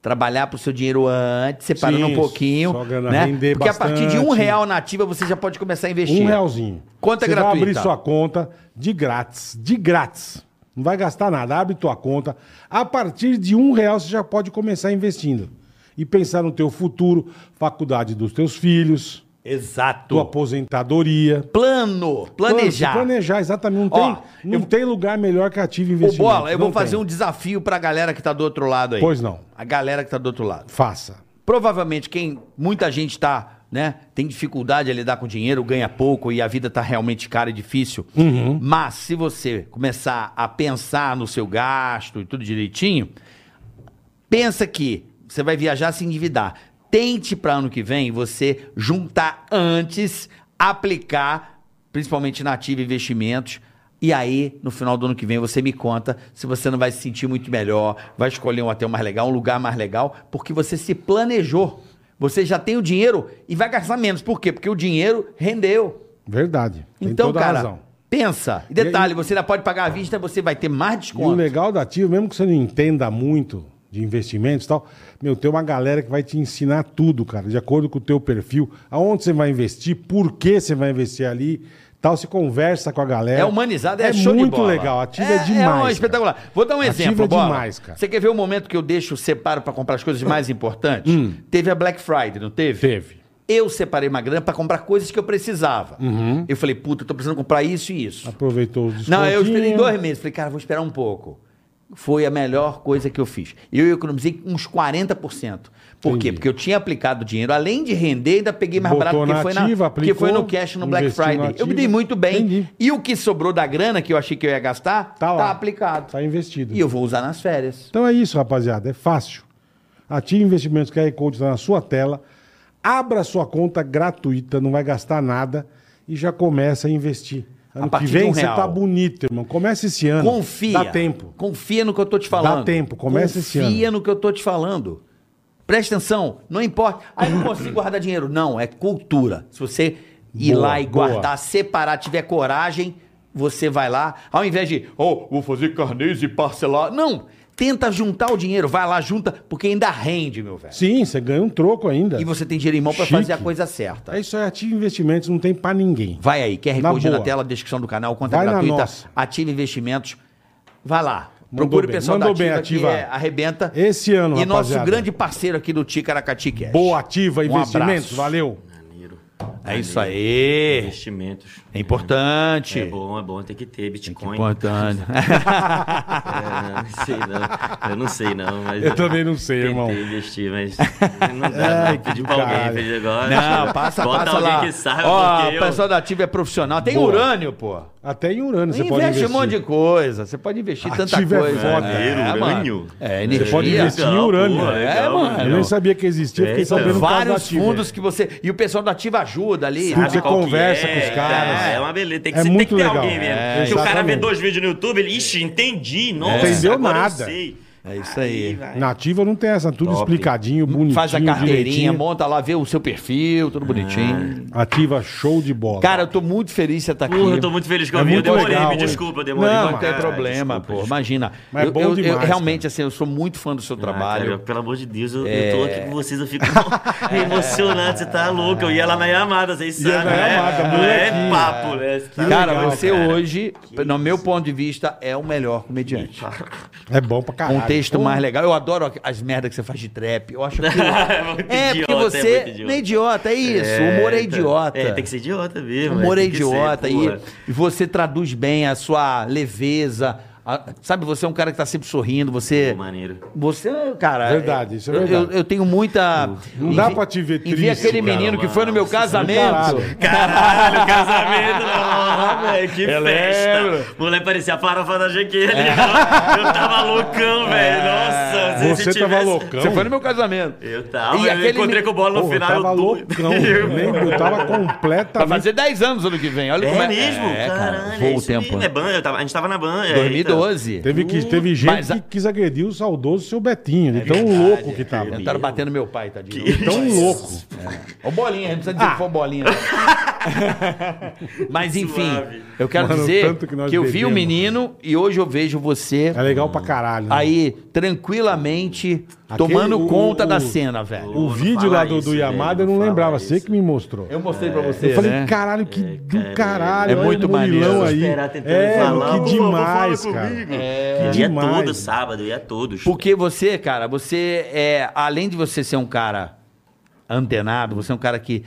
trabalhar pro seu dinheiro antes, separando
Sim,
um pouquinho.
só grana
né?
render
Porque a partir de um
bastante.
real na ativa, você já pode começar a investir.
é.
Um realzinho.
Conta
Você
gratuita.
vai
então?
abrir sua conta de grátis. De grátis. Não vai gastar nada. Abre tua conta. A partir de um real você já pode começar investindo. E pensar no teu futuro, faculdade dos teus filhos,
Exato.
tua aposentadoria.
Plano. Planejar.
Plano- Planejar, exatamente. Não,
Ó,
tem, não tem lugar melhor que ativo
Ô,
investimento.
Bola, eu vou
Não
fazer
tem.
um desafio pra galera que tá do outro lado aí.
Pois não.
A galera que tá do outro lado.
Faça.
Provavelmente quem muita gente tá, né, tem dificuldade a lidar com dinheiro, ganha pouco e a vida tá realmente cara e difícil. Mas se você começar a pensar no seu gasto e tudo direitinho, Pensa que você vai viajar se endividar. Tente para ano que vem você juntar antes, aplicar, principalmente na ativa investimentos. E aí, no final do ano que vem, você me conta se você não vai se sentir muito melhor, vai escolher um hotel mais legal, um lugar mais legal, porque você se planejou. Você já tem o dinheiro e vai gastar menos. Por quê? Porque o dinheiro rendeu.
Verdade. Tem
Então,
toda a
cara,
razão.
pensa. E detalhe, você ainda pode pagar à vista, você vai ter mais
E o
desconto.
legal da Ativa, mesmo que você não entenda muito de investimentos e tal, meu, tem uma galera que vai te ensinar tudo, cara, de acordo com o teu perfil, aonde você vai investir, por que você vai investir ali, tal, se conversa com a galera.
É humanizado, é, show de
muito
bola.
legal, a Ativa é, demais.
É um
cara.
espetacular. Vou dar um
Ativa
exemplo,
é
Bola.
demais, cara.
Você quer ver o momento que eu deixo, separo pra comprar as coisas mais importantes? Teve a Black Friday, não teve?
Hum. Teve.
Eu separei uma grana pra comprar coisas que eu precisava.
Uhum.
Eu falei, puta, eu tô precisando comprar isso e isso.
Aproveitou os
Não, eu esperei
descontinhos.
dois meses. Falei, cara, vou esperar um pouco. Foi a melhor coisa que eu fiz. Eu economizei uns 40%. Por
Entendi.
quê? Porque eu tinha aplicado o dinheiro. Além de render, ainda peguei mais
Botou
barato porque
na
foi, na,
ativa,
porque foi no
aplicou,
cash no Black
investiu na
Friday. Eu me dei
ativa.
muito bem.
Entendi.
E o que sobrou da grana que eu achei que eu ia gastar,
Tá
tá,
lá.
aplicado.
Tá investido.
E eu vou usar nas férias.
Então é isso, rapaziada. É fácil. Ative Investimentos QR Code está na sua tela. Abra sua conta gratuita, não vai gastar nada e já começa a investir. Ano que
partir de
vem
um
você
real.
tá bonito, irmão. Começa esse ano.
Confia.
Dá tempo.
Confia no que eu tô te falando.
Dá tempo, começa esse ano.
Confia no que eu tô te falando. Presta atenção, não importa. Ah, eu não consigo guardar dinheiro. Não, é cultura. Se você ir
Boa,
lá e
boa.
guardar, separar, tiver coragem, você vai lá. Ao invés de, oh, vou fazer carnês e parcelar. Não, tenta juntar o dinheiro. Vai lá, junta, porque ainda rende, meu velho.
Sim, você ganha um troco ainda.
E você tem dinheiro em mão pra
Chique.
fazer a coisa certa.
É isso aí, Ative Investimentos não tem pra ninguém.
Vai aí, QR
Na
Code na
boa.
tela, descrição do canal, conta
Vai na
gratuita,
nossa.
ativa investimentos. Vai lá.
Mandou
Procure o
bem,
pessoal da
mandou
Ativa,
bem, Ativa.
que é, arrebenta.
Esse ano,
E nosso
rapaziada.
grande parceiro aqui do Ticaracati Cash.
Boa Ativa
Um
Investimentos,
abraço.
valeu.
Maneiro.
É isso aí.
Investimentos.
É importante.
É bom, é bom, tem que ter Bitcoin.
Importante.
É, não sei não. Eu não sei não, mas...
Eu também não sei,
Tentei
irmão.
investir, mas não dá.
Ai,
não. Pedi
que
pra
caralho.
alguém, fez agora.
Não, passa,
Bota
passa
alguém
lá.
que sabe,
Ó, o
porque eu...
pessoal da Ativa é profissional. Tem
Boa.
urânio, pô.
Até em urânio você pode
investe
investir.
um monte de coisa. Você pode investir tanta
Ativa é
coisa.
foda.
Maneiro,
mano.
urânio.
É, energia.
Você pode investir em
Legal,
urânio.
pô,
É,
legal,
mano.
Eu nem sabia que existia, fiquei
É,
sabendo
então.
por causa da
Vários
Ativa.
fundos que você. E o pessoal da Ativa ajuda ali.
Sabe
Sabe
você
qual que
conversa
é,
com os caras.
É, é uma beleza. Tem que,
É
ser- tem
muito
que ter
legal.
alguém mesmo.
É,
Se o cara vê
exatamente. É.
dois vídeos no YouTube, ele, ixi, entendi. Nossa,
Entendeu
agora
nada.
Eu sei.
É isso aí.
vai.
Na Ativa não tem essa, tudo
Top.
explicadinho, bonitinho,
Faz a carteirinha,
direitinho.
monta lá, vê o seu perfil, tudo bonitinho.
Ativa show de bola.
Cara, eu tô muito feliz que você tá aqui.
Porra, eu tô muito feliz que
É
eu vim. Eu
muito
demorei,
legal,
me
hein?
desculpa, eu demorei.
Não,
pra
não tem
caralho,
problema,
desculpa,
pô.
desculpa.
Imagina.
Mas é
Eu-
bom
eu- eu
demais,
realmente, assim, eu sou muito fã do seu
Ah, cara,
trabalho. É.
pelo amor de Deus, eu, eu tô aqui com vocês, eu fico emocionado, você tá louco. Eu ia lá na Yamada, vocês
Ia
sabem,
na
né?
Yamada,
Não
molequinho.
é papo, né? Você tá
cara,
legal,
você é
cara.
hoje, no meu ponto de vista, é o melhor comediante.
É bom pra
Com
caralho.
um texto
Pô,
mais legal. Eu adoro as merdas que você faz de trap. Eu acho que.
É muito
é,
idiota,
porque você.
é
É,
muito idiota.
idiota, é isso. o humor é
então,
idiota.
É, tem que ser idiota mesmo.
humor é
é, tem que ser,
idiota
porra.
e, e você traduz bem a sua leveza. a- sabe, você é um cara que tá sempre sorrindo, você.
Pô, maneiro.
Você, cara.
Verdade, isso é
eu-
verdade.
Eu, eu tenho muita.
Não dá pra te ver
E vi
triste,
aquele
cara, é
menino que
mano.
foi no meu casamento.
caralho.
Caralho, casamento, ah, velho, que festa.
lembro. É.
Moleque, parecia a farofa da GQ ali. ó. Eu tava loucão, velho. Nossa, se
Você
se
tava
tivesse-
loucão?
Você foi no meu casamento.
Eu tava,
E
eu
aquele
encontrei
me-
com o bola no
Porra,
final.
eu tava
eu tô-
loucão. né? Eu, lembro, eu tava
Vai
completamente...
fazer 10 anos ano que vem. Olha como
É
é.
mesmo?
É, cara,
Caralho,
voa
é
o
isso
tempo.
mesmo, é ban, eu tava- a gente tava na ban. é, então.
2012.
Teve, que, teve gente
Mas a-
que quis agredir o saudoso seu Betinho, de tão
verdade,
louco que
é
tava.
verdade.
Tentaram bater no meu pai,
então.
tadinho.
Tão louco.
Ô, bolinha, não precisa dizer que foi bolinha. Ah. né? Mas enfim,
Suave.
eu quero
Mano,
dizer
tanto
que,
que nós
eu vi o
bebemos. né?
menino e hoje eu vejo você
É legal pra caralho. né?
aí tranquilamente
Aquele-
tomando
o-
conta
o-
da cena, velho.
o
não
vídeo
fala
lá do,
isso,
do
velho,
Yamada eu
não
não
fala
lembrava, você
isso.
que me mostrou.
Eu mostrei pra você,
Eu falei,
né?
É,
caralho, que do caralho.
É
olha
muito
o Murilão
maneiro.
aí.
Esperar tentando
É,
falar,
que
por favor,
demais,
fala
cara.
comigo.
É.
Que
Ia
demais.
todo é sábado, é ia todos.
Porque você, cara, você é. Além de você ser um cara antenado, você é um cara que.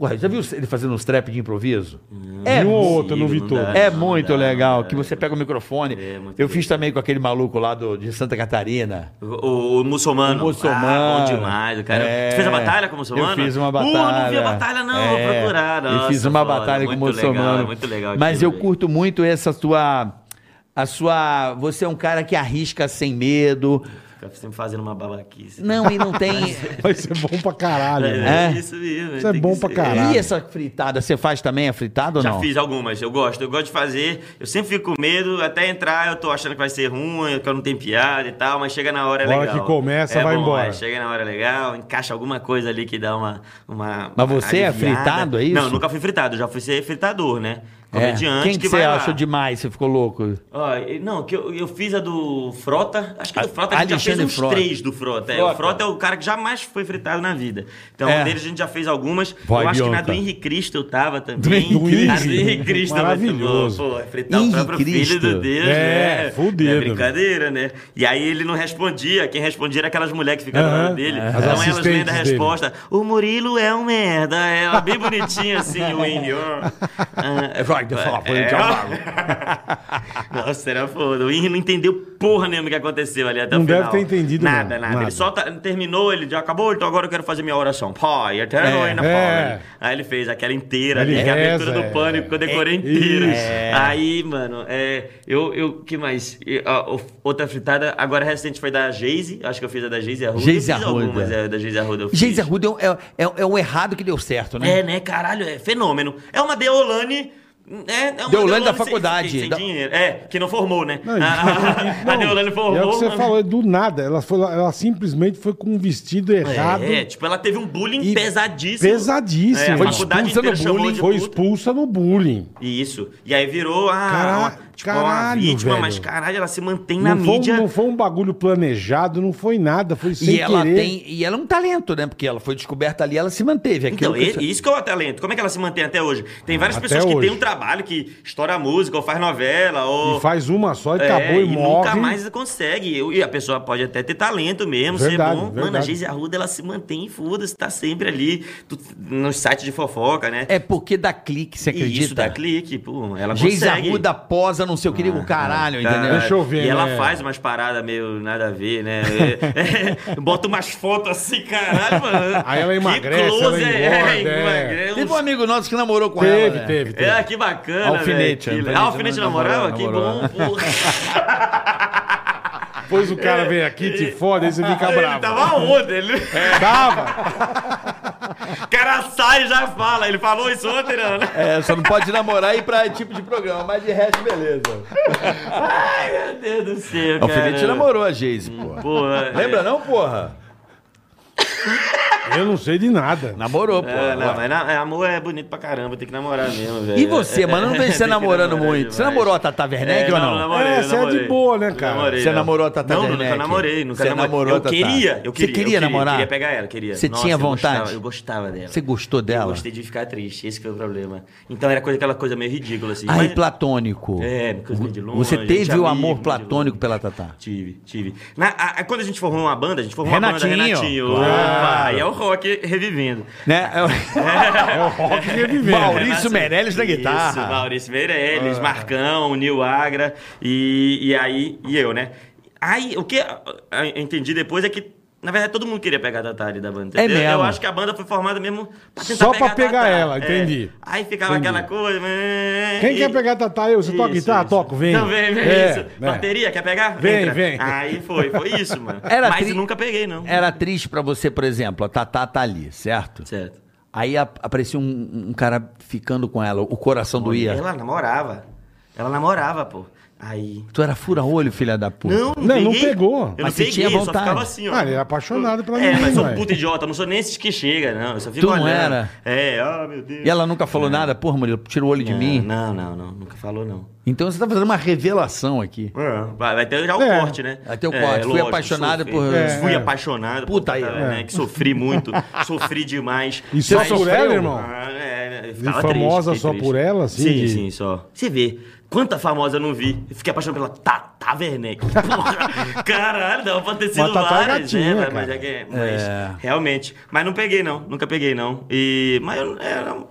Ué, já viu ele fazendo uns trap de improviso? É
Vi um ou
muito-
outro, eu não vi
não
todo.
dá.
É muito
dá,
legal
é.
que você pega o microfone.
É, muito
eu fiz também com aquele maluco lá do, de Santa Catarina.
O, o- o muçulmano.
O muçulmano.
Ah, bom demais, o cara.
É.
Você fez a batalha com o muçulmano?
Eu fiz uma batalha.
Uh, eu não vi a batalha, não. Vou
É.
procurar.
eu
Nossa,
fiz uma
foda,
batalha com o
muito legal,
muçulmano.
é muito legal.
Mas eu
aquilo,
curto muito essa sua. A sua. Você é um cara que arrisca sem medo.
Fica sempre fazendo uma babaquice.
Não, e não tem.
Vai ser bom pra caralho.
É,
né?
é
É?
isso mesmo.
Isso é
tem
bom
que
pra
ser.
caralho.
E essa fritada, você faz também a fritada ou
Já
não?
fiz algumas, eu gosto, eu gosto de fazer. Eu sempre fico com medo, até entrar eu tô achando que vai ser ruim, que eu não tenho piada e tal, mas chega na hora é
Na hora
legal.
que começa,
É
vai
bom,
embora.
é, chega na hora é legal, encaixa alguma coisa ali que dá uma. uma
Mas você é
aliviada.
fritado, é isso?
Não, eu nunca fui fritado, eu já fui ser fritador, né?
É.
Comediante
Quem que, você
vai lá.
achou demais? Você ficou louco?
Ó, e- não, que eu, eu fiz a do Frota. Acho que a do
A-
Frota a gente já fez
Alexandre
uns
Frota.
três do Frota. é.
Frota.
o Frota é o cara que jamais foi fritado na vida. Então,
É.
um deles a gente já fez algumas.
Vai,
eu acho que na
Bianca.
do Henri Cristo eu tava também.
Do Henri
A
Cristo.
do Henri Cristo é muito boa.
Maravilhoso.
Pô, é fritar
Henri
o próprio
Cristo.
filho do Deus,
É,
né?
fudido.
Não É brincadeira, né? E aí ele não respondia. Quem respondia era aquelas mulheres que ficavam
Aham.
na hora dele.
As
Então elas lendo
assistentes
a
dele.
resposta. O Murilo é um merda. Ela bem bonitinha assim, o Henri. ó. Ah,
Vai, de falar, foi um
nossa, era foda. O Henry não entendeu porra nenhuma do que aconteceu ali até
Não
o final.
deve ter entendido, não.
nada, nada.
Nada.
Ele só tá- terminou, ele já acabou, então agora eu quero fazer minha oração. Pai, eterno
É,
é, na
é.
Aí ele fez aquela inteira
Ele
ali, que é a
reza,
abertura
é.
do pânico que eu decorei inteira.
Isso.
Aí, mano, é, eu, eu, que mais? E, ó, o- outra fritada, agora recente foi da Geise, acho que eu fiz a da Geise Arruda.
Geise
eu fiz
Arruda.
algumas é, da Geise Arruda. eu fiz.
Geise Arruda é, um- é, é, é um errado que deu certo, né?
É, né? Caralho, é fenômeno. É uma Deolane. É, é uma
Deolane da faculdade.
Sem, sem, sem
Da-
dinheiro. É, que não formou, né?
Não, e-
a, a
não,
Deolane formou.
e é o que você
mas-
falou, do nada. Ela, foi, lá- ela simplesmente foi com um vestido errado.
É, tipo, ela teve um bullying
E
pesadíssimo.
pesadíssimo.
É, a
Foi
faculdade
expulsa
inteira
no
chamou
bullying,
de
Foi
puta.
expulsa no bullying.
Isso. E aí virou a,
Cara-
uma, tipo, uma
caralho,
vítima,
velho.
mas caralho, ela se mantém na
Não foi, um,
mídia.
não foi um bagulho planejado, não foi nada. Foi sem
e ela
querer.
tem. E ela é um talento, né? Porque ela foi descoberta ali, ela se manteve. Aquilo
Então,
que
e- isso que é o talento. Como é que ela se mantém até hoje? Tem várias
até
pessoas que
hoje.
têm um trabalho que estoura música, ou faz novela, ou.
E faz uma só e
É,
acabou e,
e
morre.
nunca mais consegue. Eu- E a pessoa pode até ter talento mesmo,
Verdade,
ser bom. Mano, a
verdade.
Geise Arruda, ela se mantém, foda-se, tá sempre ali tu- nos sites de fofoca, né?
É porque dá clique, você
e
acredita?
isso dá clique, pô, ela
Geise
consegue.
Arruda posa, não sei o que, digo, caralho,
Cara,
entendeu?
Deixa eu ver,
E ela
né?
faz umas paradas meio nada a ver, né? É, é, bota umas fotos assim, caralho, mano.
Aí ela emagrece, ela engorda, é.
emagrece,
Teve um amigo nosso que namorou com
Teve,
ela. né?
teve, teve.
É, que bacana.
Alfinete,
velho,
Alfinete
que le- Alfinete namorava? Que
namorava.
bom. porra.
Depois o cara vem aqui, te foda, aí você fica bravo.
Ele tava onde? Ele...
Tava.
O cara sai e já fala. Ele falou isso ontem, não, né?
É, só não pode namorar e ir pra tipo de programa, mas de resto, beleza.
Meu Deus do céu,
O
cara.
Alfinete namorou a Geise, hum, porra.
Pô, é-
Lembra não, porra?
Eu não sei de nada.
Namorou, porra.
É, não, mas na- é, amor é bonito pra caramba, tem que namorar mesmo, velho.
E você,
É,
mano? Eu não vejo
tem
você
que
namorando
namorar
muito. Você
demais.
namorou a Tata Werneck
É,
ou não?
namorei,
É, você é de
namorei.
boa, né, cara?
Namorei,
Você
namorei.
namorou a Tata
Não,
Werneck?
nunca namorei, nunca
Você
namorei.
namorou a
eu
Tata?
queria, eu
Você
queria.
queria
eu queria,
namorar?
Queria pegar ela, queria.
Você tinha
eu
vontade?
gostava- Eu gostava dela.
Você gostou
Eu
dela?
gostei de ficar triste, esse que foi o problema. Então era coisa, aquela coisa meio ridícula, assim.
Aí,
mas-
platônico.
É, coisa meio de longe,
Você teve
gente
o
amigo,
amor
de
platônico
longe.
pela Tatá?
Tive, tive. Na- a- a- quando a gente formou uma banda, a gente formou uma
Renatinho.
banda Renatinho.
Claro.
Opa, aí é o rock revivendo.
Né?
É o rock revivendo.
Maurício Meirelles na guitarra.
Isso, Maurício Meirelles,
Ah.
Marcão, Nil Agra e, e aí, e eu, né? Aí, o que eu entendi depois é que, na verdade, todo mundo queria pegar a Tatá ali da banda.
É
entendeu?
mesmo.
Eu acho que a banda foi formada mesmo pra tentar
Só pra
a
pegar
Tatá.
ela,
É.
entendi.
Aí ficava
Entendi.
aquela coisa...
Quem quer pegar a Tatá? Eu, você toca
Isso,
guitarra?
isso.
Toco, vem.
Não, vem, vem,
É,
isso.
né?
Bateria, quer pegar?
Vem, vem.
Aí foi, foi isso, mano.
Era
Mas
tri-
nunca peguei, não.
Era triste pra você, por exemplo, a Tatá tá ali, certo?
Certo.
Aí a- aparecia um, um cara ficando com ela, o coração doía.
Ela namorava. Ela namorava, pô. Aí...
Tu era fura-olho, filha da puta.
Não,
Não,
peguei.
não pegou.
Eu
Mas
não
você
peguei,
tinha
eu só
vontade.
ficava assim, ó.
Ah, ele era apaixonado pela
É,
menina,
mas sou um
velho.
puta idiota, não sou nem esses que chega, não. Eu só fico
Tu não
olhando.
era?
É, ó, meu Deus.
E ela nunca falou
É.
nada? Porra, Murilo, tira o olho de
não,
mim.
Não, não, não. Nunca falou, não.
Então você tá fazendo uma revelação aqui.
É, Vai, vai ter já o
É.
corte, né?
Vai ter o corte. Fui apaixonado
sofri.
por-
É.
Fui apaixonado
Puta aí,
por Tatá, né? Que sofri muito, sofri demais.
E só
Mas-
por ela, irmão?
Ah, é, né?
E
Ficava
famosa
triste,
só
triste.
por ela, assim,
Sim,
de-
sim, só. Você vê, quanta famosa eu não vi. Eu fiquei apaixonado pela Tata Werneck. Porra, caralho, dava pra ter sido
Tatá é
várias,
gatinha,
né?
cara.
Mas, é que, mas realmente. Mas não peguei, não. Nunca peguei, não. E, mas eu é, não,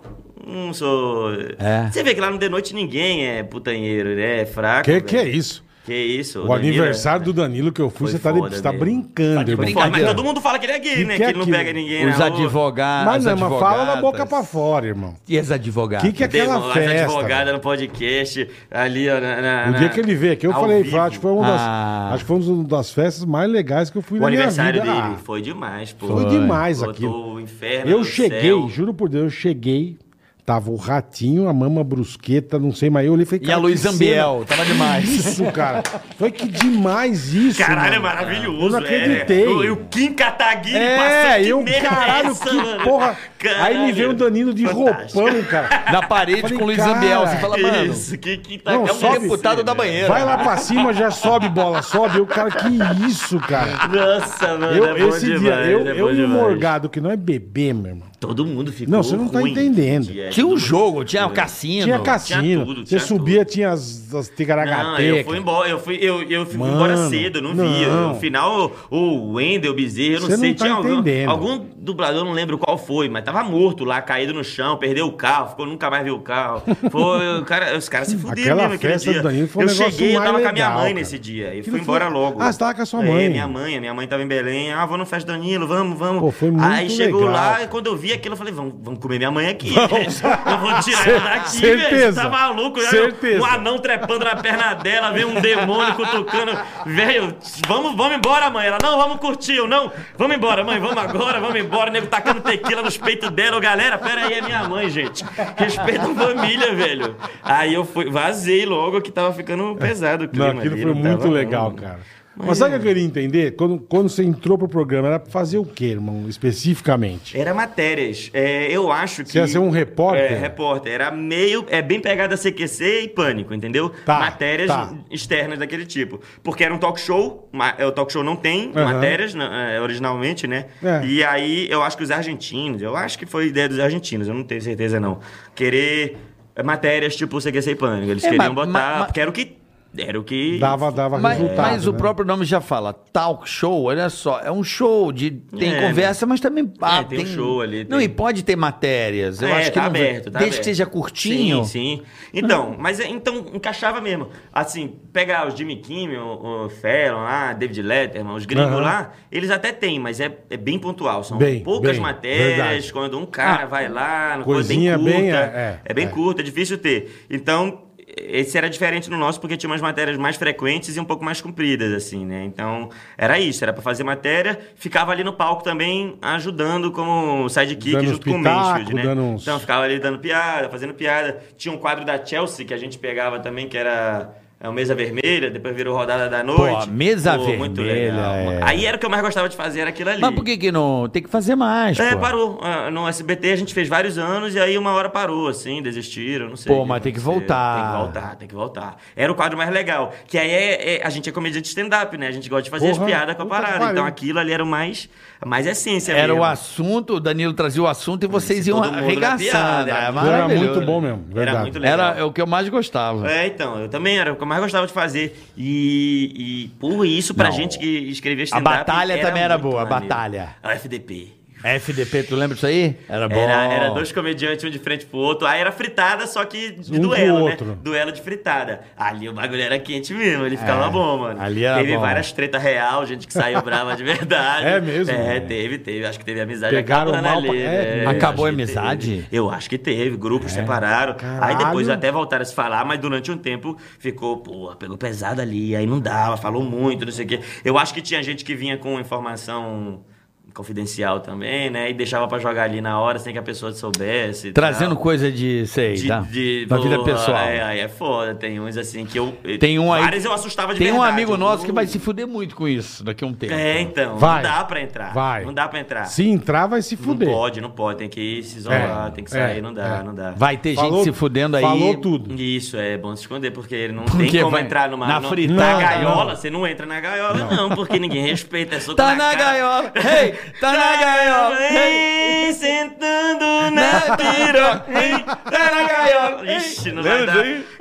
não sou...
É.
Você vê que lá no The Noite ninguém é putanheiro, né? É fraco.
Que que é
velho.
isso?
Que isso.
O aniversário do Danilo que eu fui,
é- Foi
você tá, de-
foda
você tá
mesmo.
brincando, irmão.
Pô, mas
Brincadeira.
todo mundo fala que ele é
Que
gay, né?
que
Que,
é
ele não
aquilo?
pega ninguém,
Os
na rua.
advogados.
Mas não,
as
mas fala da boca
advogadas.
pra fora, irmão.
E as
O
advogadas?
que, que é aquela
Demo- as
festa?
advogadas no podcast, ali, ó. Na, na-
O
na-
dia que ele veio aqui, eu
ao
falei,
vivo.
acho que foi uma das,
Ah.
acho que foi uma das festas mais legais que eu fui
O
na minha vida.
aniversário dele
Ah,
foi demais, pô.
foi demais
Botou
aquilo.
o inferno.
Eu
no
cheguei,
céu.
juro por Deus, eu cheguei. Tava o ratinho, a mama brusqueta, não sei mais. Eu olhei e falei,
E a
que
Luiz
cena-
Ambiel, tava demais.
Isso, cara. Foi que demais isso.
Caralho, é
mano.
maravilhoso,
Eu não acreditei.
É. O, e o Kim Kataguiri
É,
passando,
eu,
merda é
caralho,
essa,
que
mano?
porra. Aí me veio o
Caralho.
Danilo de
Fantástico.
roupão, cara.
Na parede
Falei,
com o Luiz
cara,
Ambiel. Você fala, mano,
Isso, que, que tá
Não,
é um
sobe.
deputado da banheira.
Vai lá pra cima, já sobe bola, sobe. Eu, cara, que isso, cara.
Nossa, mano,
Eu,
é bom
esse
demais.
dia, eu,
é bom
eu e o
demais.
Morgado, que não é bebê, meu irmão.
Todo mundo ficou
Não, você não tá
ruim.
entendendo.
Tinha-
tinha um jogo, tinha um cassino.
Tinha cassino.
Tinha tudo,
você
tinha
subia, tinha as, as
Não, eu fui
tigaragateca.
embora, eu fui, eu, eu fui
Mano,
embora cedo, eu não, vi.
não.
No final, o- o Wendel Bezerra, eu não
Você não
sei,
tá
tinha
entendendo.
algum, algum dublador, eu não lembro qual foi, mas tava morto lá, caído no chão, perdeu o carro, ficou, nunca mais viu o carro. Foi, o cara, os caras se fuderam
Aquela
mesmo aquele
festa
dia.
do Danilo foi um
eu
negócio
cheguei, eu
mais
tava com a minha
legal,
mãe
cara.
nesse dia, e
Aquilo
fui embora
foi-
logo.
Ah, você tava com a sua mãe.
É, minha mãe, a minha mãe tava em Belém, ah, vou na festa do Danilo, vamos, vamos.
Pô, foi muito
Aí chegou
legal,
lá,
cara.
e quando eu vi aquilo, eu falei, vamos, vamos comer minha mãe aqui. eu vou tirar ela daqui, velho,
Certeza.
você tá maluco.
Certeza.
Um anão trepando na perna dela, vem um demônio cutucando. Velho, vamos, vamos embora, mãe. Ela, não, vamos curtir. Eu, não, vamos embora, mãe, vamos agora, vamos embora. O nego tacando tequila nos peitos dela. Eu, galera, pera aí, é minha mãe, gente. Respeita a família, velho. Aí eu fui, vazei logo que tava ficando pesado o clima.
Não, aquilo
ali,
foi
não
muito
tava,
legal,
não. é.
cara. Mas sabe o que eu queria entender? Quando, quando você entrou pro programa, era pra fazer o quê, irmão, especificamente?
Era matérias. É, eu acho que.
Você ia ser um repórter?
É, repórter. Era meio. É bem pegada CQC e pânico, entendeu?
Tá,
matérias
tá.
externas daquele tipo. Porque era um talk show, ma- é, o talk show não tem
Aham.
matérias na- é, originalmente, né?
É.
E aí eu acho que os argentinos, eu acho que foi ideia dos argentinos, eu não tenho certeza não. Querer é, matérias tipo CQC e pânico. Eles
É,
queriam
mas-
botar.
mas-
porque era o que. Era o que.
Dava, dava
Mas,
resultado.
mas o
né?
próprio nome já fala, talk show, olha só, é um show de tem
É,
conversa, mas também ah,
É, tem um show ali,
Não,
tem-
e pode ter matérias. Eu
É,
acho que
tá
não-
aberto,
desde
tá aberto.
que seja curtinho.
Sim, sim. Então, mas é- então encaixava mesmo. Assim, pegar os Jimmy Kimmel, o, o Fallon lá, David Letterman, os gringos
Aham.
lá, eles até têm, mas é, é bem pontual. São
Bem,
poucas
bem,
matérias,
verdade. Ah,
quando um cara vai lá, uma
coisinha
coisa bem
bem,
curta.
é, é,
bem
é.
curta, é difícil ter. Então, esse era diferente no nosso porque tinha umas matérias mais frequentes e um pouco mais compridas, assim, né? Então, era isso, era pra fazer matéria, ficava ali no palco também ajudando como sidekick
Dando uns
junto com o
pitaco,
Mansfield, né?
dando uns-
Então, ficava ali dando piada, fazendo piada. Tinha um quadro da Chelsea que a gente pegava também, que era é, o Mesa Vermelha, depois virou Rodada da Noite.
Mesa
muito
Vermelha,
legal.
é.
Aí era o que eu mais gostava de fazer, era aquilo ali.
Mas por que que não? Tem que fazer mais,
É,
pô.
parou. Ah, No SBT a gente fez vários anos e aí uma hora parou, assim, desistiram, não sei.
Pô,
o
mas tem que
aconteceu.
voltar.
Tem que voltar, tem que voltar. Era o quadro mais legal. Que aí é, é- a gente é comediante de stand-up, né? A gente gosta de fazer
Porra,
as piadas com a
puta que
parada.
pariu.
Então aquilo ali era o mais, a mais essência
Era
mesmo.
o assunto, o Danilo trazia o assunto e vocês
Isso,
iam
todo mundo na
arregaçando.
piada, né?
É
era
Era
maravilhoso.
muito bom mesmo, verdade.
muito legal.
Era é o que eu mais gostava.
É, então, eu também era o que eu mais gostava de fazer. E, e por isso, pra
Não.
gente que escrevia stand-up.
A batalha também era
muito
boa, a batalha.
A FDP.
FDP, tu lembra disso aí? Era bom.
Era, era dois comediantes, um de frente pro outro. Aí era fritada, só que de
Um pro
duelo, né?
outro.
Duelo de fritada. Ali o bagulho era quente mesmo, ele ficava bom, mano.
É, ali era
teve
bom.
várias tretas real, gente que saiu brava de verdade.
É mesmo?
É, teve, teve. Acho que teve amizade.
Pegaram
acabando
mal pra-
ali,
é,
né?
mesmo.
Acabou
Acho
a
que
amizade? É.
teve. Eu acho que teve, grupos separaram. Aí depois
Caralho.
até voltaram a se falar, mas durante um tempo ficou, pô, pegou pesado ali, aí não dava, falou muito, não sei o quê. Eu acho que tinha gente que vinha com informação confidencial também, né? E deixava pra jogar ali na hora sem que a pessoa soubesse. e
Trazendo
tal.
coisa de, sei,
de,
tá?
de-
da vida
porra,
pessoal.
É, aí é foda, tem uns assim que eu.
Tem um aí.
Vários eu assustava de
Tem um
verdade.
amigo
Eu-
nosso que vai se fuder muito com isso daqui a um tempo.
É, então.
Vai.
Não dá pra entrar.
Vai.
Não dá pra entrar.
Se entrar, vai se
não
fuder.
pode, não pode. Tem que se isolar,
É,
tem que sair,
é,
não dá,
é.
não dá.
Vai ter
Falou-
gente se fudendo aí.
Falou tudo.
Isso, é bom se esconder, porque não
Porque
tem como
vai-
entrar numa.
na
não- tá
fritada,
na
não.
gaiola, você não entra na gaiola, não, porque ninguém respeita, é soco
Tá na
na cara.
gaiola. Ei, tá na gaiola. Ei.
Ei, sentando na piroca. Ei, tá na gaiola. Ixi, não vai dar.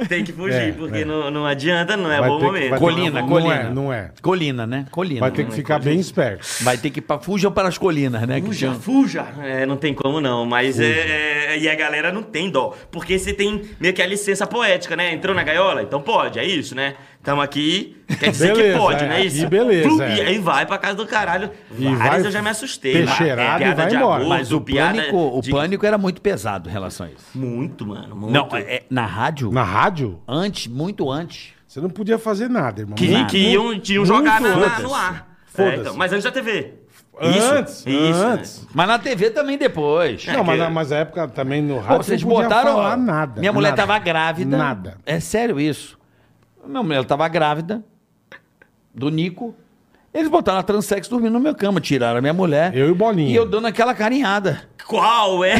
Tem que fugir,
É,
porque
é.
não, não adianta, não é
Vai
bom
ter que-
momento.
vai ter
Não é
Colina,
bom-
Não
colina.
é, não é.
Colina, né? Colina.
Vai ter que ficar bem esperto.
Vai ter que ir pra... Fujam para as colinas, né? que
Fuja,
um
chama.
fuja. É, não tem como não, mas é, é- E a galera não tem dó. Porque você tem meio que a licença poética, né? Entrou na gaiola, então pode, é isso, né? Tamo aqui, quer dizer
Beleza,
que pode,
é,
né? Isso.
e beleza,
Plum,
é.
E aí vai pra casa do caralho.
E
Várias
vai
eu já me assustei. é
peixeirado e
Piada
vai
de
embora.
agosto,
Mas
o
piada
pânico, o
de-
pânico era muito pesado em relação a isso.
Muito, mano. Muito.
Não, é- é- na rádio,
Na rádio,
antes, muito antes.
você não podia fazer nada, irmão.
Que,
Muito-
que iam, que iam jogar na-
muito
na-
antes.
no ar.
é, Foda-se.
É, então, mas antes da TV.
Antes,
isso, né? isso,
antes.
Mas na TV também depois.
Não, mas,
É que-
na- mas a época também no
Pô,
rádio
vocês
não podia
botaram.
falar nada.
Minha mulher
nada.
tava grávida.
Nada.
É sério isso. Minha mulher tava grávida do Nico. Eles botaram a transex dormindo na minha cama, tiraram a minha mulher.
Eu e o Bolinha.
E eu dando aquela carinhada.
Qual é?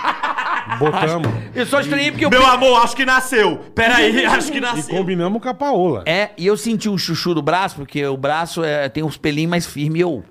Botamos.
Eu só estranhei porque eu.
Meu amor, acho que nasceu. Peraí, acho que
E
nasceu.
combinamos com a Paola.
É, e eu senti um chuchu do braço, porque o braço é, tem uns pelinhos mais firmes. E eu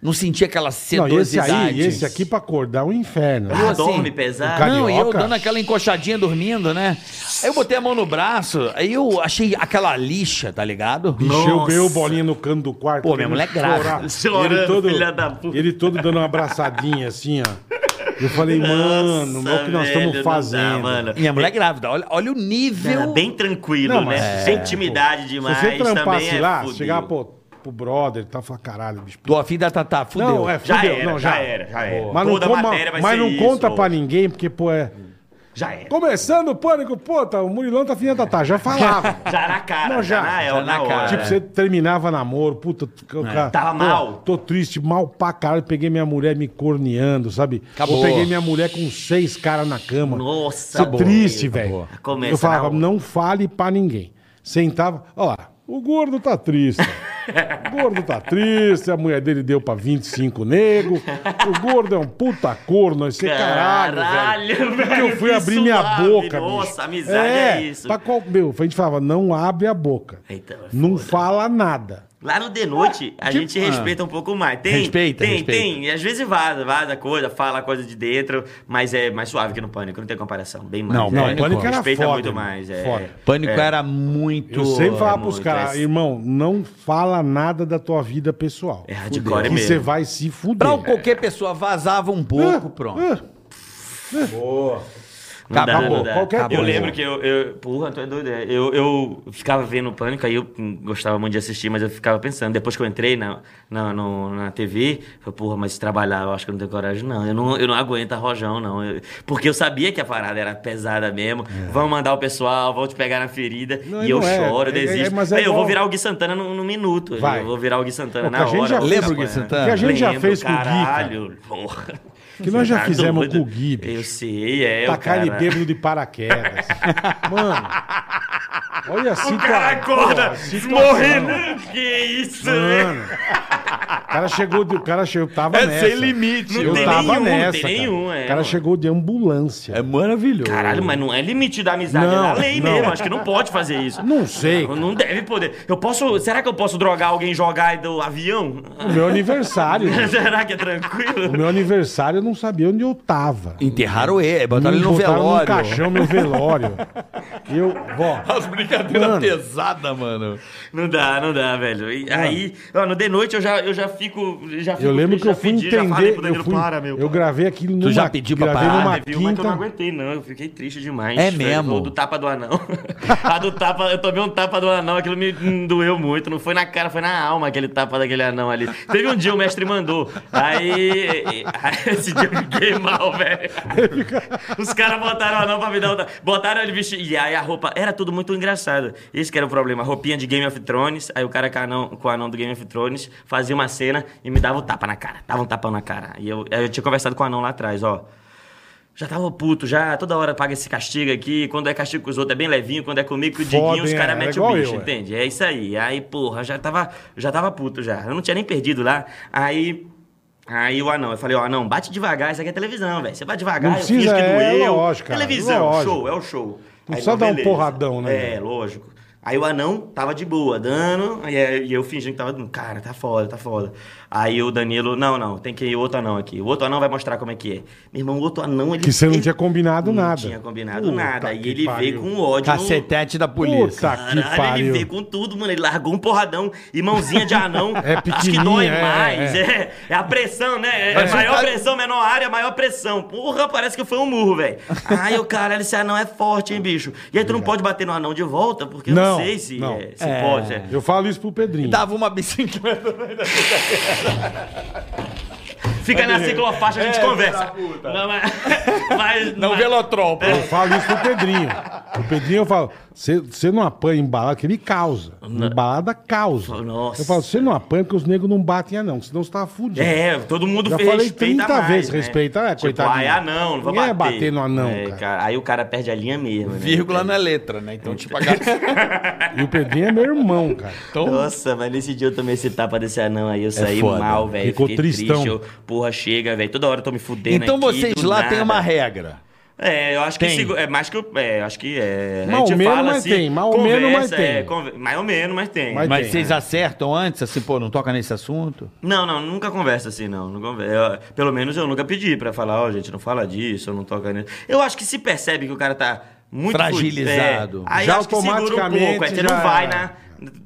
não senti aquela
Não, e esse
sedosidade.
aí, esse aqui pra acordar é um inferno.
Ah,
assim,
dorme
o
pesado.
cara-
Não, e eu
Carioca?
dando aquela encoxadinha dormindo, né? Aí eu botei a mão no braço, aí eu achei aquela lixa, tá ligado?
Encheu
Nossa.
bem o bolinha no canto do quarto.
Pô, minha
querendo
mulher grávida.
chorar.
é Chorando,
Ele todo,
filha da puta.
ele todo dando uma abraçadinha assim, ó. Eu falei, mano, é o que nós
velho,
estamos
não
fazendo.
dá, mano.
Minha mulher é grávida, olha, olha o nível.
Era bem tranquilo,
Não, é mas
né?
é,
Sem
pô,
intimidade demais.
Se você trampasse
também é
lá,
fudido.
chegava pro, pro brother, tá falando, caralho, bicho.
Do afim da Tatá, fudeu.
Não, é, fudeu.
Já era,
não, já,
já, era, já era.
Mas não,
Toda
coma-
matéria vai
mas
ser
não
isso,
conta
ó.
pra ninguém, porque, pô, é...
Já era.
Começando o pânico, pô, tá, o Murilão tá filha da Tatá, já falava.
Já na cara,
Não, já.
já, na,
Já
ela,
na
na, hora.
cara.
Tipo,
Tipo, você terminava namoro, puta, cara,
É. Tava
pô,
mal.
Tô triste, mal pra caralho. Peguei minha mulher me corneando, sabe?
Acabou.
Ou peguei minha mulher com seis caras na cama.
Nossa,
Tô triste, velho.
Começa
Eu falava,
na-
não fale pra ninguém. Sentava, ó lá, o gordo tá triste. O gordo tá triste, a mulher dele deu pra 25 nego. O gordo é um puta corno, esse Tipo, caralho, velho. Porque eu fui
que
abrir minha
suave.
boca, bicho.
Nossa, amizade é, isso.
Pra qual, meu, a gente falava, não abre a boca.
Então, é
não Tipo,
foda.
fala nada.
Lá no de noite, a gente respeita
ah,
um pouco mais. Tem,
Respeita,
tem,
respeita.
tem. E às vezes vaza, vaza coisa, fala coisa de dentro, mas é mais suave que no pânico, não tem comparação. Bem mais.
Não,
é.
não, o pânico
era
Respeita
foda,
muito
irmão.
mais. É.
Foda.
Pânico era muito.
Eu sempre falava pros
muito,
caras,
é-
irmão, não fala nada da tua vida pessoal.
É hardcore
Que
mesmo. um
você vai se fuder. É.
Pra um qualquer pessoa vazava um pouco, pronto.
Não dá,
Acabou,
não dá.
qualquer
Eu
coisa.
lembro que eu. eu porra, tu é doido. é. Eu, eu ficava vendo o pânico, aí eu hum, gostava muito de assistir, mas eu ficava pensando. Depois que eu entrei na, na, no- na TV, eu falei, porra, mas se trabalhar, eu acho que eu não tenho coragem, não. Eu não, eu não aguento arrojão, não. Eu- porque eu sabia que a parada era pesada mesmo. Vão mandar o pessoal, vão te pegar na ferida.
É. Não,
e eu
não é.
choro, eu
É, é,
desisto.
mas é
Aí eu
igual-
vou virar o Gui Santana num, num minuto.
Vai.
Eu vou virar o Gui Santana
Pô,
na
que a gente
hora.
já
eu vou
fez-
Lembra
acompanhar.
o Gui Santana?
Que a gente já fez com o Gui, cara.
Caralho, porra.
Que nós já
Tá
fizemos
doido.
com o Gui, bicho. Tá
Eu sei, é. o
Tacar ele
cara-
bêbado de paraquedas. Mano, olha a situação.
O cara acorda né? morrendo. Que isso, velho?
Mano, o cara chegou, de, o cara chegou, tava
É
nessa.
sem limite,
Eu
não tem
tava
nenhum,
nessa,
tem
cara.
nenhum, é,
o cara
mano.
chegou de ambulância.
É maravilhoso.
Caralho, mas não é limite da amizade,
Não,
é da lei
não.
mesmo. Acho que não pode fazer isso.
Não sei.
Não, não deve poder. Eu posso. Será que eu posso drogar alguém e jogar do avião?
O meu aniversário. né?
será que é
o
tranquilo?
meu aniversário eu não sabia onde eu tava.
Enterraram ele, botaram
Me
ele Tá no
botaram num
velório.
caixão meu velório. Eu, vó,
As brincadeiras
Mano.
pesadas, mano.
Não dá, não dá, velho. E aí, ó, no de noite eu já, eu já fico. Já fico
eu lembro que
já
eu fui
pedi, Já falei
entender.
pro
Eu,
Danilo,
fui,
para, meu.
eu gravei aquilo numa,
já pediu pra
gravei
parar,
numa
né,
Viu, Ah, mas eu não
quinta.
aguentei, não. Eu fiquei triste demais.
É
velho.
mesmo?
O do tapa do anão. A do tapa, eu tomei um tapa do anão, aquilo me hum, doeu muito. Não foi na cara, foi na alma aquele tapa daquele anão ali. Teve um dia, o mestre mandou. Aí. aí esse dia eu fiquei mal, velho. Os caras botaram o anão pra me dar um tapa. Botaram ele vestido. E aí a roupa. Era tudo muito engraçado. Esse que era o problema. Roupinha de Game of Thrones. Aí o cara com, o anão, com o anão do Game of Thrones fazia uma cena e me dava um tapa na cara. Dava um tapão na cara. E eu, aí eu tinha conversado com o anão lá atrás, ó. Já tava puto, já toda hora paga esse castigo aqui. Quando é castigo com os outros é bem levinho, quando é comigo, com o
Fodem,
Diguinho, os
é,
caras metem o
igual
bicho,
eu, é.
entende? É isso aí. Aí, porra, já tava, já tava puto já. Eu não tinha nem perdido lá. Aí. Aí o anão, eu falei, ó, não, bate devagar, isso aqui é televisão, velho. Você vai devagar,
Não
eu fiz que
precisa, é,
doeu.
lógico, cara,
televisão,
lógico.
show, é o show.
Não
Aí,
precisa
não,
dar um
beleza.
porradão, né,
É,
velho?
lógico. Aí o anão tava de boa, dando, e aí- e eu fingindo que tava dando, cara, tá foda, tá foda. Aí o Danilo, não, não, tem que ir outro anão aqui. O outro anão vai mostrar como é que é. Meu irmão, o outro anão, ele...
Que você não
ele-
tinha combinado nada.
Não tinha combinado
Puta
nada.
que
E ele
pariu.
veio com ódio. no-
Cacetete da polícia.
Puta que
Caralho, ele
pariu.
veio com tudo, mano. Ele largou um porradão e mãozinha de anão.
É
Acho que dói
pequenininha, é,
mais.
é.
É, é a pressão, né? É, maior pressão, menor área, maior pressão. Porra, parece que foi um murro, velho. Ai, o cara, esse anão é forte, hein, bicho. E aí tu não pode bater no anão de volta, porque
Não,
não
Não,
sei se,
não.
é, se pode. é.
Eu falo isso pro Pedrinho.
Dava uma bicicleta.
Fica na ciclofaixa,
É,
a gente conversa. Não, mas, mas-
Não,
mas-
Velotrol. pô.
Eu falo isso pro Pedrinho. O Pedrinho, eu falo, você não apanha em balada, que ele causa. Embalada causa.
Nossa.
Eu falo, você não apanha porque os negros não batem anão, senão você tava fudido.
É, todo mundo
Já
fez
falei
respeita
30
mais,
vezes,
né?
respeita, é, coitadinho.
Ai, ah, não, não vou
Ninguém
bater.
é bater no anão, cara.
Aí o cara perde a linha mesmo, né?
Vírgula não é letra, né? Então, tipo, a
E o Pedrinho é meu irmão, cara.
Nossa, mas nesse dia eu tomei esse tapa desse anão aí, eu saí
foda.
mal, velho.
É Ficou
Fiquei
tristão.
Triste, eu, porra, chega, velho. Toda hora eu tô me fudendo
Então
aqui,
vocês
do
lá
nada.
têm uma regra.
É, eu acho que
Tem.
sigo- é mais que eu, é, eu acho que é.
Mais
a gente
ou menos,
fala
mas
assim,
tem, mais ou menos, mas
conversa, é,
tem.
conver- mais ou menos, mas tem.
Mas-
Mas
Tem, né?
vocês acertam antes, assim, pô, não toca nesse assunto?
Não, não, nunca conversa assim, não. não conversa. Eu- pelo menos eu nunca pedi pra falar, ó, gente, não fala disso, não toca nisso. Eu acho que se percebe que o cara tá muito
Fragilizado.
fudido, é, aí
Já
acho que segura um pouco, é,
automaticamente
você não
já-
vai na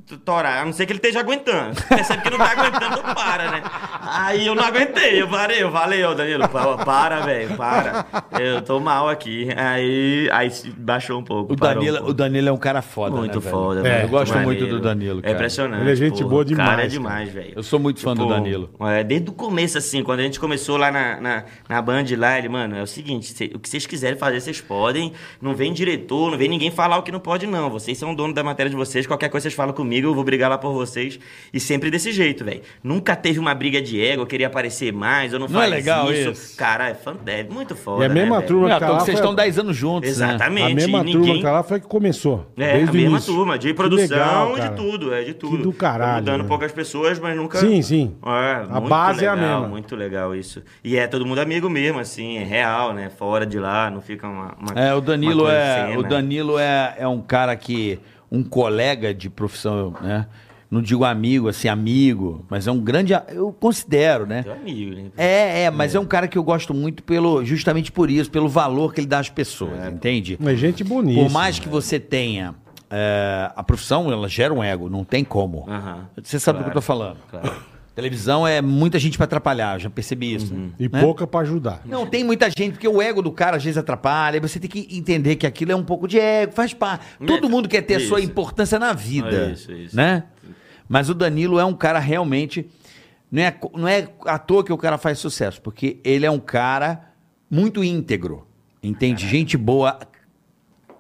t- torar, a não ser que ele esteja aguentando. Você percebe que não tá aguentando, para, né? Aí eu não aguentei, eu parei, eu valeu, Danilo, pa- para, velho, para. Eu tô mal aqui. Aí, aí se baixou um pouco.
O
parou um
Danilo,
pouco.
o Danilo é um cara foda,
Muito
né, velho?
foda,
É,
velho.
eu gosto
maneiro.
muito do Danilo,
É
cara.
impressionante.
Ele é gente
porra.
boa
O Cara, é
demais,
demais, velho.
Eu sou muito fã do
Tipo,
Danilo.
é, desde o começo, assim, quando a gente começou lá na, na, na Band, lá, ele, mano, é o seguinte: cê- o que vocês quiserem fazer, vocês podem. Não vem diretor, não vem ninguém falar o que não pode, não. Vocês são dono da matéria de vocês, qualquer coisa vocês falam comigo, eu vou brigar lá por vocês. E sempre desse jeito, velho. Nunca teve uma briga de ego, eu queria aparecer mais, eu não,
Não é
faz
legal isso?
Cara, é, fan... é muito foda.
E a
né,
mesma
velho?
turma
É,
que tá
então
lá
vocês
foi-
estão 10 anos juntos, né?
Exatamente.
A mesma
e
turma
ninguém
que tá lá foi que começou.
É,
desde
a
o
mesma
início.
turma, de
Que
produção,
legal,
e
cara.
de tudo, é de tudo.
Que do caralho,
Tamo Dando
né?
poucas pessoas, mas nunca.
Sim, sim.
É,
A
muito
base é a
legal,
mesma.
Muito legal isso. E é todo mundo amigo mesmo, assim, é real, né? Fora de lá, não fica uma. uma-
É, o Danilo
uma
é,
coisa assim, né?
o
cena.
Danilo é, é um cara que um colega de profissão, né? Não digo amigo, assim, amigo, mas é um grande, a- eu considero, né?
Teu amigo, né?
É, é, mas é. um cara que eu gosto muito pelo justamente por isso, pelo valor que ele dá às pessoas, entende?
É gente bonita.
Por mais que você tenha é, a profissão, ela gera um ego, não tem como.
Aham.
Você sabe do que eu tô falando? Televisão é muita gente pra atrapalhar, eu já percebi isso. né?
E pouca pra ajudar.
Não, tem muita gente, porque o ego do cara às vezes atrapalha, e você tem que entender que aquilo é um pouco de ego, faz parte. Todo mundo quer ter a sua
É, Isso.
importância na vida.
É isso, é isso.
Né? Mas o Danilo é um cara realmente. Não é, co- não é à toa que o cara faz sucesso, porque ele é um cara muito íntegro. Entende? Gente boa.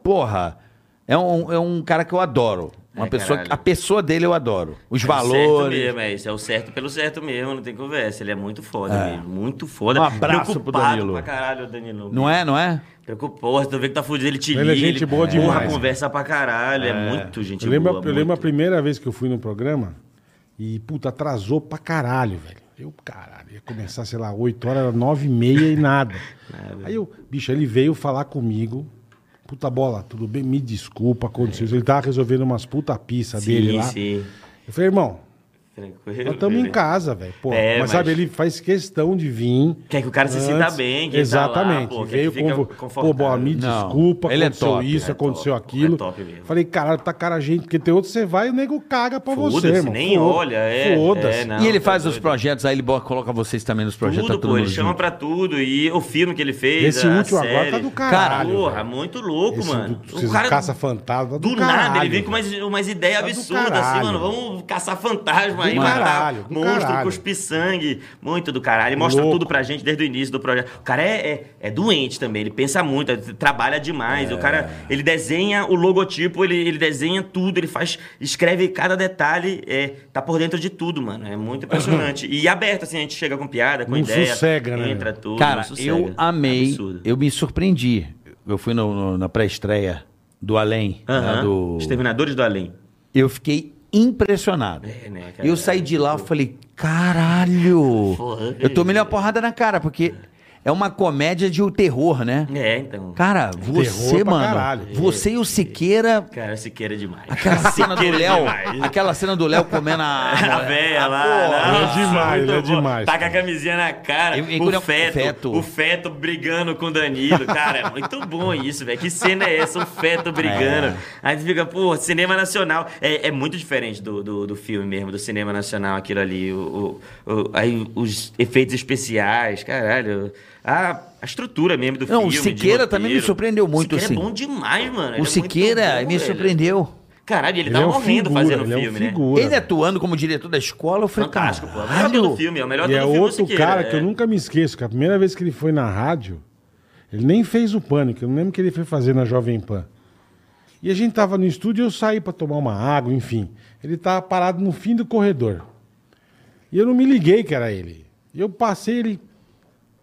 Porra, é um, é um cara que eu adoro. Uma
É,
pessoa,
caralho.
a pessoa dele eu adoro. Os
Certo
valores.
mesmo, é isso. É o certo pelo certo mesmo, não tem conversa. Ele é muito foda mesmo. Muito foda.
Um abraço pro
Preocupado
Danilo.
Pra caralho, Danilo.
Não é, não é?
Preocupou, você vê que tá fudido, ele te liga.
Ele é gente boa
porra,
demais.
conversa pra caralho. É, muito gente
Eu lembro,
boa.
eu lembro a
muito.
primeira vez que eu fui no programa e, puta, atrasou pra caralho, velho. Eu, caralho, ia começar, sei lá, 8 horas, 9 e meia e nada. Aí eu, bicho, ele veio falar comigo. Puta bola, tudo bem? Me desculpa, aconteceu. isso. Ele tava resolvendo umas puta pista dele lá.
Sim, sim.
Eu falei, irmão,
Tranquilo.
nós estamos em
velho.
casa, velho. pô.
É,
mas,
mas-
sabe, ele faz questão de vir.
Quer que o cara se sinta bem, que ele tá lá,
Exatamente.
pô, quer que
veio
fica
com. Pô,
confortável.
bola, me
Não,
desculpa,
ele é
aconteceu
top,
isso,
é
aconteceu
top,
aquilo.
é top mesmo.
Falei, caralho, tá cara gente, porque tem outro você vai e o nego caga pra
Foda-se,
você, irmão.
nem
Foda-
olha, é,
Foda-se.
é, não.
e ele faz
tá
os
doido.
projetos, aí ele bo- coloca vocês também nos projetos.
Tudo,
tá todo
pô, ele
mundo
chama
junto.
pra tudo. E o filme que ele fez.
Esse
a
último
série.
agora tá do caralho.
Porra,
velho.
muito louco,
Esse
mano.
Do, o cara caça fantasma
Do, nada, ele vem com umas, umas
Tá
ideias
do
absurdas, assim,
caralho,
mano.
velho.
Vamos caçar fantasma
Do
aí, matar
caralho, do
monstro,
caralho.
cuspir sangue. Muito do caralho. Ele mostra
Louco.
tudo pra gente desde o início do projeto. O cara é, é, é doente também, ele pensa muito, ele trabalha demais. O cara,
É.
ele desenha o logotipo, ele, ele desenha tudo, ele faz, escreve cada detalhe, é, tá por dentro de tudo, mano. É muito impressionante. e aberto, assim, a gente chega com piada, com
Não
ideia.
sossega, né,
Entra
meu?
tudo,
Cara,
não sossega.
eu amei,
é Absurdo.
eu me surpreendi. Eu fui no- no- na pré-estreia do Além, né,
Aham.
do...
Exterminadores do Além.
eu fiquei impressionado.
É, né, cara?
eu saí de lá, eu falei, caralho,
Porra. é.
eu tomei uma porrada na cara, porque é uma comédia de o terror, né?
É, então.
Cara, você,
Terror pra
mano,
caralho.
você e o Siqueira...
Cara, Siqueira é demais.
Aquela cena do
É. Siqueira é
Léo,
demais.
aquela cena do Léo comendo a...
Ah,
A véia lá. né?
é
nossa,
demais,
muito
é
bom.
demais,
Tá com a
cara.
camisinha na cara.
E- e
o,
quando é o
feto,
feto.
O feto brigando com o Danilo. Cara, é muito bom isso, velho. Que cena é essa? O feto brigando. Aí tu fica, pô, cinema nacional. É, é muito diferente do, do, do filme mesmo, do cinema nacional, aquilo ali. O, o- o- aí os efeitos especiais, caralho. A, a estrutura mesmo do
Não, o
filme. de
Siqueira também me
roteiro.
surpreendeu muito,
Siqueira
assim.
é bom demais, mano. Ele é
O
muito
Siqueira
bom,
me
velho.
surpreendeu.
Caralho, ele,
Ele
tá
é um
morrendo
figura,
fazendo
ele é um
filme, né?
figura.
Ele atuando como diretor da escola, eu falei,
Fantástico, pô. É o melhor
caralho.
ator do filme, é o melhor
E
ator
é
do filme
outro
Siqueira,
cara
é.
que eu nunca me esqueço, que a primeira vez que ele foi na rádio, ele nem fez o pânico, eu não lembro o que ele foi fazer na Jovem Pan. E a gente tava no estúdio, eu saí pra tomar uma água, enfim. Ele tava parado no fim do corredor. E eu não me liguei que era ele. E eu passei ele,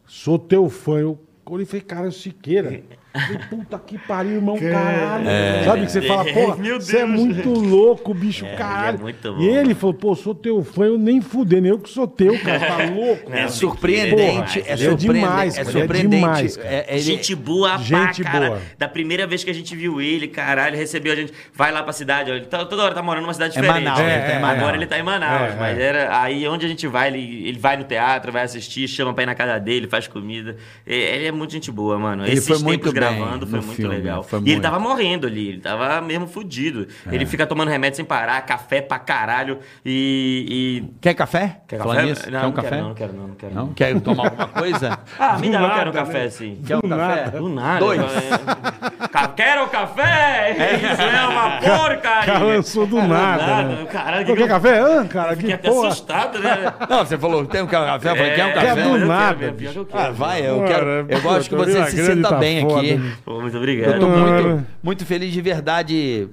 sou teu fã. Eu olhei e falei, cara, é o Siqueira. Eu Falei, Puta que pariu, irmão, caralho. Sabe que você fala, porra,
Meu
você é
Deus.
muito louco, bicho, caralho.
ele é muito bom.
e ele falou, pô, sou teu fã, eu nem fudendo, eu que sou teu, cara, tá louco.
É,
É surpreendente,
Ele
é
é
surpreendente,
demais,
é
cara, ele é demais,
surpreendente.
cara.
É- é-
Gente boa,
Gente
pá, cara.
boa.
Da primeira vez que a gente viu ele, caralho, ele recebeu a gente. Vai lá pra cidade, ó, ele tá- toda hora tá morando numa cidade
É
diferente.
Manaus,
né?
ele tá em
Agora
Manaus.
ele tá em Manaus,
É,
mas
é.
era. Aí onde a gente vai, ele, ele vai no teatro, vai assistir, chama pra ir na casa dele, faz comida. E- Ele é muito gente boa, mano.
Ele
Esses
foi
tempos
muito bem
gravando foi
no
muito
filme,
legal.
foi
e ele
muito. É.
tava morrendo ali, ele tava mesmo fudido. Ele fica tomando remédio sem parar, café pra caralho. E. e-
Quer café?
Quer
Falar
café?
nisso?
Não,
Quer um
não quero
café?
não, não quero não, não quero
Não?
não.
Quer tomar alguma coisa?
Ah, me
Do
dá, eu quero um
nada,
café,
né?
sim.
Quer um
Do
café?
Do nada.
Dois.
É. Ca- Quero café! Isso é uma porcaria!
Cara, lançou do
Cara,
nada, né?
Caralho, que
Quer café? Ah, cara,
Fiquei
que
até
porra.
assustado, né?
Não, você falou, tem um café? Eu falei, quer um
É,
café?
eu quero,
nada,
meu, pior que é eu
Ah,
quero.
vai, eu
Cara,
quero. Eu
pô,
gosto que
tô
você
vendo a
se
grande
sinta
tá
bem
foda,
aqui.
né?
Pô, muito
Eu tô
obrigado.
muito, muito feliz de verdade.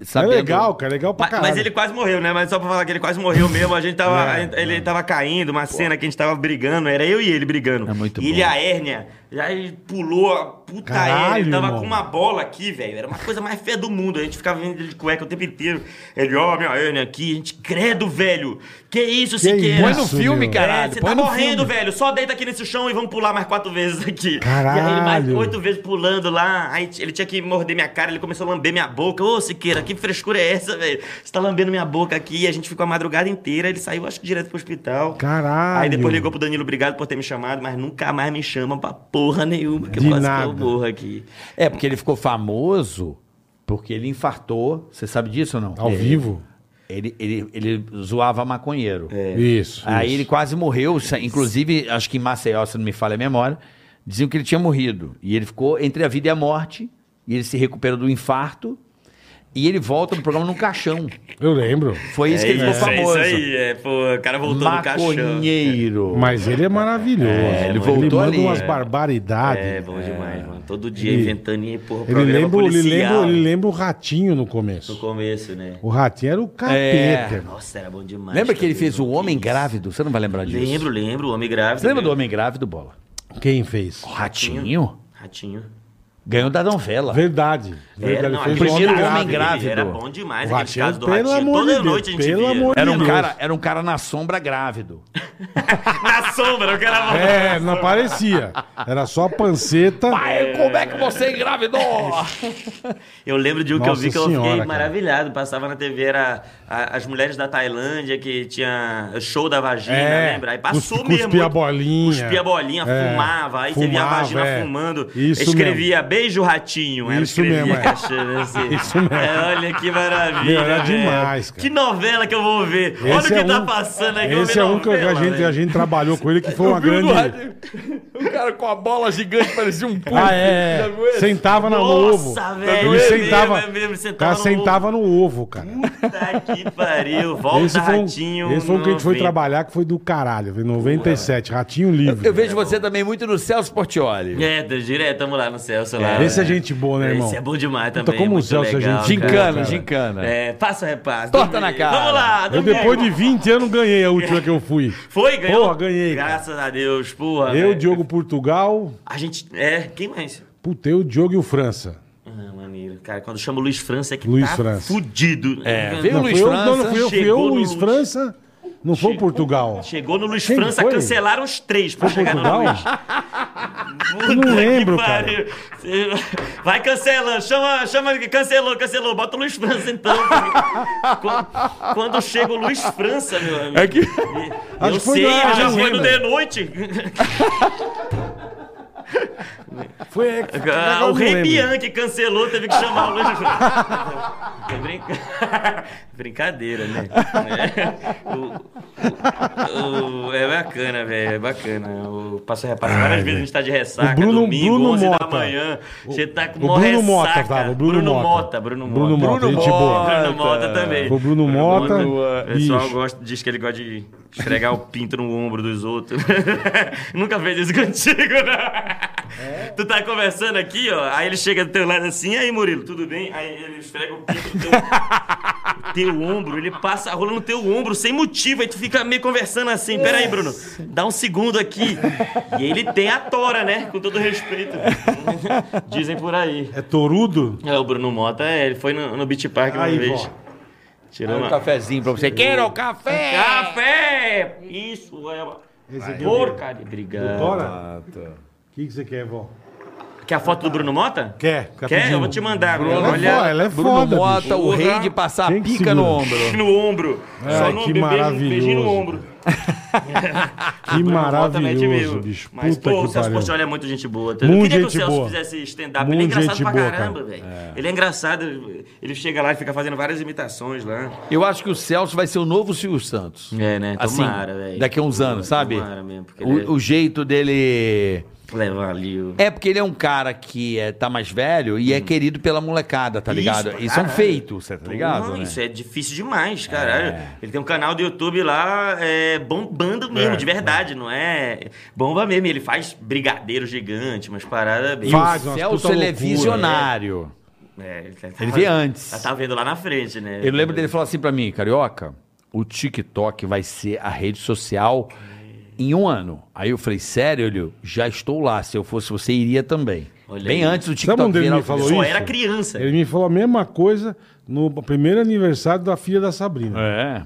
É
Sabendo...
legal, cara, é legal pra
Mas,
caralho.
mas ele quase morreu, né? Mas só pra falar que ele quase morreu mesmo. A gente tava. a gente- ele tava caindo, uma cena que a gente tava brigando. Era eu e ele brigando.
É muito
e ele,
bom.
a hérnia. Aí pulou a puta
Caralho,
hérnia. Ele tava
irmão.
com uma bola aqui, velho. Era uma coisa mais feia do mundo. A gente ficava vendo ele de cueca o tempo inteiro. Ele, ó, minha hérnia aqui. A gente, credo, velho. Que isso, Siqueira?
Põe no
Isso,
filme,
meu.
caralho.
É, você
põe
tá
no
morrendo,
filme.
velho. Só deita aqui nesse chão e vamos pular mais quatro vezes aqui. E aí ele mais
Caralho.
oito vezes pulando lá. Aí t- ele tinha que morder minha cara, ele começou a lamber minha boca. Ô, Siqueira, que frescura é essa, velho? Você tá lambendo minha boca aqui. E a gente ficou a madrugada inteira. Ele saiu, acho que direto pro hospital.
Caralho.
Aí depois ligou pro Danilo, obrigado por ter me chamado, mas nunca mais me chama pra porra nenhuma, que eu
De
quase que
nada.
eu morro aqui.
É, porque ele ficou famoso porque ele infartou. Você sabe disso ou não?
Ao
É.
vivo?
Ele, ele, ele zoava maconheiro.
É,
Isso.
Aí
isso.
ele quase morreu. sa- Inclusive, acho que em Maceió, se não me falha a memória, diziam que ele tinha morrido. E ele ficou entre a vida e a morte. E ele se recuperou do infarto. E ele volta no programa num caixão.
Eu lembro.
Foi isso que ele ficou
é
famoso.
isso aí, é, pô, o cara voltou no caixão.
Maconheiro.
Mas ele é maravilhoso.
ele voltou
manda
ali,
umas
é.
barbaridades.
É, bom demais, mano. Todo dia
Ele-
inventando e, porra,
ele,
programa
lembra, ele, lembra,
policial.
ele lembra o ratinho no
No É.
começo.
começo, né?
O ratinho era o capeta. irmão.
Nossa, era bom demais.
Lembra que ele
cara,
fez o
meu,
Homem
que
Grávido? Você não vai lembrar
isso.
disso.
Lembro, lembro, o Homem Grávido.
Você lembra do
lembro.
Homem Grávido, Bola?
Quem fez?
O Ratinho
Ratinho.
ganhou da novela.
Verdade. Verdade.
Era,
ele
É, não,
fez um
aquele
primeiro
o
cara,
Homem
ele
Grávido.
Era bom demais
é O
aquele
Ratinho,
caso do
pelo
Ratinho.
amor
Toda
de Deus,
noite a gente
pelo
via.
amor de
Era um
Deus.
cara, era um cara na sombra grávido.
Na sombra, o cara...
É, não aparecia. Era só a panceta.
Pai, como é que você engravidou?
Eu lembro de um que eu
Nossa
vi que eu
Senhora,
fiquei
cara.
maravilhado. Passava na TV, era a- as mulheres da Tailândia que tinha show da vagina,
É,
lembra? Aí passou
cuspi-
mesmo.
cuspia a bolinha.
Cuspia a bolinha,
É,
fumava. Aí você via a
fumava,
vagina
é.
fumando.
Isso
escrevia beijo ratinho. Ela
Isso
escrevia
mesmo, é.
cachorro assim.
Isso mesmo.
É, olha que maravilha.
Meu, era
velho.
demais, cara.
Que novela que eu vou ver. olha o
Esse
que
é
tá
um-
passando aí.
Esse é um que a gente, a gente trabalhou com ele, que foi uma
um
grande.
O cara com a bola gigante parecia um pulo.
Ah, é. Sentava no ovo.
Nossa, velho,
Ele
é
sentava.
mesmo, é mesmo,
o
sentava
cara
no
sentava no ovo, cara.
Puta que pariu. Volta
esse foi um,
ratinho.
esse foi um que a gente foi
noventa.
trabalhar que foi do caralho. Foi em 97, Ratinho Livre.
Eu vejo você também muito no Celso Portioli.
É, tô direto, tamo lá no Celso lá.
Esse é gente boa, né, irmão?
Esse é bom demais
Puta,
também.
como
muito
o Celso é
legal,
gente
cara.
Gincana,
boa, cara.
gincana.
É, passa repasse.
Torta na cara.
Vamos lá,
Eu,
domingo.
depois de 20 anos, ganhei a última que eu fui.
Foi, ganhou.
Porra, ganhei, cara.
Graças a Deus, porra.
Eu,
velho.
Diogo Portugal.
A gente. É, quem mais?
Puta, eu, Diogo e o França.
Ah, maneiro. Cara, quando chama o Luiz França é que
Luiz
tá
França.
fudido.
É, veio
Não,
o Luiz
fui eu,
França.
não, não fui eu, fui eu,
chegou no
Luiz
Luiz-
França. Não foi o Portugal.
Chegou no Luiz
Quem
França,
foi?
cancelaram os três pra
Foi
chegar no
Portugal?
Luiz.
Eu
Puta
não lembro,
que
cara.
pariu. Cê- Vai cancelando, chama, chama, cancelou, cancelou. Bota o Luiz França então. porque quando, quando chega o Luiz França, meu amigo.
É que-
Eu ah,
Acho que foi
sei,
na
já foi
Argentina.
no de noite.
Foi é, que- agora
Ah,
eu
o
não
Rei
lembro.
Bianchi cancelou, teve que chamar o Luiz Gonzaga. Tô brinca- Brincadeira, né? É, o- o- o- é bacana, velho. É bacana. Eu passo reparo várias vezes a gente tá de ressaca.
O Bruno-
domingo,
Bruno
11
Mota.
da manhã. Você tá com
o
uma
Bruno Mota
ressaca.
tava, o Bruno Mota.
Bruno Mota.
Bruno Mota, gente boa.
Bruno Mota também.
Foi o Bruno Mota,
O pessoal
bicho.
gosta, diz que ele gosta de esfregar o pinto no ombro dos outros. Nunca fez isso contigo, não. Tu tá conversando aqui, ó. Aí ele chega do teu lado assim, aí, Murilo, tudo bem? Aí ele esfrega o pinto no teu, o teu ombro, ele passa a rola no teu ombro sem motivo. Aí tu fica meio conversando assim. Pera aí, Bruno, dá um segundo aqui. E ele tem a tora, né? Com todo respeito. Dizem por aí.
É Torudo?
É, o Bruno Mota, é, ele foi no, no Beach Park uma
Aí,
vez.
vó.
Tirou
Um
uma...
cafezinho pra você. Quero café!
Café! Isso é.
Recebeu
Porcaria. Obrigado.
Bora? O que, que você quer, vó?
Quer a foto do Bruno Mota?
Quer? Fica
Quer?
pedindo.
Eu vou te mandar. Bruno.
Ela é foda,
Olha
ela é
Bruno
foda,
Mota,
bicho.
o rei de passar
Quem que
pica no
segura?
ombro.
no ombro.
Ai,
Só no
É, que
beijinho-
maravilhoso.
beijinho no ombro.
Que
Bruno Mota mete
maravilhoso,
mesmo.
bicho.
um Mas,
Puta
pô, o
que
Celso
pariu.
Portiolli é muito gente boa. entendeu?
Muito
Eu queria
gente
que o Celso
boa.
fizesse stand-up. Ele é
Muito
engraçado
gente
pra
boa,
caramba, velho. Ele é engraçado. Ele chega lá e fica fazendo várias imitações lá.
Eu acho que o Celso vai ser o novo Silvio Santos.
É, né?
Assim,
Tomara, velho.
daqui a uns anos, sabe?
Tomara mesmo, porque ele-
o, o jeito dele.
Leva ali o...
É porque ele é um cara que é, tá mais velho e é querido pela molecada, tá
Isso,
ligado?
pra
Isso é um
caralho.
feito, você tá ligado?
Não,
né? É.
Isso é difícil demais, caralho. Ele tem um canal do YouTube lá é, bombando mesmo, de verdade, não é? Bomba mesmo. Ele faz brigadeiro gigante, umas paradas bem.
Faz
O
umas
Celso,
puta
ele é
loucura.
visionário.
É, ele tá-
Ele vê antes.
Ela tá vendo lá na frente, né?
Eu lembro dele falar assim pra mim, carioca, o TikTok vai ser a rede social em um ano. Aí eu falei, sério, Elio? Já estou lá. Se eu fosse você, iria também.
Olha
Bem
aí.
antes do TikTok
Sabe onde ele
virar
me
o-
falou
Só
isso?
era criança.
Ele me falou a mesma coisa no primeiro aniversário da filha da Sabrina.
É.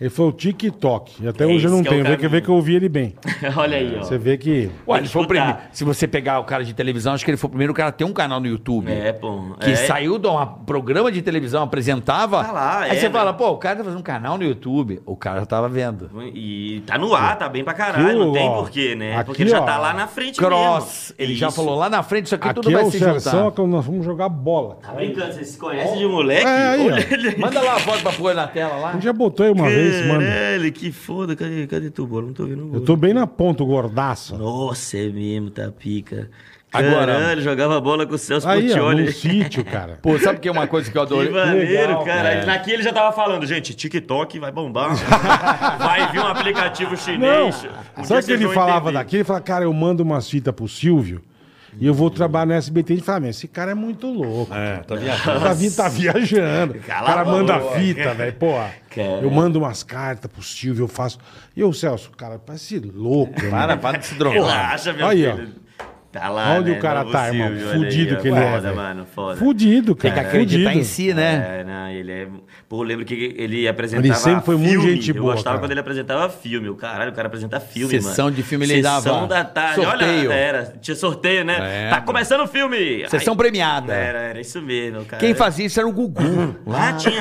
Ele falou TikTok. E até hoje
Esse
eu não
que é o
tenho. Vê que,
caminho.
vê que eu ouvi ele bem.
Olha
É,
aí, ó.
Você vê que.
Ué,
Tem
ele
que
foi o
escutar.
primeiro. Se você pegar o cara de televisão, acho que ele foi o primeiro cara a ter um canal no YouTube.
É, pô.
Que
é.
saiu de um programa de televisão, apresentava.
Tá lá,
aí
é,
você
né?
fala, pô, o cara tá fazendo um canal no YouTube. O cara já tava vendo.
E tá no ar, tá bem pra caralho.
Aqui,
não tem
ó.
porquê, né?
Aqui,
Porque ele já
ó.
tá lá na frente
Cross.
mesmo.
Ele já
Isso.
falou lá na frente, isso aqui, tudo
Aqui é
vai
o
se
Serção
juntar.
que nós vamos jogar bola.
Tá brincando, você se conhece de um moleque?
É, aí, ó.
Olha ele.
Manda lá a foto pra pôr na tela lá.
A gente já botou aí uma vez, mano.
Caralho, que foda. Cadê, cadê tu, bola? Não tô vendo o
Eu
gol.
tô bem na ponta, o gordaço.
Nossa, é mesmo, tá pica.
Agora-
Caralho, jogava bola com o Celso
Aí, ó,
Portiolli.
no sítio, cara.
Pô, sabe que é uma coisa que eu
Que
adorei?
maneiro,
legal, É.
cara. Aqui ele já tava falando, gente, TikTok vai bombar. vai vir um aplicativo
Não,
chinês. Um dia
sabe o que
vocês
ele
vão
falava
entender.
daqui? Ele falava, cara, eu mando uma fita pro Silvio e eu vou trabalhar no SBT. Ele falava, "Meu, esse cara é muito louco. É, tá viajando. Tá, vi- tá viajando.
Cala
o cara
a boca.
manda fita, velho. Porra,
Cara.
eu mando umas cartas pro Silvio, eu faço... E eu, Celso, cara, parece louco.
Para,
Para,
para de se drogar.
Relaxa, meu
Aí, ó.
filho. Tá lá,
Onde
né?
o cara
Novo
tá, irmão?
Silvio, olha
Fudido
aí,
que
ó.
ele é.
Foda,
velho.
mano, foda.
Fudido, cara.
Tem que acreditar
fudido.
em si, né?
É, não, ele é. Pô, eu lembro que ele apresentava.
Ele sempre foi muito
filme.
gente boa,
Eu gostava
cara.
quando ele apresentava filme. O caralho, o cara apresenta filme,
Sessão
mano.
de filme ele
Sessão
dava.
da tarde.
Sorteio.
Olha, era. Tinha sorteio, né?
É,
tá
mano.
começando o filme.
Sessão
Aí-
premiada.
Era, era isso mesmo, cara.
Quem fazia isso era o Gugu.
Ah, tinha.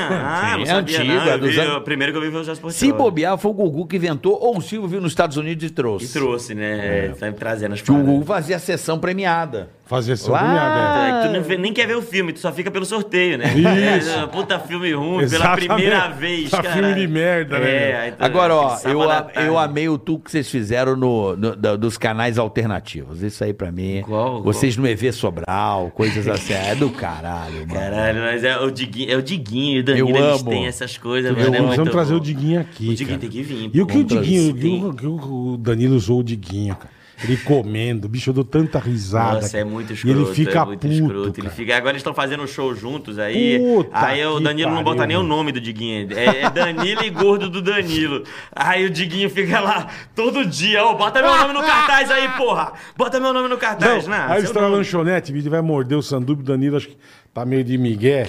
Sim,
Ah, não
é
sabia
antiga,
não. Eu
dos
vi-
anos-
O primeiro que eu vi foi o Jazz Portiolli.
Se bobear, foi o Gugu que inventou, ou o Silvio viu nos Estados Unidos e
E
trouxe.
trouxe,
É.
né? Tá me trazendo as
Que o
paradas.
Gugu fazia a sessão premiada.
Fazer seu
Lá-
cunhado,
É que tu não vê- nem quer ver o filme, tu só fica pelo sorteio, né?
Isso.
É, puta filme ruim,
Exatamente.
pela primeira vez, É,
Tá
cara.
filme de merda, né, meu?
então,
Agora, ó, eu, a-
né?
eu amei o tu que vocês fizeram no, no- da- dos canais alternativos. Isso aí pra mim.
Qual?
Vocês no EV Sobral, coisas assim. É do caralho, mano.
Caralho, mas é o Diguinho, é o Diguinho e o Danilo,
Eu
eles
amo.
têm essas coisas,
é.
mano. é
Vamos
muito
trazer
bom.
o Diguinho aqui,
O Diguinho
cara.
tem que vir.
E o que o
pô.
Diguinho, o
Tem-
que o- o, que o Danilo usou o Diguinho, cara. Ele comendo, bicho, eu dou tanta risada.
Nossa, é
cara.
muito
E
escroto.
ele fica
é muito
puto,
escroto.
cara.
Ele fica... Agora eles estão fazendo um show juntos aí.
Puta
aí o
que
Danilo não bota
pariu,
nem o
mano.
nome do Diguinho. É, é Danilo e gordo do Danilo. Aí o Diguinho fica lá todo dia. Ô, bota meu nome no cartaz aí, porra. Bota meu nome no cartaz. né?
Não,
Não,
aí
seu
está na
nome.
lanchonete, ele vai morder o sanduípe, o Danilo acho que tá meio de migué.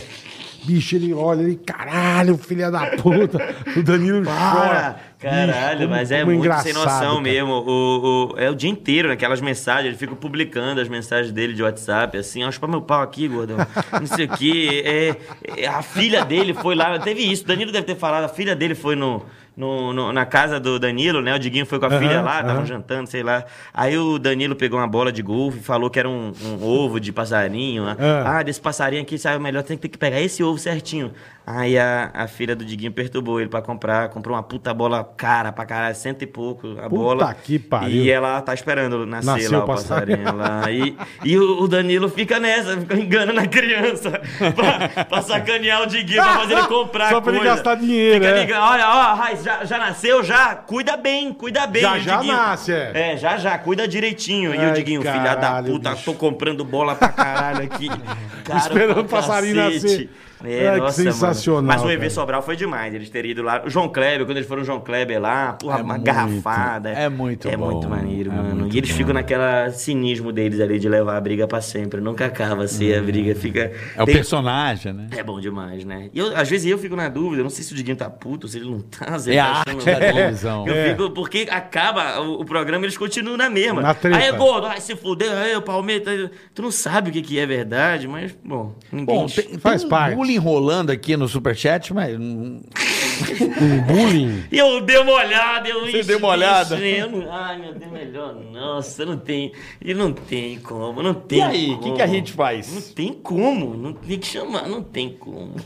Bicho, ele olha, ele, caralho, filha da puta. O Danilo
Para!
chora.
Caralho,
Bicho, como-
mas é
como
muito sem
engraçado,
noção
cara.
mesmo. O, o- é o dia inteiro naquelas mensagens, ele fica publicando as mensagens dele de WhatsApp, assim, ó, chupa meu pau aqui, gordão. Não sei o quê. É, é, a filha dele foi lá, teve isso, Danilo deve ter falado, a filha dele foi no. no- no- na casa do Danilo, né? O Diguinho foi com a filha lá, estavam jantando, sei lá. Aí o Danilo pegou uma bola de golfe e falou que era um, um ovo de passarinho. né?
Ah.
Ah, desse passarinho aqui saiu melhor, tem que ter que pegar esse ovo certinho. Aí a, a filha do Diguinho perturbou ele pra comprar, comprou uma puta bola cara pra caralho, cento e pouco a bola.
que pariu.
E ela tá esperando nascer
Nasceu
lá
o
o
passarinho.
passarinho. lá. E, e o, o Danilo fica nessa, fica enganando a criança pra, pra sacanear o Diguinho, pra fazer ele comprar
Só pra ele
coisa.
gastar dinheiro,
Fica
é.
ligando, olha, ó, Raiz, já, já nasceu, já? Cuida bem, cuida bem.
Já,
E o
já
Diguinho-
nasce, é.
É, já, já, cuida direitinho. e
Ai,
o Diguinho, filha da
caralho,
puta,
bicho.
tô comprando bola pra caralho aqui. Cara,
Esperando
pra
o passarinho
cacete.
nascer.
É,
Ai, que
nossa, mano.
sensacional,
Mas o EV
cara.
Sobral foi demais, eles terem ido lá. O João Kleber, quando eles foram o João Kleber lá, porra,
É
uma
muito,
garrafada.
é muito
É
bom,
muito maneiro,
é
mano.
muito
e eles
bom.
ficam naquela cinismo deles ali de levar a briga pra sempre. Nunca acaba assim a briga, fica...
É o
tem-
personagem, né?
é bom demais, né? E eu, às vezes eu fico na dúvida, eu não sei se o Diguinho tá puto, se ele não tá, se ele
É
tá
a arte da televisão.
Eu
É.
fico, porque acaba o, o programa eles continuam na mesma.
Na treta.
Aí é gordo, ai, se fudeu, aí o Palmeiras. tá- Tu não sabe o que, que é verdade, mas, bom, ninguém.
Bom, tem,
Faz
tem um
parte.
bullying rolando aqui no Superchat, mas... hum,
Bullying.
E eu dei uma olhada, eu Você
deu uma olhada?
ai, meu Deus, melhor. Nossa, não tem. E não tem como, não tem.
E aí, o
como.
que, que a gente
Não
faz?
tem como, não tem que chamar, não tem como.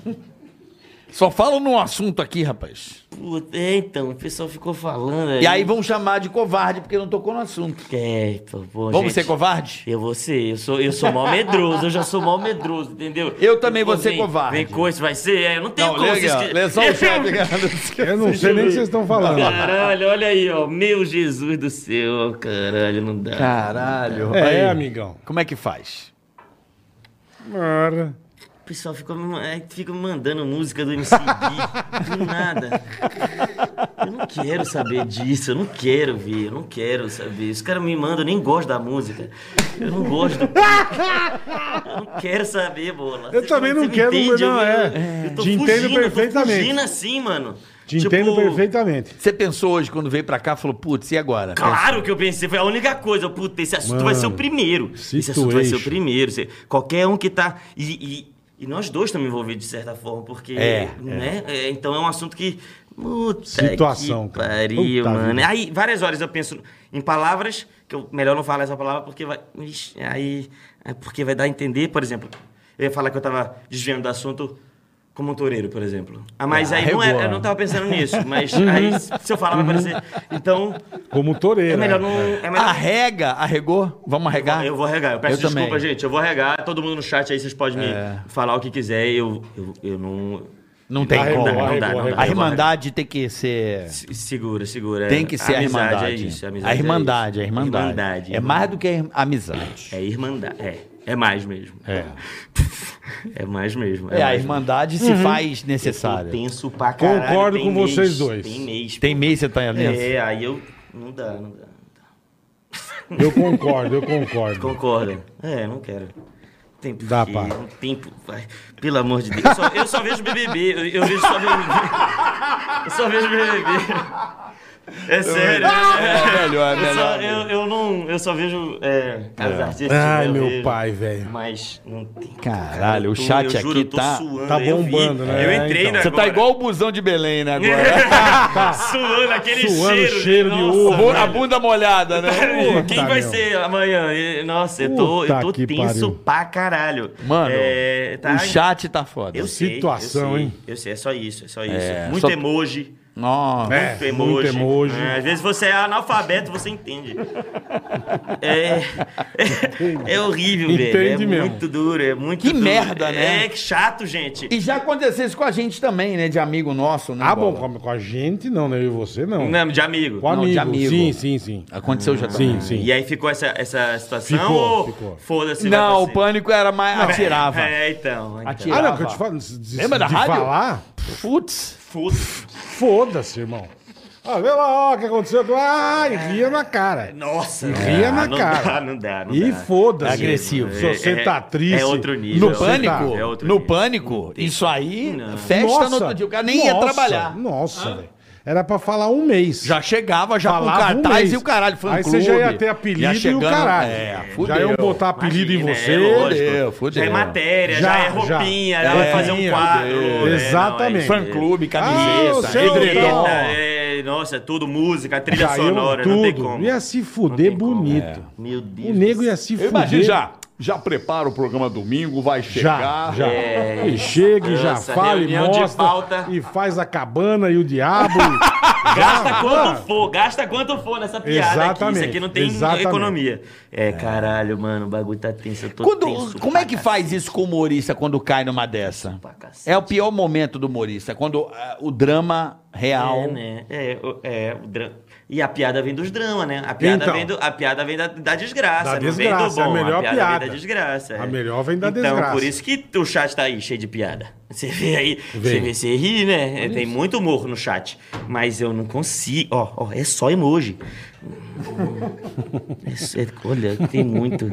Só fala num assunto aqui, rapaz.
Puta, é, então, o pessoal ficou falando.
E aí vão chamar de covarde porque não tocou no assunto.
É, pô, pô,
Vamos
gente.
ser covarde?
Eu vou ser, eu sou, eu sou mó medroso, eu já sou mó medroso, entendeu?
Eu também vou ser
vem-
covarde.
Vem coisa, vai ser, é, eu não tenho
Não,
como
lê,
vocês
aqui, ó.
que-
lê só o chat.
Eu não sei nem o que vocês estão falando.
Caralho, olha aí, ó, meu Jesus do céu, caralho, não dá.
Caralho.
É,
Aí,
amigão.
Como é que faz?
Mara.
O pessoal fica, me- é, fica me mandando música do MC Gui, do nada. Eu não quero saber disso, eu não quero ver, eu não quero saber. Os caras me mandam, eu nem gosto da música. Eu não gosto. Eu não quero saber, bola.
Eu também não quero, mas não, é. Te entendo
Eu
perfeitamente.
tô fugindo assim, mano.
Te entendo
Tipo,
perfeitamente.
Você pensou hoje, quando veio pra cá, falou, putz, e agora?
Claro que eu pensei, foi a única coisa. Puta, esse assunto vai ser o
Mano,
primeiro. Esse assunto vai ser o
situation.
primeiro. Você- Qualquer um que tá. E, e- e nós dois estamos envolvidos de certa forma, porque.
É,
né? É, então é um assunto que. Puta
Situação,
que
cara.
pariu,
Puta
mano.
vida.
Aí, várias horas eu penso em palavras, que eu melhor não falar essa palavra, porque vai. Ixi, aí. aí Porque vai dar a entender, por exemplo. Eu ia falar que eu tava desviando do assunto. Como um toureiro, por exemplo. Ah, mas
Ah,
aí não era,
arregou.
eu não tava pensando nisso, mas aí se eu falar vai
Uhum.
parecer. Então,
Como toureiro.
é melhor
né?
não. É melhor...
Arrega, arregou? Vamos arregar?
Eu vou regar. Eu peço
Ah, Eu
desculpa,
também.
gente. Eu vou regar. Todo mundo no chat aí, vocês
É.
podem me falar o que quiser. Eu, eu, eu não.
Não tem
Arregou,
como.
não dá, não
arregou.
dá.
A irmandade tem que ser...
Se- Segura, segura.
Tem que ser a
Amizade
irmandade.
É isso,
a
amizade
irmandade,
é
a
isso.
irmandade.
irmandade.
É mais do que a ir- amizade.
É irmandade. É. É mais mesmo. É. É mais mesmo.
É, a
mais
irmandade se faz
mesmo. Eu
necessária.
Tenso pra caralho.
Concordo
tem
com
mês,
vocês dois.
Tem mês.
Tem
pô.
mês você tá nessa?
É, aí eu. Não dá, não dá.
Eu concordo, eu concordo.
Concorda? É, não quero. Tem porquê,
Dá, pá.
não tem por- vai. Pelo amor de Deus. Eu só, eu só vejo BBB. Eu, eu vejo só BBB. Eu só vejo BBB. É sério.
Ah,
É melhor, é
Eu só,
melhor.
eu, eu não, eu só vejo é, as artistas.
Ai,
eu
meu
vejo,
pai, velho.
Mas não tem. como,
Caralho,
cara. Eu
o
tô-
chat
eu juro,
aqui
eu tô
tá-
suando,
tá
eu vi.
bombando, né?
Eu entrei
É, então.
na
Você tá igual o busão de Belém, né, agora?
suando aquele
Suando
cheiro.
cheiro de
nossa,
ovo.
Bu-
velho.
a bunda molhada, né?
Pô, Quem
Puta,
vai
meu.
ser amanhã? E, Nossa, eu tô, eu
Puta
tô
que
tenso
pariu.
pra caralho.
Mano,
É, tá-
o chat tá foda.
Eu sei,
Situação,
eu sei,
hein?
Eu sei, é só isso, é só isso.
É,
muito
só-
emoji.
Nossa.
É,
Muito emoji.
muito emoji.
É, às vezes você é analfabeto, você entende. É, é, horrível, velho.
Entende
É
mesmo.
muito duro, é muito
Que
duro.
merda, né?
É, que chato, gente.
E já aconteceu isso com a gente também, né? De amigo nosso, né?
Ah, bom,
Bola?
com, com a gente não, né? Eu e você não.
Não, de amigo.
Com
Não, de amigo.
amigo.
Ah,
Sim, sim, sim. Ah,
Aconteceu já
Sim,
também.
sim.
E aí ficou essa, essa situação
Ficou,
ou
ficou.
foda-se? vai
Não,
pra
o
cima?
pânico era mais. atirava.
É, então. então.
Atira-
Ah, não, que eu te falo. de- de-
Lembra da
de
rádio?
falar?
Putz.
Foda-se.
Foda-se, irmão. Ah, vê lá, ó, o que aconteceu. Ah, e
É.
ria na cara.
Nossa, não
Ria
dá,
na
não
cara.
dá, não dá, não
E
dá.
foda-se.
É agressivo.
Se você
É-
tá triste.
é outro nível.
No
Não,
você
pânico,
é outro
no
nível.
pânico, isso aí,
Não.
festa
Nossa,
no outro dia. O cara nem ia
nossa,
trabalhar.
Nossa, velho. Era pra falar um mês.
Já chegava, já
Falava
com
um
cartaz
mês.
e o caralho, fã
Aí
clube.
você já ia ter apelido
Ia
e o
chegando-
caralho.
É,
já iam
fudeu.
botar apelido
Imagina,
em você.
é lógico.
Fudeu, fudeu.
Já é matéria, já,
Já,
é roupinha,
já.
já, vai fazer um
É,
quadro.
exatamente.
Fã
Fã clube,
Ah, o
camiseta,
seu
edredom.
Dom.
É, nossa, tudo música, trilha
Caiu
sonora,
tudo.
não tem como.
Ia se fuder
Não tem como. É.
bonito.
Meu Deus.
O nego ia se
é. Eu
fuder.
imagino já. Já prepara o programa domingo, vai
Já,
chegar.
já.
É.
E chega e já
Nossa,
fala e
reunião de
mostra.
pauta.
E faz a cabana e o diabo. e-
Gasta
Já,
quanto
mano.
for, gasta quanto for nessa piada
Exatamente,
aqui. Isso aqui não tem
exatamente.
economia. É, caralho, mano, o bagulho tá tenso. Eu tô
Quando,
tenso
como é
pra
que faz isso com o humorista quando cai numa dessa?
pra cacete.
É o pior momento do humorista, quando ah, o drama real.
É, né? É, o- é, o drama. E a piada vem dos dramas, né? A piada
Então.
vem, do, a piada vem da, da desgraça,
Da
não vem do
desgraça,
bom.
é a melhor
piada,
piada.
vem da desgraça. é.
A melhor vem da
então,
desgraça.
por isso que o chat tá aí, cheio de piada. Você vê aí,
Vem.
você vê, você ri, né? É, tem muito humor no chat. Mas eu não consigo. Ó, ó, é só emoji. É só- é- olha, tem muito.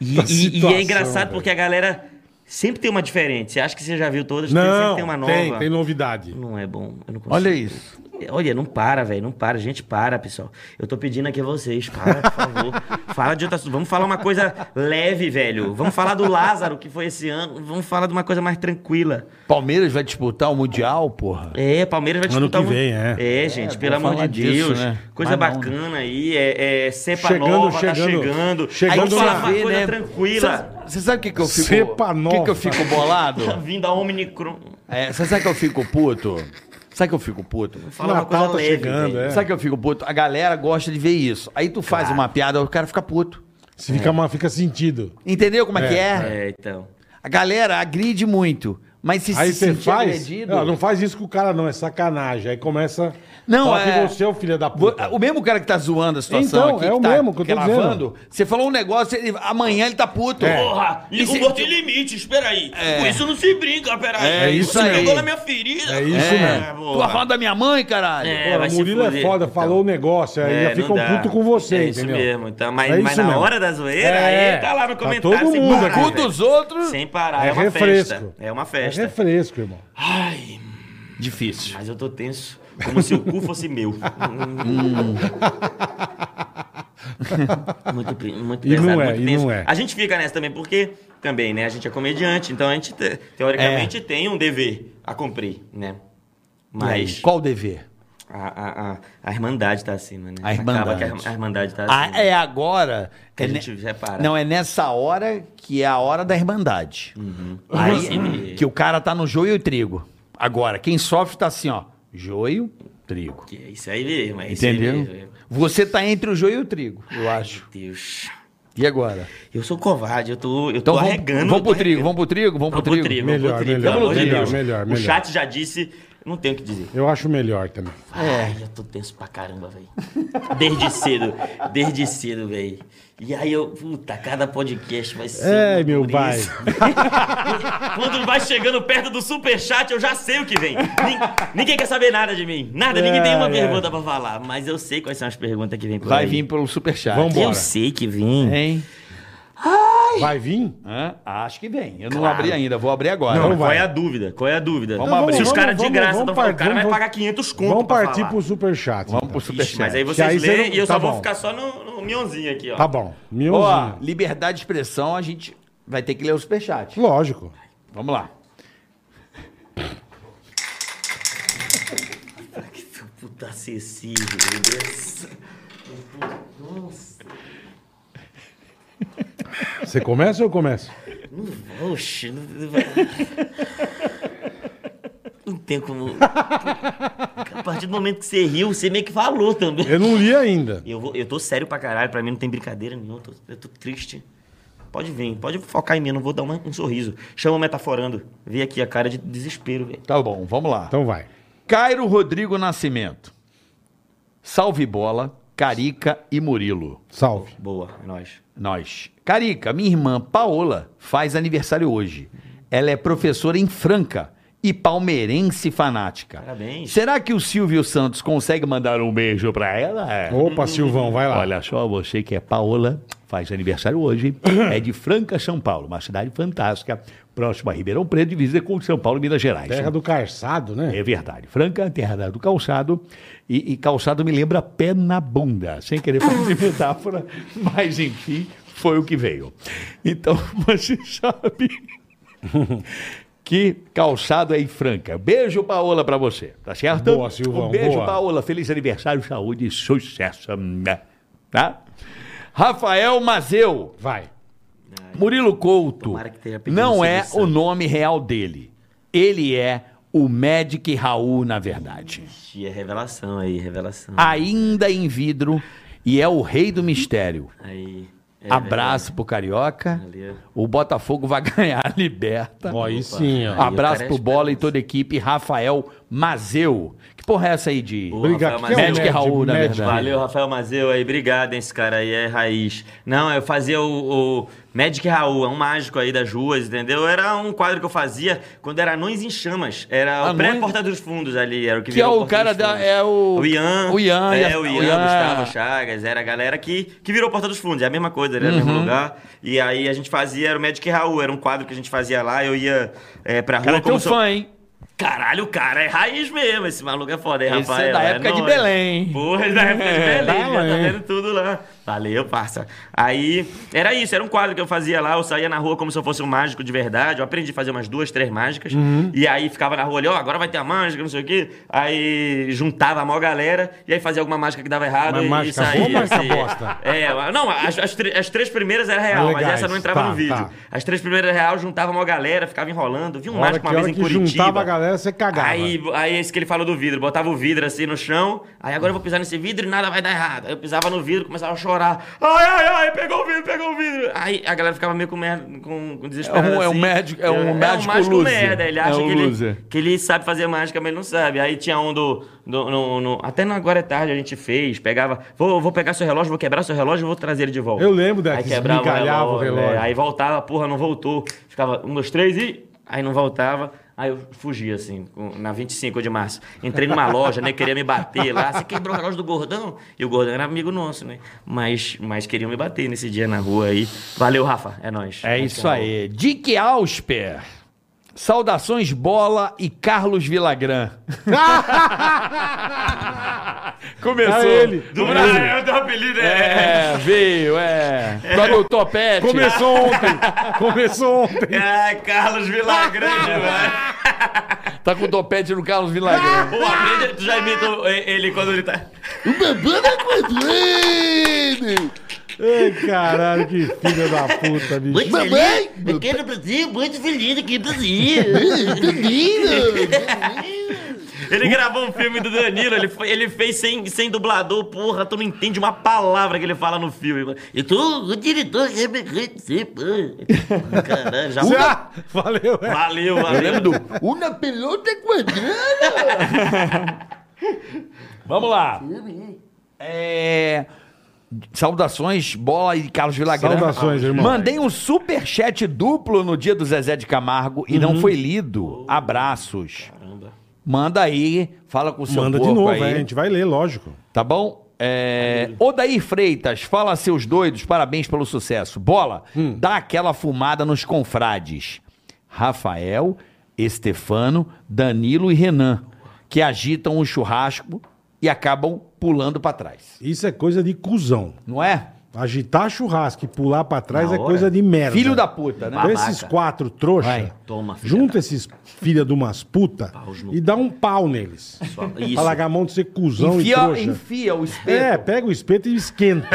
E,
Tá
e- e
situação,
é engraçado
velho.
porque a galera sempre tem uma diferente. Você acha que você já viu todas, sempre
Não,
tem uma nova.
tem, tem novidade.
Não é bom. Eu não consigo.
Olha isso.
Olha, não para, velho. Não para. Gente, para, pessoal. Eu tô pedindo aqui a vocês. Para, por favor. Fala de outra... Vamos falar uma coisa leve, velho. Vamos falar do Lázaro, que foi esse ano. Vamos falar de uma coisa mais tranquila.
Palmeiras vai disputar o Mundial, porra.
É, Palmeiras vai
Ano
disputar...
que
um-
vem, é.
É, gente.
É,
pelo
vamos
amor de
falar disso,
Deus.
né?
Coisa
Mas não, né?
bacana aí. É, é cepa
Chegando,
nova,
chegando.
tá chegando.
Chegando
Aí vamos falar
na-
uma coisa
né?
tranquila.
Você sabe o que, que eu fico.
Cepa nova.
O que, que eu fico bolado?
Tá vindo a Omnicron.
É, Você sabe que eu fico puto? Sabe que eu fico puto?
Fala uma
Natal
coisa
tá
leve,
chegando,
velho.
é.
Sabe que eu fico puto? A galera gosta de ver isso. Aí tu faz uma piada, o cara fica puto.
Se fica, mal, fica sentido.
Entendeu como é, que é?
É, então.
A galera agride muito. Mas se
Aí
se
você
sentir
faz. Ah,
agredido...
Não, não faz isso com o cara, não. É sacanagem. Aí começa.
Não,
fala
é-
que você é o filho da
Vo-
puta.
O mesmo cara que tá zoando a situação
Então,
aqui,
é o
que tá
mesmo que eu tô
gravando, você falou um negócio, ele- amanhã ele tá puto.
É.
Porra,
E
e
se-
humor tem limites, peraí. Com isso não se brinca, peraí.
É isso
Você
aí.
pegou na minha ferida.
É isso
né?
mesmo.
Tu tá falando da minha mãe, caralho?
É.
Pô,
vai
o
se
Murilo é
fuder,
foda,
então.
falou o negócio. Aí já ficam puto com você,
É isso
entendeu?
mesmo. Então, mas,
É
mas
isso
na
mesmo.
hora da zoeira,
É,
aí tá lá no
tá
comentário.
todo
sem
mundo
parar,
aqui.
Cu
velho.
dos outros...
Sem parar,
É
é, uma
refresco.
festa. É uma
É
festa.
refresco, irmão.
Ai,
Difícil.
mas eu tô tenso. Como se o cu fosse meu. Hum, muito pe- muito
E não
pesado,
é,
muito
e
tenso.
não é.
A gente fica nessa também porque também, né? A gente é comediante, então a gente te-
É.
teoricamente tem um dever a cumprir, né? Mas
Qual o dever?
a, a, a, a Irmandade tá acima, né?
A Irmandade.
Acaba que a, irm- a Irmandade tá
Ah,
acima.
é agora...
Que
é
a
ne-
gente separa.
Não, é nessa hora que é a hora da irmandade.
Hum.
Aí, que o cara tá no joio e o trigo. Agora, quem sofre tá assim, ó. Joio, trigo.
Que é isso aí mesmo, é isso aí
Entendeu?
mesmo.
Você tá entre o joio e o trigo, eu acho.
Deus.
E agora?
Eu sou covarde, eu tô, eu
Então
tô
vamos,
arregando.
vamos
eu tô
pro trigo, vamos pro trigo, vamos pro trigo.
vamos
Melhor,
pro trigo,
melhor,
pelo amor de
melhor,
Deus.
melhor,
O
melhor.
chat já disse, não tenho o que dizer.
Eu acho melhor também.
Ai, eu tô tenso pra caramba, velho. Desde cedo, desde cedo, velho. E aí eu, puta, cada podcast vai ser.
É,
uma
meu
durice.
pai.
Quando vai chegando perto do superchat, eu já sei o que vem. Nin- ninguém quer saber nada de mim. Nada, ninguém tem uma
É, é.
pergunta pra falar. Mas eu sei quais são as perguntas que vem por
Vai
aí.
vir pelo superchat.
Vamos. Bora.
Eu sei que vem.
Hein?
Vai vir?
Hã? Acho que vem. Eu não
Claro.
abri ainda, vou abrir agora.
Não,
Qual
Então vai. Então
é a dúvida? Qual é a dúvida?
Vamos abrir.
Se os caras de
Vamos,
graça
vamos
estão falando, o
par-
cara vai
vamos-
pagar 500 conto
Vamos
pra
partir
falar.
pro superchat.
Vamos pro
então.
Ixi,
superchat.
mas aí
Que
vocês
aí você
leem
não-
e eu
tá
só
bom.
vou ficar só no, no mionzinho aqui, ó.
Tá bom.
Ó,
Mionzinho.
liberdade de expressão, a gente vai ter que ler o superchat.
Lógico.
Vamos lá.
Puta acessível, meu Deus.
Você começa ou eu começo?
Oxe, não, não vai- Não tem como. A partir do momento que você riu, você meio que falou também.
Eu não li ainda.
Eu, vou, eu tô sério pra caralho, pra mim não tem brincadeira nenhuma, eu tô, eu tô triste. Pode vir, pode focar em mim, eu não vou dar uma- um sorriso. Chama o metaforando. Vê aqui a cara de desespero, velho.
Tá bom, vamos lá.
Então vai.
Cairo Rodrigo Nascimento. Salve bola, Carica e Murilo.
Salve.
Boa, é nóis.
Nós. Carica, minha irmã Paola faz aniversário hoje. Ela é professora em Franca e palmeirense fanática.
Parabéns.
Será que o Silvio Santos consegue mandar um beijo pra ela? É.
Opa, Silvão, vai lá.
Olha só, você que é Paola, faz aniversário hoje, é de Franca, São Paulo, uma cidade fantástica, próxima a Ribeirão Preto, divisa com São Paulo, Minas Gerais.
Terra do Carçado, né?
É verdade. Franca, terra da- do calçado. E, e calçado me lembra pé na bunda. Sem querer fazer metáfora, mas enfim, foi o que veio. Então, você sabe que calçado é em Franca. Beijo, Paola, pra você. Tá certo?
Boa, Silvão,
Um beijo,
boa.
Paola. Feliz aniversário, saúde e sucesso. Tá? Rafael Mazeu.
Vai.
Murilo Couto
Tomara que tenha pedido
não é
solução.
o nome real dele. Ele é o Magic Raul, na verdade.
Ixi, é revelação aí, revelação.
Ah,
Ainda em vidro e é o rei do mistério.
Aí. é
Abraço pro Carioca.
Valeu.
O Botafogo vai ganhar a liberta.
Ó, aí sim, ó.
Abraço
Ah, Aí o cara é
pro Bola e
esperança.
toda a equipe. Rafael Mazeu. Que porra é essa aí de...
Boa.
Obrigado.
Rafael Magic
Raul, na
Magic.
verdade.
Valeu, Rafael Mazeu aí. Obrigado, hein, esse cara aí é raiz. Não, eu fazia o, o Magic Raul, é um mágico aí das ruas, entendeu? Era um quadro que eu fazia quando era Anões em Chamas. Era o
Anões-
pré-Porta dos Fundos ali, era o que
Que é
virou
o
Porta
cara
dos
da-
Fundos.
é o-
O Ian.
o Ian e
É,
a-
o
o
Ian,
Ian.
Gustavo Chagas. Era a galera que, que virou Porta dos Fundos. É a mesma coisa, era o
Uhum.
mesmo lugar. E aí a gente fazia, era o Magic Raul, era um quadro que a gente fazia lá. Eu ia é, pra rua
Cara, é teu
sou-
fã, hein?
Caralho, o cara é raiz mesmo. Esse maluco é foda, hein,
Esse
Rafael?
é da época de
nóis.
Belém.
Porra, é da época
É,
de Belém. já tá
Belém.
vendo tudo lá. Valeu, parça. Aí, era isso. Era um quadro que eu fazia lá. Eu saía na rua como se eu fosse um mágico de verdade. Eu aprendi a fazer umas duas, três mágicas.
Uhum.
E aí, ficava na rua ali, ó, agora vai ter a mágica, não sei o quê. Aí, juntava a maior galera. E aí, fazia alguma mágica que dava errado.
Mas
e
mágica
saía.
boa ou mágica
assim.
bosta?
É, não, as, as tre- as três primeiras era real,
Ah,
mas
legais.
essa não entrava
Tá,
no vídeo.
tá.
As três primeiras era real, juntava a maior galera, ficava enrolando. Vi um
A hora
mágico
que,
uma
a
vez
hora
em
que
Curitiba.
juntava a galera, você cagava.
Aí, aí esse que ele falou do vidro, botava o vidro assim no chão, aí agora eu vou pisar nesse vidro e nada vai dar errado. Aí eu pisava no vidro, começava a chorar. Ai, ai, ai, pegou o vidro, pegou o vidro. Aí a galera ficava meio com merda, com, com desespero.
É um- é um
assim.
médico- é um médico loser.
merda, ele
É
acha
um
que, ele,
loser.
que ele sabe fazer mágica, mas ele não sabe. Aí tinha um do. do- no, no- até no agora é tarde a gente fez, pegava. Vou, vou pegar seu relógio, vou quebrar seu relógio e vou trazer ele de volta.
Eu lembro daqui,
Aí quebrava o
esmigalhava o
relógio,
relógio.
é, Aí voltava, porra, não voltou. Ficava um, dois, três e. Aí não voltava. Aí eu fugi, assim, com- na 25 de março. Entrei numa loja, né? Queria me bater lá. Você quebrou o relógio do gordão? E o gordão era amigo nosso, né? Mas, mas queriam me bater nesse dia na rua aí. Valeu, Rafa. É nóis.
É isso aí. Dick Ausper. Saudações Bola e Carlos Villagrán. Começou.
É ele.
Do Brasil, é o teu apelido, é.
É, veio, é. Toca o topete.
Começou ontem. Começou ontem.
É.
Ah, Carlos Vilagrande, né? velho.
Tá com o topete no Carlos Villagrán.
Pô, aprende, tu já imita o- ele quando ele tá.
Ei, caralho, que filha da puta, bicho.
Mamãe! Eu quero é Brasil, muito feliz aqui, Brasil! Lindo!
Ele gravou um filme do Danilo, ele, foi- ele fez sem, sem dublador, porra, tu não entende uma palavra que ele fala no filme.
Eu tô o diretor
é
que me conhece, pô! Caralho, já
Já- Valeu, é.
Valeu, valeu.
Uma pelota quadrada!
Vamos lá. É, Saudações, bola e Carlos Villagrán.
Saudações, irmão.
Mandei um superchat duplo no dia do Zezé de Camargo e
Uhum.
não foi lido. Abraços. Manda aí, fala com o seu
Manda de
porco
novo,
aí.
é, a gente vai ler, lógico.
Tá bom? É... Odair Freitas, fala seus doidos, parabéns pelo sucesso. Bola, dá aquela fumada nos confrades. Rafael, Estefano, Danilo e Renan, que agitam o churrasco e acabam pulando pra trás.
Isso é coisa de cuzão.
Não é?
Agitar churrasco e pular pra trás
Na
é
hora.
coisa de merda.
Filho da puta, né?
Então esses quatro trouxa,
Vai.
Toma, filha
junta esses filha de umas puta e dá um pau neles.
Isso.
Pra largar a mão de ser é cuzão e
Enfia,
trouxa.
enfia o espeto.
É, pega o espeto e esquenta.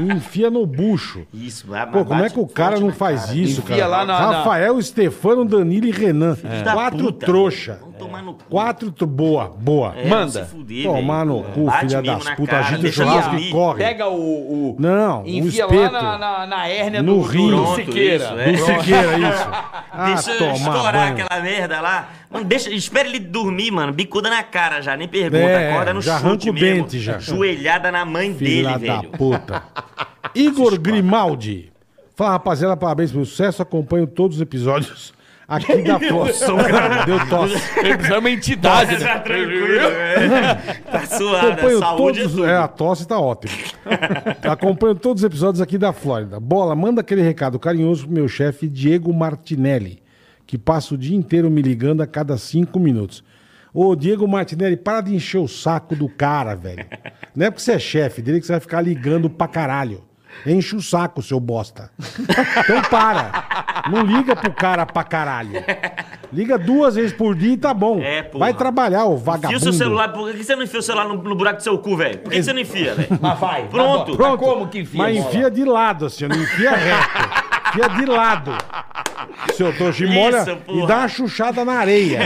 E enfia no bucho.
Isso, vai,
Pô, como é que o cara não faz isso,
Enfia
cara?
lá na- na-
Rafael, Stefano, Danilo e Renan. Quatro trouxa.
Vamos tomar no cu.
Quatro... tro- Boa, boa.
É,
Manda.
se fuder,
Tomar no
velho.
cu,
Bate
filha
mesmo
das
na
putas.
cara,
Agita o
deixa
churrasco
dormir.
e corre.
Pega o. o-
Não, um
enfia lá
espeto.
na, na, na hérnia
No
do,
rim.
do
Pronto,
Siqueira.
isso, é.
Do Siqueira, isso. Ah,
Deixa eu estourar
banho.
aquela merda lá. Mano, deixa, espera ele dormir, mano. Bicuda na cara já, nem pergunta.
É,
Acorda no
já
chute
arranca o
mesmo.
dente já.
Joelhada na mãe
Filha
dele,
da
velho.
puta. Igor Grimaldi. Fala, rapaziada, parabéns pelo sucesso. Acompanho todos os episódios aqui da Fossa. Deu tosse.
Isso é uma entidade.
Tá tranquilo,
né?
velho. Tá suado,
Acompanho
a saúde é
todos.
tudo.
É, a tosse tá ótima. Acompanho todos os episódios aqui da Flórida. Bola, manda aquele recado carinhoso pro meu chefe Diego Martinelli, que passa o dia inteiro me ligando a cada cinco minutos. Ô, Diego Martinelli, para de encher o saco do cara, velho. Não é porque você é chefe dele que você vai ficar ligando pra caralho. Enche o saco, seu bosta. Então para. Não liga pro cara pra caralho. Liga duas vezes por dia e tá bom.
É, porra.
Vai trabalhar, ô vagabundo.
Enfia o seu celular. Por que você não enfia o celular no, no buraco do seu cu, velho? Por que você não enfia, velho?
Mas vai.
Pronto.
Mas
Pronto.
como que enfia?
Mas
bola?
enfia de lado, assim, não enfia reto. Enfia de lado. Seu Toshi molha e
porra.
dá uma chuchada na areia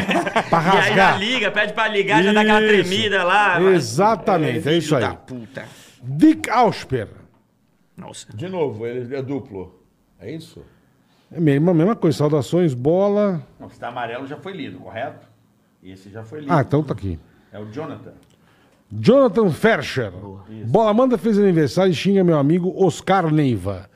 pra
E aí já
rasgar.
liga, pede pra ligar, já dá aquela
Isso.
tremida lá.
Exatamente, é, isso aí.
Da puta.
Dick Ausper.
Nossa.
De novo, ele é duplo. É isso?
É mesmo, a mesma coisa, saudações, bola.
Não, se tá amarelo já foi lido, correto? Esse já foi lido.
Ah, então tá aqui.
É o Jonathan.
Jonathan Fercher. Bola Manda fez aniversário e xinga meu amigo Oscar Neiva.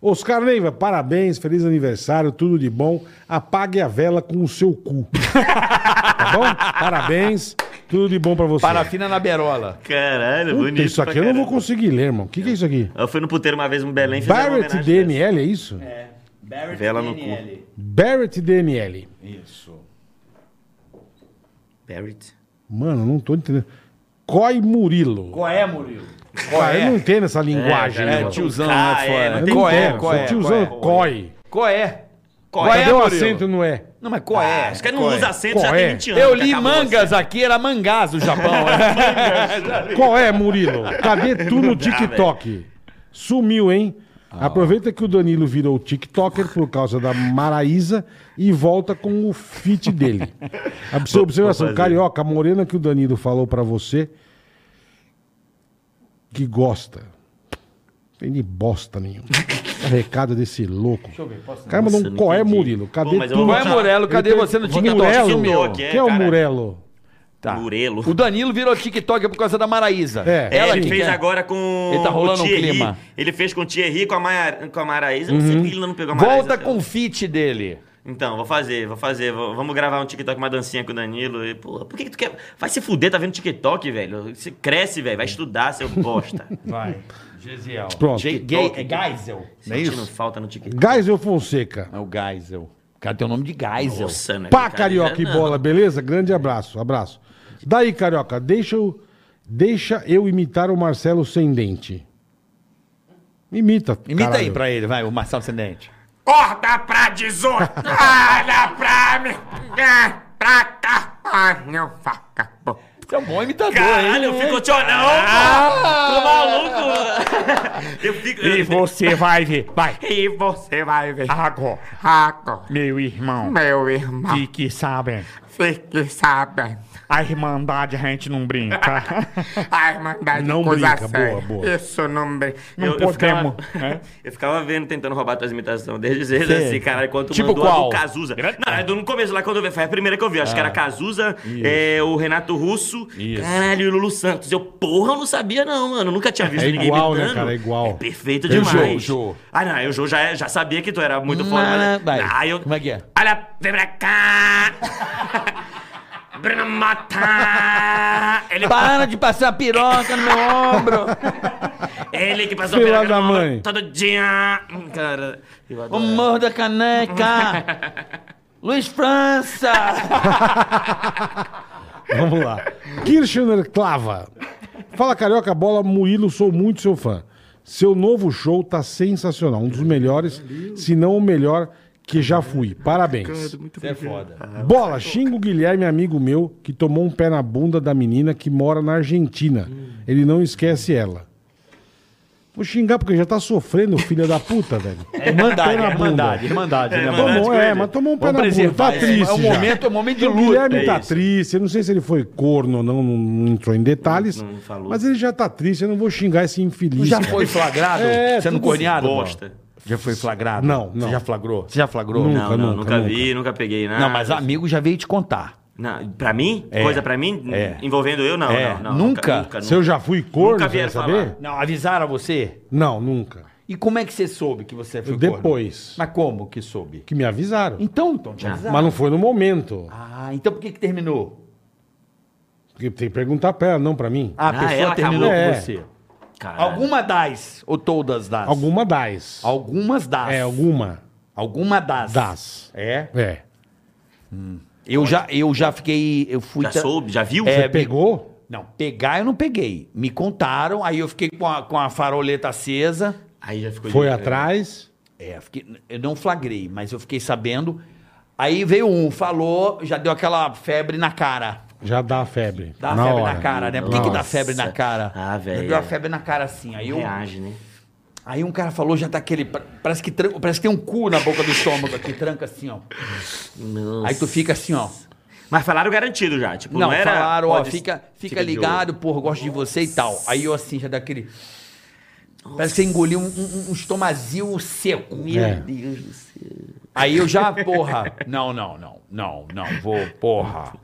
Oscar Neiva, parabéns, feliz aniversário, tudo de bom. Apague a vela com o seu cu. tá bom? Parabéns, tudo de bom pra você.
Parafina na berola.
Caralho,
Puta,
bonito.
isso
pra
aqui eu não vou
caramba.
conseguir ler, irmão. O que, que é isso aqui?
Eu fui no puteiro uma vez em Belém e uma
Barrett
homenagem dessa.
DNL, é isso?
É. Barrett
Vela no
DNL.
Barrett DNL.
Isso.
Barrett.
Mano, não tô entendendo. Coy Murilo.
Qual é, Murilo? Qual
Cara, eu não entendo essa linguagem.
cara,
irmão.
É,
Não.
tiozão
Ah,
lá de
é,
fora.
não
Eu não
qual, é,
entendo,
qual,
só
é,
te
qual é?
usando Coy.
Qual é? Qual
Cadê
é,
o
Murilo?
um acento no E?
Não, mas qual é?
Acho que ele não
Qual é?
usa acento,
Qual
já
é?
tem 20 anos.
Eu
que
li
acabou
mangas aqui, era mangás do Japão.
Qual é, Murilo? Cadê
É
tu no TikTok? Sumiu, hein? Aproveita que o Danilo virou TikToker por causa da Maraísa e volta com o fit dele. A sua observação,
fazer.
carioca, a morena que o Danilo falou pra você que gosta. Tem de bosta nenhuma. Recado desse louco. Deixa eu ver, posso Cara, mandou
Nossa,
um
não
qual é,
entendi.
Murilo?
Pô,
Cadê
mas eu
tu?
vou
Qual é,
Tá.
Murelo? Cadê
Ele
você no
tem-
TikTok?
Murelo.
Sumiu.
TikTok,
Quem
é,
é o
caralho.
Murelo?
Tá.
Murelo.
O Danilo virou TikTok por causa da Maraísa.
É.
É,
Ela
ele
que
fez
quer.
agora com.
Ele tá rolando
o
um
Thierry.
clima.
Ele fez com o Thierry com a, Maia, com a Maraísa. Eu
Uhum.
Não sei por que ele não pegou a Maraísa.
Volta com o fit dele.
Então, vou fazer, vou fazer. Vou- vamos gravar um TikTok, uma dancinha com o Danilo. E, pô, por que, que tu quer. Vai se fuder, tá vendo TikTok, velho? Você cresce, velho. Vai estudar, seu bosta.
Vai. Gesiel.
Pronto.
Gay, é Geisel. Não é
Sentindo
isso?
falta no TikTok.
Geisel Fonseca.
É o Geisel. Cara, tem o nome de Geisel.
Nossa, né?
Pá,
Cara,
Carioca e
não.
Bola, beleza? Grande abraço, abraço. Daí, Carioca, deixa eu, deixa eu imitar o Marcelo sem dente. Imita.
Imita
caralho.
aí pra ele, vai, o Marcelo Sendente.
Corta pra 18, olha pra mim, é pra cá, ah, meu vagabundo.
Você é um bom imitador,
Caralho, eu fico tchonão, ah! Tô maluco. Eu fico.
E você vai ver, vai,
E você vai ver,
agora,
agora,
meu irmão,
meu irmão,
e que sabem,
fique sabendo.
a Irmandade a gente não brinca.
A Irmandade
Não
coisa
brinca,
séria.
boa, boa.
Isso não brinca.
Não
Eu- eu
podemos, né?
Eu ficava vendo, tentando roubar tuas imitações desde cedo, assim, caralho, quanto
Tipo
mandou
qual?
a do Cazuza. Não, é do- no começo, lá quando eu vi, foi a primeira que eu vi, acho que
Ah.
era Cazuza, é, o Renato Russo, caralho, e o Lulu Santos. Eu, porra, eu não sabia não, mano, eu nunca tinha visto
É
ninguém
igual, né,
imitando.
cara? É igual.
perfeito
E o Jô,
demais.
o Jô?
Ah, não, eu Jô já, já sabia que tu era muito foda,
Ah,
mas...
vai.
Ah, eu...
Como é que é?
Olha, vem pra cá! Bruno Mata! Ele,
Para de passar piroca no meu ombro.
ele que passou
Filha
pela
da
grama
mãe.
todo dia! Hum, Cara, eu
O
adoro.
morro da caneca. Luiz França.
Vamos lá. Kirchner Clava. Fala, Carioca, Bola, Murilo, sou muito seu fã. Seu novo show tá sensacional. Um dos melhores, se não o melhor que já fui. Parabéns.
Você é foda.
Bola, xinga o Guilherme, amigo meu, que tomou um pé na bunda da menina que mora na Argentina. Ele não esquece ela. Vou xingar porque já tá sofrendo, filha da puta, velho.
É Irmandade, irmandade, irmandade. né, mano?
Tomou, é, mas tomou um pé
Vamos
na bunda. Tá
preservar.
triste.
É um
já.
momento- é um momento de
O
luta,
Guilherme
é
tá
isso.
triste. Eu não sei se ele foi corno ou não, não, não entrou em detalhes.
Não- não falou.
Mas ele já tá triste. Eu não vou xingar esse infeliz.
Já
cara.
foi flagrado?
É,
Sendo
tudo
corneado?
bosta.
Bola? Já foi flagrado?
Não, não.
Você já flagrou? Você já flagrou?
Nunca.
Não, não, nunca, vi, nunca peguei nada.
Não, mas amigo já veio te contar.
Não, pra mim?
É.
Coisa pra mim?
É.
Envolvendo eu? Não,
É.
não, não.
Nunca?
Se eu já fui corno,
Nunca
você quer
vieram
saber?
falar.
Não, avisaram você?
Não, nunca.
E como é que você soube que você foi
Depois.
corno? Mas como que soube?
Que me avisaram.
Então, então te avisaram.
Mas não foi no momento.
Ah, então por que que terminou?
Porque tem que perguntar pra ela, não pra mim.
Ah, A
Ah,
pessoa
ela
terminou
acabou.
com
É.
você.
Caralho.
Alguma das, ou todas das?
Alguma das.
Algumas das.
É, alguma
Alguma das.
das.
É.
É.
Eu já, eu já fiquei, eu fui...
Já
ta-
soube? Já viu?
É,
Você pegou?
Não, pegar eu não peguei. Me contaram, aí eu fiquei com a, com a faroleta acesa.
Aí já ficou...
Foi
de-
atrás?
É, eu fiquei- eu não flagrei, mas eu fiquei sabendo. Aí veio um, falou, já deu aquela febre na cara.
Já dá a febre.
Dá
na
febre
hora.
na cara, né? Por que, que dá febre na
Nossa.
cara?
Ah, velho.
Deu a febre na cara assim. Aí, eu,
Reage, né?
aí um cara falou, já tá aquele. pa- Parece que, tran- parece que tem um cu na boca do estômago aqui, tranca assim, ó. Aí tu fica assim, ó.
Mas falaram garantido já, tipo, não,
Não,
era...
falaram, ó,
pode- tipo
fica, fica
de olho.
ligado, porra, gosto de você e tal. Aí eu assim, já dá aquele. Parece que você engoliu um, um, um estomazil seco.
Meu
É.
Deus do céu.
Aí eu já, porra, não, não, não, não, não, vou, porra.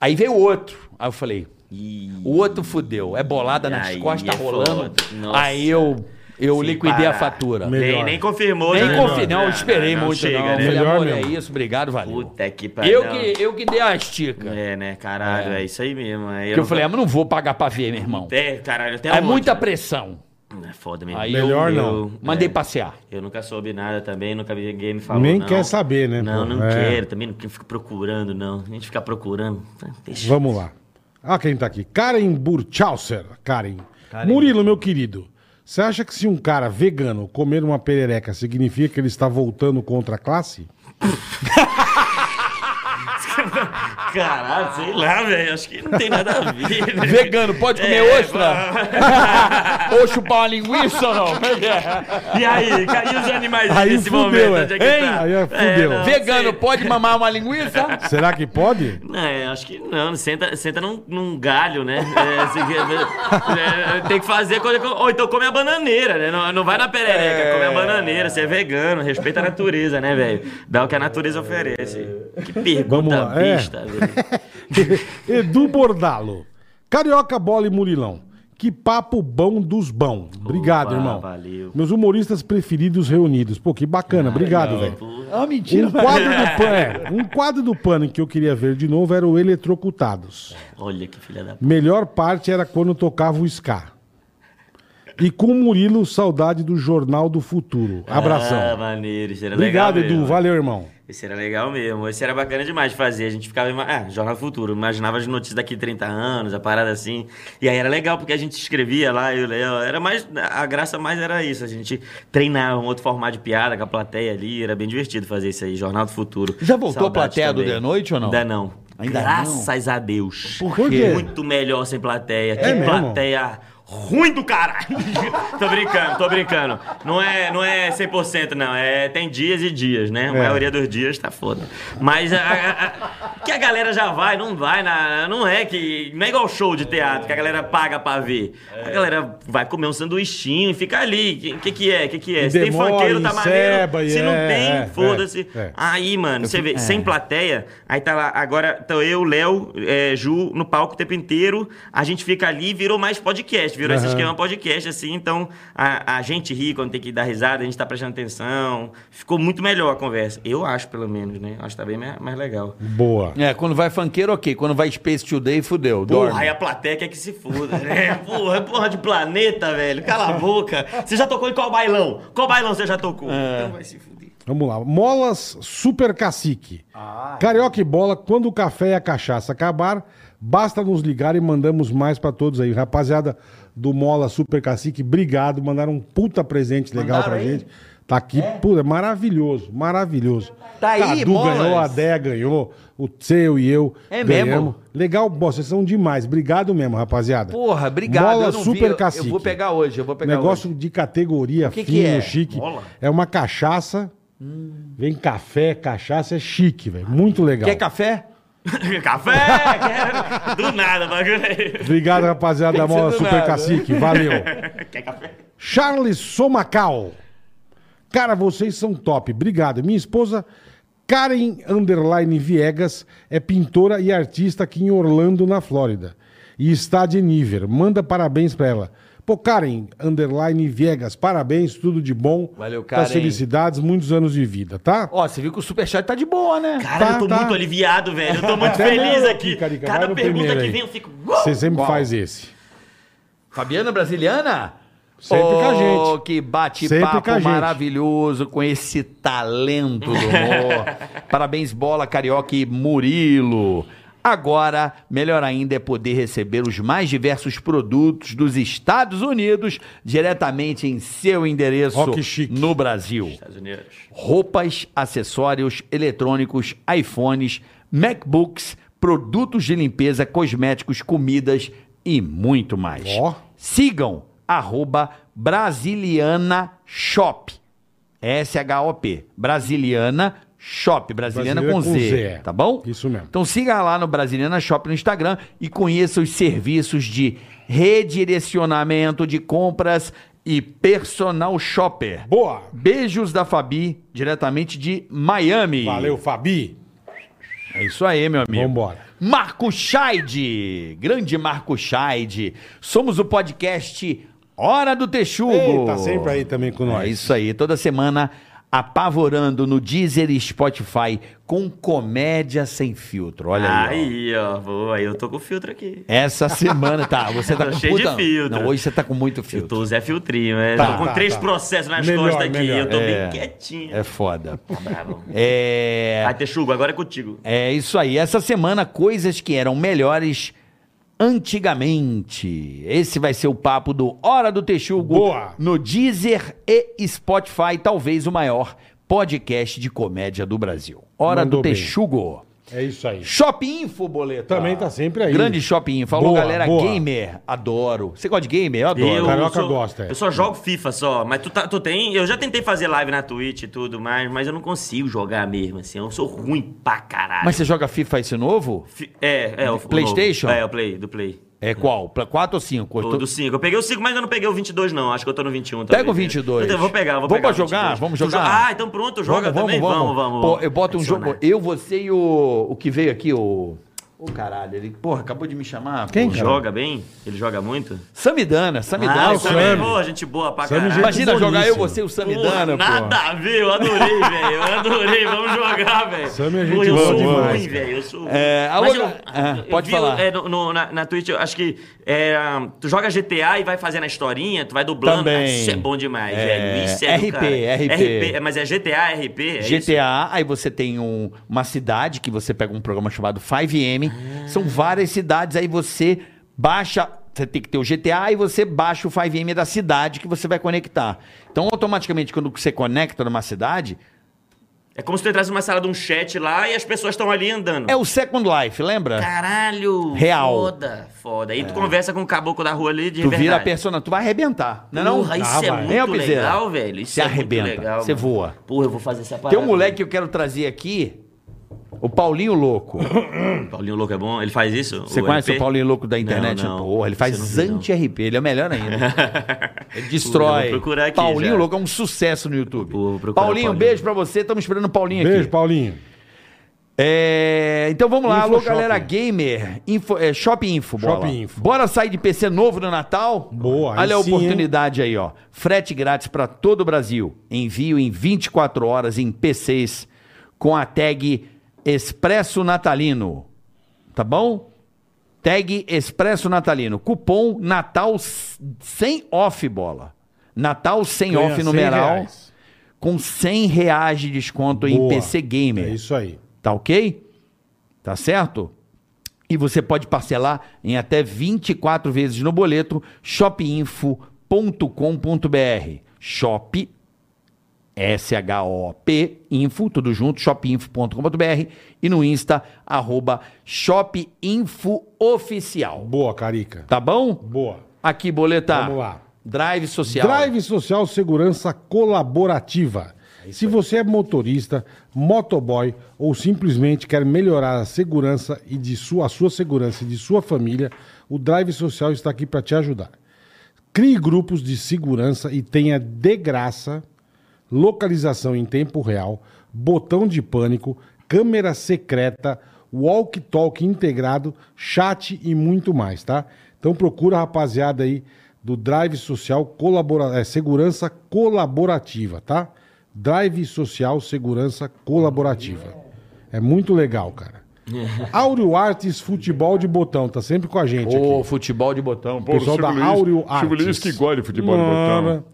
Aí veio outro. Aí eu falei,
Ih,
o outro fudeu. É bolada nas
Aí
costas
é
rolando.
foda. Nossa.
Aí eu, eu
Sim,
liquidei a
para.
fatura.
Me- Melhor.
Nem, nem confirmou,
Nem
né?
confi... Não, eu esperei
não,
muito,
chega,
não. Eu
Né?
falei,
Melhor
amor,
mesmo.
é isso, obrigado, valeu.
Puta que pariu.
eu, que, eu que dei a estica.
É, né? Caralho, é, isso aí mesmo. aí
que eu
não-
falei, ah, mas não vou pagar pra ver, meu irmão.
É, caralho, até
É muita pressão.
É foda mesmo.
Aí
Melhor não.
Mandei
é,
passear.
Eu nunca soube nada também, nunca vi ninguém me falou,
Nem
não.
quer saber, né,
Não,
pô?
não
É.
quero, também não fico procurando, não. A gente ficar procurando, deixa.
É, Vamos lá. Ah, quem tá aqui. Karen Burchauser. Karen. Murilo, meu querido. Você acha que se um cara vegano comer uma perereca significa que ele está voltando contra a classe?
Caralho, sei lá, velho, acho que não tem nada a ver, né?
Vegano, pode comer
É,
ostra? ou chupar uma linguiça ou não? Como é que é?
E aí, cadê os animais
Aí
nesse
fudeu,
momento?
é.
Onde é que
Hein?
tá?
Aí é, fudeu.
não,
Vegano,
sei.
pode mamar uma linguiça?
Será que pode?
Não, é, acho que não. Senta, senta num, num galho, né? É, assim que- é, é, tem que fazer coisa. com- Ou então come a bananeira, né? Não, não vai na perereca, come a bananeira. Você é vegano, respeita a natureza, né, velho? Dá o que a natureza oferece. Que
Vamos
pergunta
lá, é.
besta, velho.
Edu Bordalo. Carioca, bola e Murilão. Que papo bom dos bons. Obrigado,
Opa,
irmão.
valeu.
Meus humoristas preferidos reunidos. Pô, que bacana. Obrigado, velho.
Ah, mentira.
Um quadro do pano, é, um quadro do pano que eu queria ver de novo era o Eletrocutados.
Olha que filha da.
Melhor parte era quando tocava o ska. E com o Murilo, saudade do Jornal do Futuro. Abração.
Ah, maneiro, isso era
Obrigado,
legal
Edu.
mesmo.
Valeu, irmão.
Esse era legal mesmo. Esse era bacana demais de fazer. A gente ficava. ima- Ah, Jornal Futuro. Imaginava as notícias daqui 30 anos, a parada assim. E aí era legal, porque a gente escrevia lá, eu e o Léo. Era mais. A graça mais era isso. A gente treinava um outro formato de piada com a plateia ali. Era bem divertido fazer isso aí. Jornal do Futuro.
Já voltou a plateia
Saudades
do The Noite ou não?
Ainda não.
Ainda
Graças a Deus.
Por quê? É
Muito melhor sem plateia. que
mesmo?
plateia ruim do caralho. tô brincando, tô brincando. Não é, não é 100%, não. É, tem dias e dias, né? A
É.
maioria dos dias tá foda. Mas a- a- a- que a galera já vai, não vai. Na, não é que. Não é igual show de teatro que a galera paga pra ver.
É.
A galera vai comer um sanduichinho e fica ali. O que, que é? O que, que é?
E
Se tem
demora,
funkeiro, tá
e
maneiro.
ceba, e
Se não
é, é,
tem, foda-se.
é, é.
Aí, mano, você vê, sem plateia, aí tá lá, agora tô eu, Léo, é, Ju, no palco o tempo inteiro, a gente fica ali, virou mais podcast, virou esse esquema podcast, assim, então a, a gente ri quando tem que dar risada, a gente tá prestando atenção, ficou muito melhor a conversa, eu acho, pelo menos, né, acho que tá bem mais, mais legal.
Boa.
É, quando vai funkeiro, ok. Quando vai Space Today, fudeu.
Porra,
dorme.
aí a plateia quer que se foda, né? Porra, porra de planeta, velho. Cala a boca. Você já tocou em qual bailão? Qual bailão você já tocou?
É.
Então vai se fuder.
Vamos lá. Molas Super Cacique.
Ah.
Carioca e bola, quando o café e a cachaça acabar, basta nos ligar e mandamos mais pra todos aí. Rapaziada do Mola Super Cacique, obrigado. Mandaram um puta presente legal pra gente. Tá aqui, puta, maravilhoso, maravilhoso.
É? Tá aí,
Cadu
Molas.
ganhou, a Dé ganhou, o seu e eu
É
ganhamos.
mesmo?
Legal, bom, vocês são demais. Obrigado mesmo, rapaziada.
Porra, obrigado.
Mola
eu não vi,
Super
eu-
Cacique.
Eu vou pegar hoje, eu vou pegar
Negócio
hoje.
de categoria,
que que
fino,
é? Hum.
chique. É uma cachaça. Vem café, cachaça, é chique, velho. Muito legal.
Quer café?
Café! quero. Do nada, bagulho aí.
Obrigado, rapaziada da
que ser
Mola
do
Super
nada.
Cacique. Valeu. Charles Somacal. Cara, vocês são top. Obrigado. Minha esposa, Karen Underline Viegas, é pintora e artista aqui em Orlando, na Flórida. E está de nível. Manda parabéns pra ela. Pô, Karen Underline Viegas, parabéns, tudo de bom.
Valeu,
Tá,
Karen.
felicidades, muitos anos de vida, tá?
Ó, você viu que o Superchat tá de boa, né?
Cara,
Tá,
eu tô
tá.
muito aliviado, velho. Eu tô muito
Até
feliz
meu
aqui.
aqui, Carica, vai
Cada
no
pergunta
primeiro
que
aí. é-
vem eu fico. "Uh!"
Você sempre
Qual?
faz esse.
Fabiana Brasiliana?
Sempre com a gente.
Ô, que
Sempre com a
bate-papo
gente.
maravilhoso com esse talento do humor. Parabéns, Bola, Carioca e Murilo. Agora, melhor ainda é poder receber os mais diversos produtos dos Estados Unidos diretamente em seu endereço
Ó, que chique.
no Brasil.
Estados Unidos.
Roupas, acessórios, eletrônicos, iPhones, MacBooks, produtos de limpeza, cosméticos, comidas e muito mais.
Ó.
Sigam arroba Brasiliana Shop. S-H-O-P. Brasiliana Shop. Brasiliana,
Brasiliana
com,
com
Z,
Z.
Tá bom?
Isso mesmo.
Então siga lá no Brasiliana Shop no Instagram e conheça os serviços de redirecionamento de compras e personal shopper.
Boa.
Beijos da Fabi, diretamente de Miami.
Valeu, Fabi.
É isso aí, meu amigo.
Vambora.
Marco Scheide, grande Marco Scheide. Somos o podcast Hora do Texugo.
Ei, tá sempre aí também com nós.
É isso aí, toda semana apavorando no Deezer e Spotify com comédia sem filtro. Olha aí. ó.
Aí, ó, boa. Aí eu tô com filtro aqui.
Essa semana, tá, você tá
Tô
com
cheio de
puta-
filtro.
Não, hoje você tá com muito
Eu
filtro.
tô Zé Filtrinho, né?
Tá,
tô com
tá,
três
tá.
processos nas
Melhor,
costas aqui.
melhor.
Eu tô
É.
bem quietinho. Tá
É foda.
Bravo.
É...
Vai ter chugo, agora é contigo.
É isso aí. Essa semana, coisas que eram melhores antigamente. Esse vai ser o papo do Hora do Texugo
Boa.
no Deezer e Spotify, talvez o maior podcast de comédia do Brasil. Hora
Mandou
do
bem.
Texugo.
É isso aí.
Shop Info, boleto.
Também tá sempre aí.
Grande Shop Info. Alô,
Boa,
galera
boa.
gamer. Adoro. Você gosta de gamer? Eu adoro.
Eu
Carioca
sou-
gosta, é.
Eu só jogo FIFA só, mas tu, tá, tu tem. Eu já tentei fazer live na Twitch e tudo mais, mas eu não consigo jogar mesmo, assim. Eu sou ruim pra caralho.
Mas você joga FIFA esse novo?
Fi- É, é o o
PlayStation?
novo. É, o Play, do Play.
É qual? Pra 4 ou 5?
O do 5. Eu peguei o 5, mas eu não peguei o 22, não. Acho que eu tô no 21.
Pega
talvez.
o 22.
Eu vou pegar, eu vou
Vamos
pegar.
pra jogar?
22.
Vamos
Tu
jogar?
joga- Ah, então pronto, joga também. Vamos, vamos.
Pô, eu boto um jogo.
Adicionar.
Eu, você e o, o que veio aqui, o. O caralho, ele. Porra, acabou de me chamar.
Quem?
pô.
Joga bem? Ah, Ele joga muito?
Samidana, Samidana.
o Sammy.
Sammy.
Pô, é gente boa pra
Sammy,
caralho.
gente
Imagina
boníssimo.
jogar eu, você e o
Pô,
Samidana,
nada
tá pô.
a ver, eu adorei, velho. Eu adorei, vamos jogar, velho.
Sammy é
Pô,
gente
eu
boa
sou
demais,
ruim,
cara.
velho. Eu sou ruim.
É, alô,
Mas eu-
ga- ah,
eu
pode
vi,
falar.
é, no- no- na, na Twitch, eu acho que é, tu joga GTA e vai fazendo a historinha, tu vai dublando.
Também.
Ah, Isso é bom demais,
É,
velho. Isso é do
RP,
cara.
RP.
é, Mas é GTA, RP? É isso?
GTA, aí você tem um- uma cidade que você pega um programa chamado 5M.
Ah.
São várias cidades, aí você baixa. Você tem que ter o GTA e você baixa o 5M da cidade que você vai conectar. Então, automaticamente, quando você conecta numa cidade,
É como se tu entrasse numa sala de um chat lá e as pessoas estão ali andando.
é o Second Life, lembra?
Caralho!
Real. É.
Foda, foda. E tu conversa com o caboclo da rua ali de
Tu
verdade.
vira a persona, tu vai arrebentar, não é não?
Porra, isso
Ah,
é
vai.
Hein,
muito
Alpizeira?
legal, velho. Isso
né? Você
é
arrebenta,
muito legal.
você
mano.
voa.
Porra, eu vou fazer essa parada.
Tem um moleque que eu quero trazer aqui, o Paulinho Louco.
velho. Paulinho Louco é bom? Ele faz isso?
Você conhece
LP?
o Paulinho Louco da internet?
Não, não.
Porra, ele faz
Isso eu não vi,
anti-RP, ele é o melhor ainda. ele
Eu
destrói.
vou procurar aqui
Paulinho
já.
Louco é um sucesso no YouTube.
Vou procurar o
Paulinho,
Paulinho.
beijo pra você, estamos esperando o Paulinho aqui.
Beijo, Paulinho.
É, então vamos lá,
Info
alô
Shopping.
galera gamer, info, é, Shop Info, bola.
Shop Info.
Bora sair de PC novo no Natal?
Boa, aí
Olha a
sim,
oportunidade aí, ó. Frete grátis para todo o Brasil. Envio em 24 horas em PCs com a tag Expresso Natalino. Tá bom? Tag Expresso Natalino. Cupom Natal sem off, bola. Natal sem
Ganha
off
100
numeral.
reais.
Com 100 reais de desconto em
Boa.
PC Gamer.
É isso aí.
Tá ok? Tá certo? E você pode parcelar em até 24 vezes no boleto shopinfo.com.br. Shop S-H-O-P, info, tudo junto, shopinfo.com.br e no Insta, arroba shopinfooficial.
Boa, Carica.
Tá bom?
Boa.
Aqui, boleta.
Vamos lá.
Drive social.
Drive Social Segurança Colaborativa. Se você é motorista, motoboy ou simplesmente quer melhorar a segurança e de sua, a sua segurança e de sua família, o Drive Social está aqui para te ajudar. Crie grupos de segurança e tenha de graça localização em tempo real, botão de pânico, câmera secreta, walk-talk integrado, chat e muito mais, tá? Então procura a rapaziada aí do Drive Social colabora é, Segurança Colaborativa, tá? Drive Social Segurança Colaborativa. É muito legal, cara. Áureo Artes Futebol de Botão, tá sempre com a gente aqui.
Então,
Ô, futebol de botão.
O pessoal da Áureo Artes.
Chico Lisca que gosta de futebol de botão.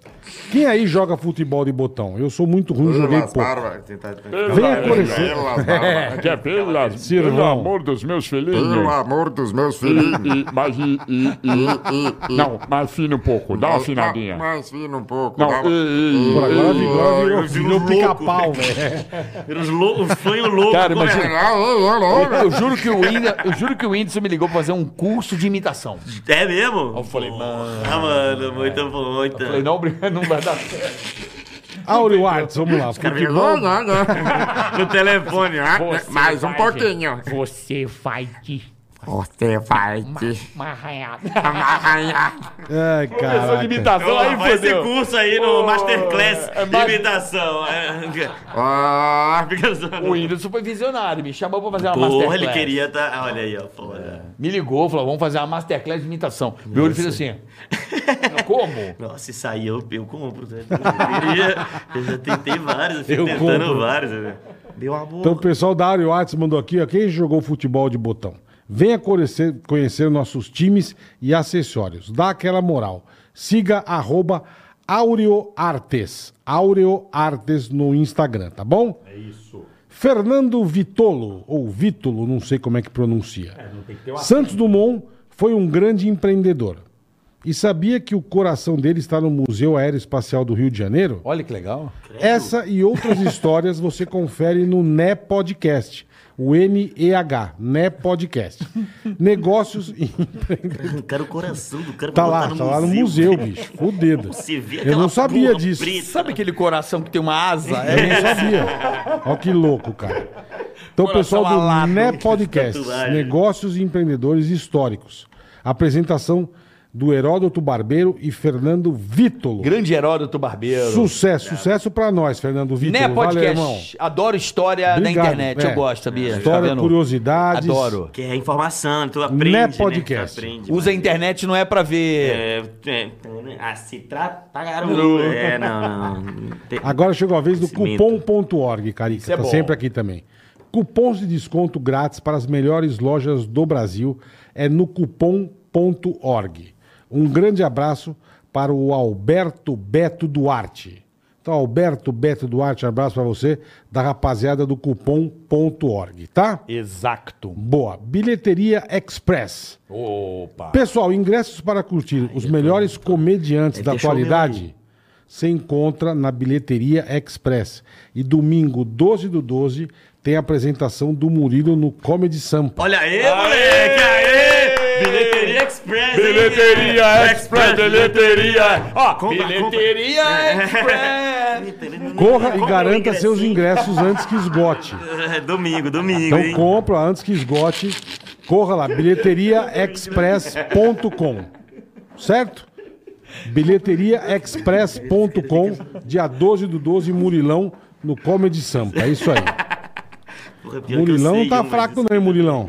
Quem aí joga futebol de botão? Eu sou muito ruim, joguei
Pelas
pouco.
barbas.
tá,
Tentar- tentar-
Vem a coleção.
Pelas barbas.
Que é pelas,
Sirvão.
pelo amor dos meus
Pelo
filhinhos.
amor dos meus filhinhos.
E, e, mas e, e, e, e. Não, mais fino um pouco, dá uma afinadinha.
Mais fino um pouco.
Não,
dá uma-
e, e,
Pô, agora virou,
Eu
virou,
viro
virou
louco,
pica-pau, velho.
Era uns lou- um sonho louco.
Cara,
como
imagina- Eu juro que o Whindersson, eu juro que o Whindersson me ligou pra fazer um curso de imitação.
é? É mesmo?
Eu falei, mano.
Ah, mano, muito bom, muito.
Falei, não, brinca- não vai dar certo.
Áureo Artes, vamos lá. Futebol,
No telefone, ah.
Você
Mais um
vai-
pouquinho.
Você vai de
Você vai te
marranhado.
amarranhar.
Ai,
Professor de
caraca.
imitação, aí
Vai esse
fodeu.
curso aí no Masterclass
é
de
mais-
imitação. É.
Ah,
Fica
O
zoando.
Whindersson foi visionário, me chamou pra fazer uma
Porra,
masterclass.
ele queria tá. Olha aí, ó. Foda.
Me ligou, falou, vamos fazer uma masterclass de imitação. Meu olho fez assim. Como?
Nossa, se sair eu, eu compro. né? Eu, queria- eu já tentei vários, eu fico
Eu
tentando
compro.
vários. né? Meu amor.
Então o pessoal da Áureo Artes mandou aqui, ó. Quem jogou futebol de botão? Venha conhecer, conhecer nossos times e acessórios. Dá aquela moral. Siga arroba Áureo Artes. Áureo Artes no Instagram, tá bom? É isso. Fernando Vitolo, ou Vítolo, não sei como é que pronuncia. Santos Dumont foi um grande empreendedor. E sabia que o coração dele está no Museu Aeroespacial do Rio de Janeiro?
Olha que legal.
Essa e outras histórias você confere no Né Podcast. O N-E-H, Né Podcast. Negócios e empreendedores.
Cara, o coração do cara
Tá
botar
lá, tá lá no museu, bicho. Fudida.
Você vê
Eu
aquela
não sabia
porra
disso.
preta.
Sabe aquele coração que tem uma asa? É
Eu não sabia. Olha que louco, cara. Então,
Coração
pessoal do
alado.
Né Podcast,
Tatuagem.
Negócios e Empreendedores Históricos. Apresentação do Heródoto Barbeiro e Fernando Vítolo.
um Grande Heródoto Barbeiro.
Sucesso, sucesso pra nós, Fernando Vítolo.
Né,
Valeu, irmão.
podcast. Adoro história
Obrigado,
da internet.
é.
Eu gosto, sabia?
História,
vendo?
curiosidades.
Adoro.
Que é informação, tu aprende.
Né,
Né,
podcast.
Tu aprende,
Usa a
mas-
internet não é pra ver.
É, é, ah, se trata, garoto. É, não, não. Tem-
Agora chegou a vez do
Conhecimento.
cupom.org, Carica.
Isso é
tá
bom.
sempre aqui também. Cupons de desconto grátis para as melhores lojas do Brasil é no cupom.org. Um grande abraço para o Alberto Beto Duarte. Então, Alberto Beto Duarte, um abraço para você, da rapaziada do cupom.org, tá?
Exacto.
Boa. Bilheteria Express.
Opa.
Pessoal, ingressos para curtir os melhores comediantes da
deixou o meu
atualidade se encontra na Bilheteria Express. E domingo, 12 do 12, tem a apresentação do Murilo no Comedy Sampa.
Olha aí, moleque, aê! Bilheteria Express, hein?
Bilheteria Express, bilheteria. Ó,
Bilheteria Express.
Corra e
Compra o
garanta
ingressinho.
seus ingressos antes que esgote.
É, Domingo, domingo,
Então
hein?
compra antes que esgote. Corra lá, bilheteriaexpress.com. Certo? Bilheteriaexpress.com, dia 12 do 12, Murilão, no Comedy Sampa. É isso aí.
Porra, pior que eu
Murilão não
sei
tá
um,
fraco,
mas-
não, hein, Murilão?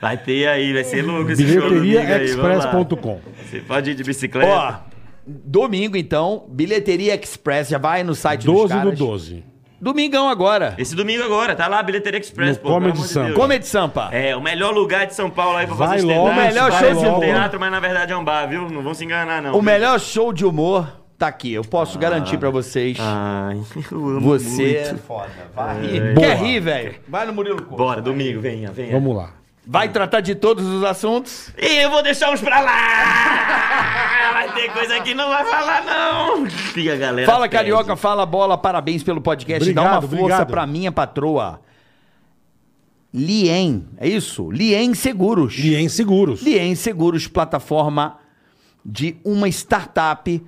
Vai ter aí, vai ser louco esse show domingo aí, vamos lá.
Bilheteriaexpress.com.
Você pode ir de
Ó,
bicicleta.
domingo então, Bilheteria Express, já vai no site dos
12 do
caras.
12.
Domingão agora.
Esse domingo agora, tá lá, Bilheteria Express,
No
pô, pelo
Comedy
amor de
Sampa.
Deus.
Comedy Sampa.
É, o melhor lugar de São Paulo aí pra
Vai
fazer stand-up.
logo,
O melhor
vai
show de
É um
logo.
teatro, mas na verdade é um bar, viu? Não vão se enganar, não.
O melhor show de humor tá aqui. Eu posso garantir pra vocês.
Ah.
Ai, eu amo
você
muito.
é foda. Vai rir.
Boa.
Quer rir, velho? Vai no Murilo Couto.
Bora, domingo, venha, venha.
Vamos lá.
Vai tratar de todos os assuntos.
E eu vou deixar uns pra lá! Vai ter coisa que não vai falar, não! Fica, galera.
Fala
pede.
carioca, fala bola, parabéns pelo podcast. Dá uma
Obrigado,
força
obrigado.
pra minha patroa. Lien, é isso? Lien Seguros.
Lien Seguros.
Lien Seguros, plataforma de uma startup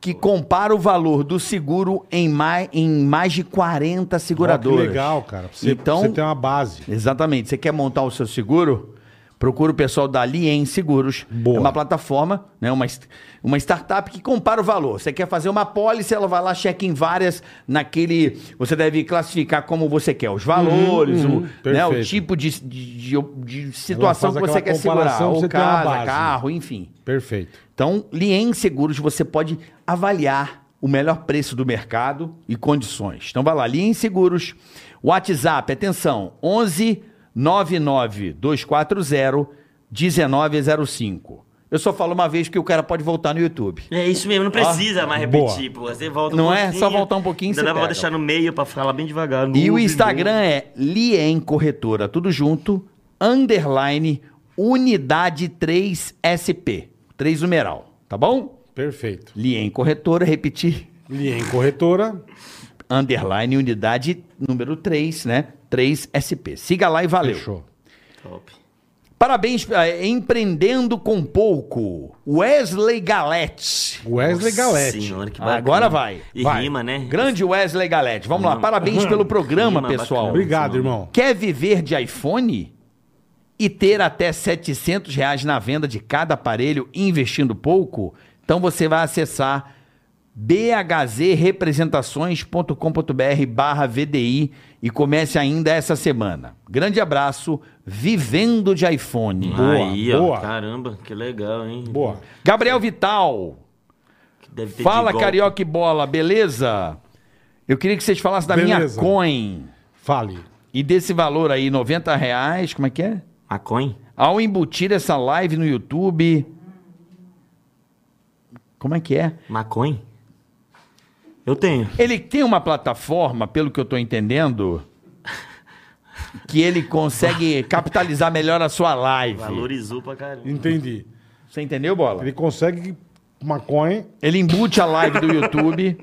que compara o valor do seguro em mais, em mais de 40
Ó, que
seguradoras.
legal, cara. Pra Você,
Então-
pra você tem uma base.
Exatamente. Você quer montar o seu seguro? Procura o pessoal da Lien Seguros.
Boa.
É uma plataforma, né? uma, est- uma startup que compara o valor. Você quer fazer uma pólice, ela vai lá, checa em várias naquele... Você deve classificar como você quer. Os valores,
Uhum, uhum.
o, né, o
Perfeito.
tipo de, de, de- de situação
faz
que você quer
aquela
segurar.
comparação,
Ou
você tem uma
casa,
base.
carro, enfim.
Perfeito.
Então, Lien Seguros, você pode avaliar o melhor preço do mercado e condições. Então, vai lá, Lien Seguros. WhatsApp, atenção, 11 99 240 1905. Eu só falo uma vez porque o cara pode voltar no YouTube.
É isso mesmo, não precisa mais repetir, pô. Você volta um
Não é?
pouquinho.
Só voltar um pouquinho,
Ainda
você
dá pra
pega.
deixar no meio pra falar bem devagar.
E o
Noob,
Instagram é Lien Corretora, tudo junto, underline, unidade 3SP. 3 numeral, tá bom?
Perfeito.
Lien Corretora, repetir,
Lien Corretora.
underline, unidade número 3, né? 3SP. Siga lá e valeu.
Fechou.
Top.
Parabéns, eh, empreendendo com pouco. Wesley Galete.
Wesley Galete.
Senhora, que bacana.
É Agora vai.
E
vai.
rima, né?
Grande Wesley Galete. Vamos lá.
Rima.
Parabéns pelo programa,
Rima
pessoal.
bacana.
Obrigado, irmão.
Quer viver de iPhone e ter até 700 reais na venda de cada aparelho investindo pouco? Então você vai acessar bhzrepresentações.com.br barra VDI e comece ainda essa semana. Grande abraço, vivendo de iPhone.
Aí,
boa.
ó. Caramba, que legal, hein?
Boa.
Gabriel Vital,
Deve ter
fala
de golpe.
Carioca e Bola, beleza? Eu queria que vocês falassem da
Beleza.
minha coin
Fale.
e desse valor aí, 90 reais, como é que é?
Maconha?
ao embutir essa live no YouTube. Como é que é?
Maconha? Eu tenho.
Ele tem uma plataforma, pelo que eu tô entendendo, que ele consegue capitalizar melhor a sua live.
Valorizou pra caramba.
Entendi.
Você entendeu, Bola?
Ele consegue maconha.
Ele embute a live do YouTube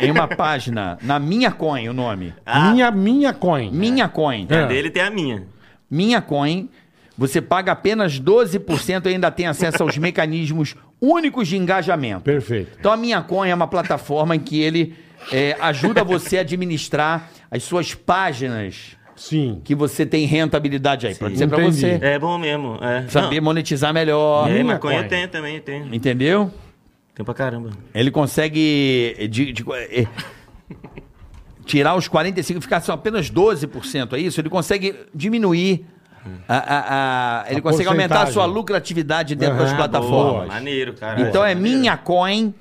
em uma página, na Minha Coin, o nome.
Minha, minha coin.
Minha Coin.
A dele tem a minha.
Minha Coin, você paga apenas 12% e ainda tem acesso aos mecanismos únicos de engajamento.
Perfeito.
Então a Minha Coin é uma plataforma em que ele é, ajuda você a administrar as suas páginas
Sim.
que você tem rentabilidade aí. Pra dizer pra
Entendi.
você
É bom mesmo. É.
saber
Não,
monetizar melhor.
é,
Minha
maconha
coin.
eu tenho também, eu tenho.
Entendeu?
Tem pra caramba.
Ele consegue eh, de- de- eh, tirar os 45% e ficar só apenas 12%, é isso? Ele consegue diminuir. A, a- a- ele
A
consegue aumentar a sua
porcentagem.
lucratividade dentro
Aham,
das
Ah, Boa,
plataformas.
maneiro, cara. Tá
então é
Maneiro.
minha coin,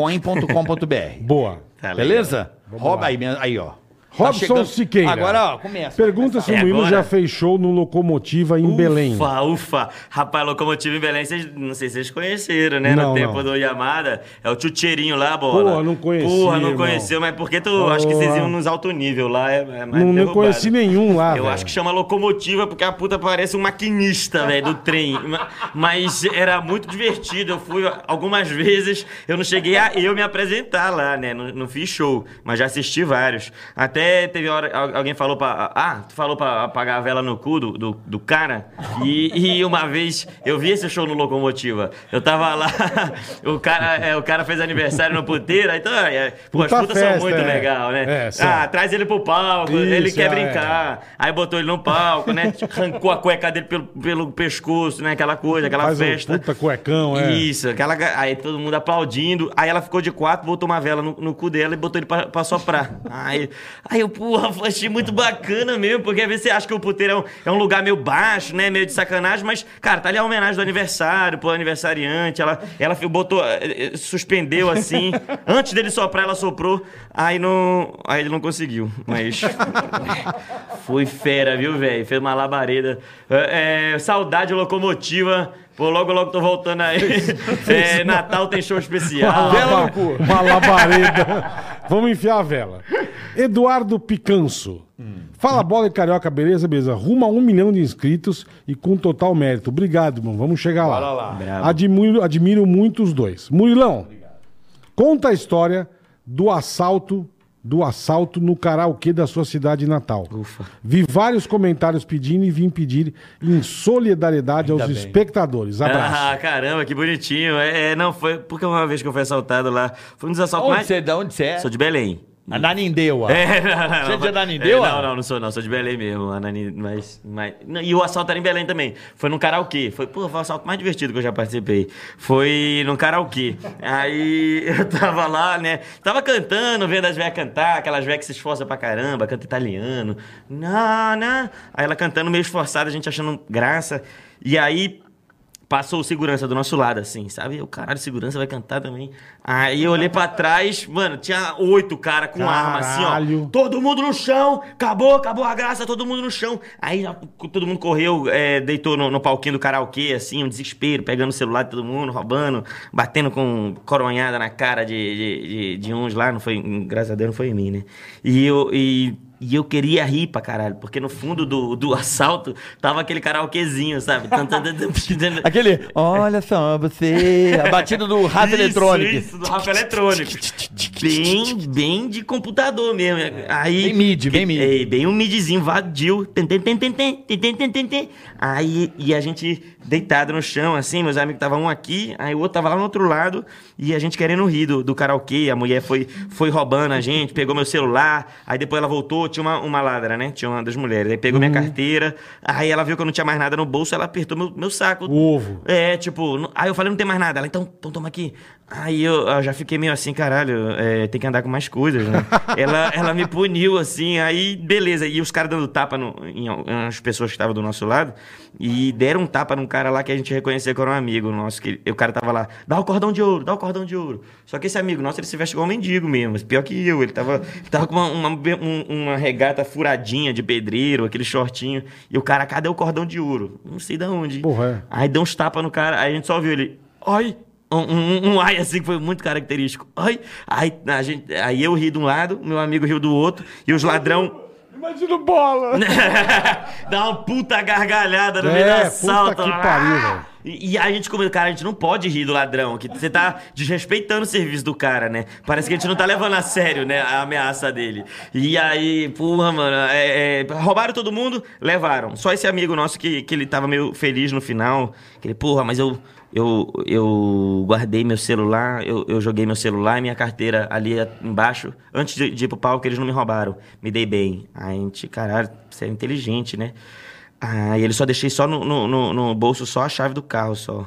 minhacoin.com.br.
Boa.
Tá legal.
Beleza? Roba
lá.
aí, minha- aí, ó. Tá
Robson
chegando-
Siqueira.
Agora, ó, começa.
Pergunta se o
É
Murilo
agora?
já fez show no Locomotiva em Belém.
Ufa, ufa. Rapaz, locomotiva em Belém, vocês, não sei se vocês conheceram, né?
Não,
no tempo
não.
do Yamada. É o tchutcheirinho lá, bola.
Porra, não conheci,
Porra, não
irmão.
conheceu, mas é porque tu. Acho que vocês
Porra.
iam nos alto nível lá. É, é mais
Não, não
derrubado.
conheci nenhum lá,
Eu
velho.
acho que chama locomotiva porque a puta parece um maquinista, velho, do trem. Ma- Mas era muito divertido. Eu fui algumas vezes, eu não cheguei a eu me apresentar lá, né? Não, não fiz show, mas já assisti vários. Até teve hora, al- alguém falou pra. Ah, tu falou pra apagar a vela no cu do, do, do cara. E, e uma vez eu vi esse show no Locomotiva. Eu tava lá, o cara, é, o cara fez aniversário no puteiro, então. É, pô, as
Puta
putas
festa,
são muito
é.
legal, né?
É, são.
ah, traz ele pro palco, ele
Isso,
quer
é.
brincar. Aí botou ele no palco, né? Arrancou a cueca dele pelo, pelo pescoço, né? Aquela coisa, aquela
Faz um
festa.
puta cuecão, é.
Isso, aquela. ga- Aí todo mundo aplaudindo. Aí ela ficou de quatro, botou uma vela no, no cu dela e botou ele pra, pra soprar. Aí, aí eu, porra, achei muito bacana mesmo, porque às vezes você acha que o puteiro é um, é um lugar meio baixo, né? Meio de sacanagem, mas, cara, tá ali a homenagem do aniversário, pro aniversariante. Ela, ela fi- botou. eh, eh, Suspendeu assim. Antes dele soprar, ela soprou. Aí não. Aí ele não conseguiu. Mas. Foi fera, viu, velho? Fez uma labareda. É, é, saudade locomotiva. Pô, logo, logo tô voltando aí. É, Natal tem show especial. Ah,
Vela no cu. Uma labareda. Vamos enfiar a vela. Eduardo Picanso. Fala bola e carioca, beleza? Beleza. Rumo a um milhão de inscritos e com total mérito. Obrigado, irmão. Vamos chegar lá. Admiro, admiro muito os dois. Murilão, conta a história do assalto do assalto no karaokê da sua cidade natal. Vi vários comentários pedindo e vim pedir em solidariedade aos espectadores. Abraço.
Ah, caramba, que bonitinho. É, é, não, foi porque uma vez que eu fui assaltado lá. Foi um dos assaltos
Onde
mais.
você, da onde você é?
Sou de Belém.
Ah,
Ananindeua.
É, não, não,
Você é de
mas-
Ananindeua?
É, Não, não, não sou não, sou de Belém mesmo, Anani, mas, mas- não, e o assalto era em Belém também, foi num karaokê, foi, pô, foi o assalto mais divertido que eu já participei, foi num karaokê, aí eu tava lá, né, tava cantando, vendo as velhas cantar, aquelas velhas que se esforçam pra caramba, canta italiano, na, na, aí ela cantando meio esforçada, a gente achando graça, e aí Passou o segurança do nosso lado, assim, sabe? Eu, caralho, segurança vai cantar também. Aí eu olhei pra trás, mano, tinha oito cara com arma, assim, ó.
Caralho.
Todo mundo no chão, acabou, acabou a graça, todo mundo no chão. Aí ó, todo mundo correu, é, deitou no, no palquinho do karaokê, assim, um desespero, pegando o celular de todo mundo, roubando, batendo com coronhada na cara de, de, de- de uns lá, não foi, graças a Deus não foi em mim, né? E eu, e, e eu queria rir pra caralho, porque no fundo do, do assalto tava aquele karaokezinho, sabe?
Aquele, olha só, você. A batida do rato
Isso,
eletrônico.
Isso, do rato eletrônico. Bem, bem de computador mesmo. Aí,
Bem mid, bem mid.
É, bem um midzinho, vadio. Tem, tem, tem, tem, tem, tem, tem, tem, tem, tem. Aí, e a gente deitado no chão, assim, meus amigos estavam um aqui, aí o outro tava lá no outro lado, e a gente querendo rir do, do karaokê. A mulher foi, foi roubando a gente, pegou meu celular, aí depois ela voltou, tinha uma, uma ladra, né? Tinha uma das mulheres. Aí pegou
Uhum.
minha carteira, aí ela viu que eu não tinha mais nada no bolso, ela apertou meu, meu saco.
O ovo.
É, tipo, n- aí eu falei, não tem mais nada. Ela, então, então toma aqui. Aí eu, eu já fiquei meio assim, caralho, é, tem que andar com mais coisas, né? ela, ela me puniu, assim, aí beleza. E os caras dando tapa no, em al- em as pessoas que estavam do nosso lado. E deram um tapa num cara lá que a gente reconheceu que era um amigo nosso. Que, e o cara tava lá, dá o cordão de ouro, dá o cordão de ouro. Só que esse amigo nosso, ele se veste igual um mendigo mesmo. Pior que eu, ele tava, ele tava com uma, uma, um- uma regata furadinha de pedreiro, aquele shortinho. E o cara, cadê o cordão de ouro? Não sei de onde.
Porra, é.
Aí deu uns tapas no cara, aí a gente só viu ele. Ai! Um, um, um ai assim que foi muito característico. Ai! Aí, a gente, aí eu ri de um lado, meu amigo riu do outro, e os ladrão.
Imagina o bola.
Dá uma puta gargalhada no
É,
meio do
puta
assalto.
que pariu,
Ah!
velho.
E, e a gente começou, cara, a gente não pode rir do ladrão, que você tá desrespeitando o serviço do cara, né? Parece que a gente não tá levando a sério, né, a ameaça dele. E aí, porra, mano, é, é, roubaram todo mundo, levaram. Só esse amigo nosso que, que ele tava meio feliz no final, que ele, porra, mas eu... Eu, eu guardei meu celular, eu, eu joguei meu celular e minha carteira ali embaixo, antes de, de ir pro palco, eles não me roubaram. Me dei bem. Aí a gente, caralho, você é inteligente, né? Ah, e ele só deixei só no, no, no- no bolso só a chave do carro só.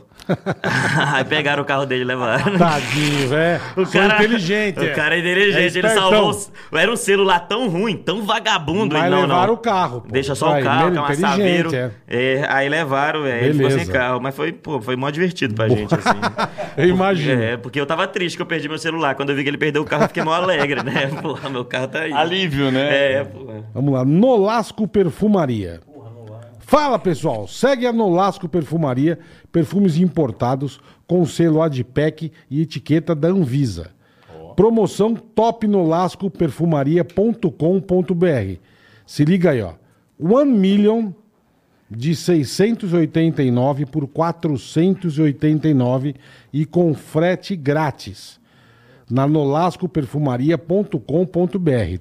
Aí pegaram o carro dele e levaram.
Tadinho, velho. O cara Tá, inteligente.
O
é.
cara é inteligente,
É
ele
espertão.
salvou. o- Era um celular tão ruim, tão vagabundo.
Mas
e não,
levaram
é não.
o carro, pô.
Deixa só
Aí,
o carro, que é um
inteligente,
assaveiro.
é.
É, aí levaram, é, ele ficou sem
Beleza.
carro. Mas foi, pô, foi mó divertido pra gente, assim.
Eu imagino.
É, porque eu tava triste que eu perdi meu celular. Quando eu vi que ele perdeu o carro, eu fiquei mó alegre, né? Porra, meu carro tá aí.
Alívio, né?
É, porra.
Vamos lá, Nolasco Perfumaria. Fala pessoal, segue a Nolasco Perfumaria, perfumes importados com selo Adpec e etiqueta da Anvisa. Promoção topnolascoperfumaria.com.br. Se liga aí, ó. 1 million de 689 por 489 e com frete grátis. Na nolascoperfumaria.com.br,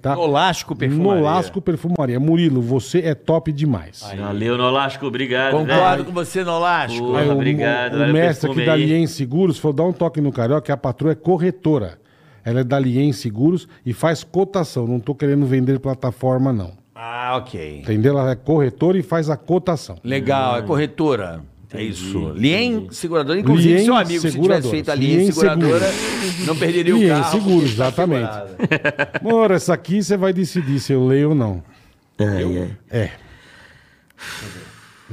tá?
Nolasco perfumaria.
Nolasco Perfumaria. Murilo, você é top demais.
Valeu, Nolasco, obrigado.
Concordo
velho.
com você, Nolasco.
Porra,
Aí o,
obrigado.
o
valeu,
mestre aqui
perfume
da
aí.
Lien Seguros falou: dá um toque no Carioca, que a patroa é corretora. Ela é da Lien Seguros e faz cotação. Não tô querendo vender plataforma, não.
Ah, ok.
Entendeu? Ela é corretora e faz a cotação.
Legal, é corretora. é isso. Lien Seguradora. Inclusive,
Lien
seu amigo, se
Seguradora.
tivesse feito a Lien,
Lien
Seguradora, não perderia o
Lien
carro.
Seguros, exatamente. Mora, essa aqui você vai decidir se eu leio ou não.
Ai, ai.
É.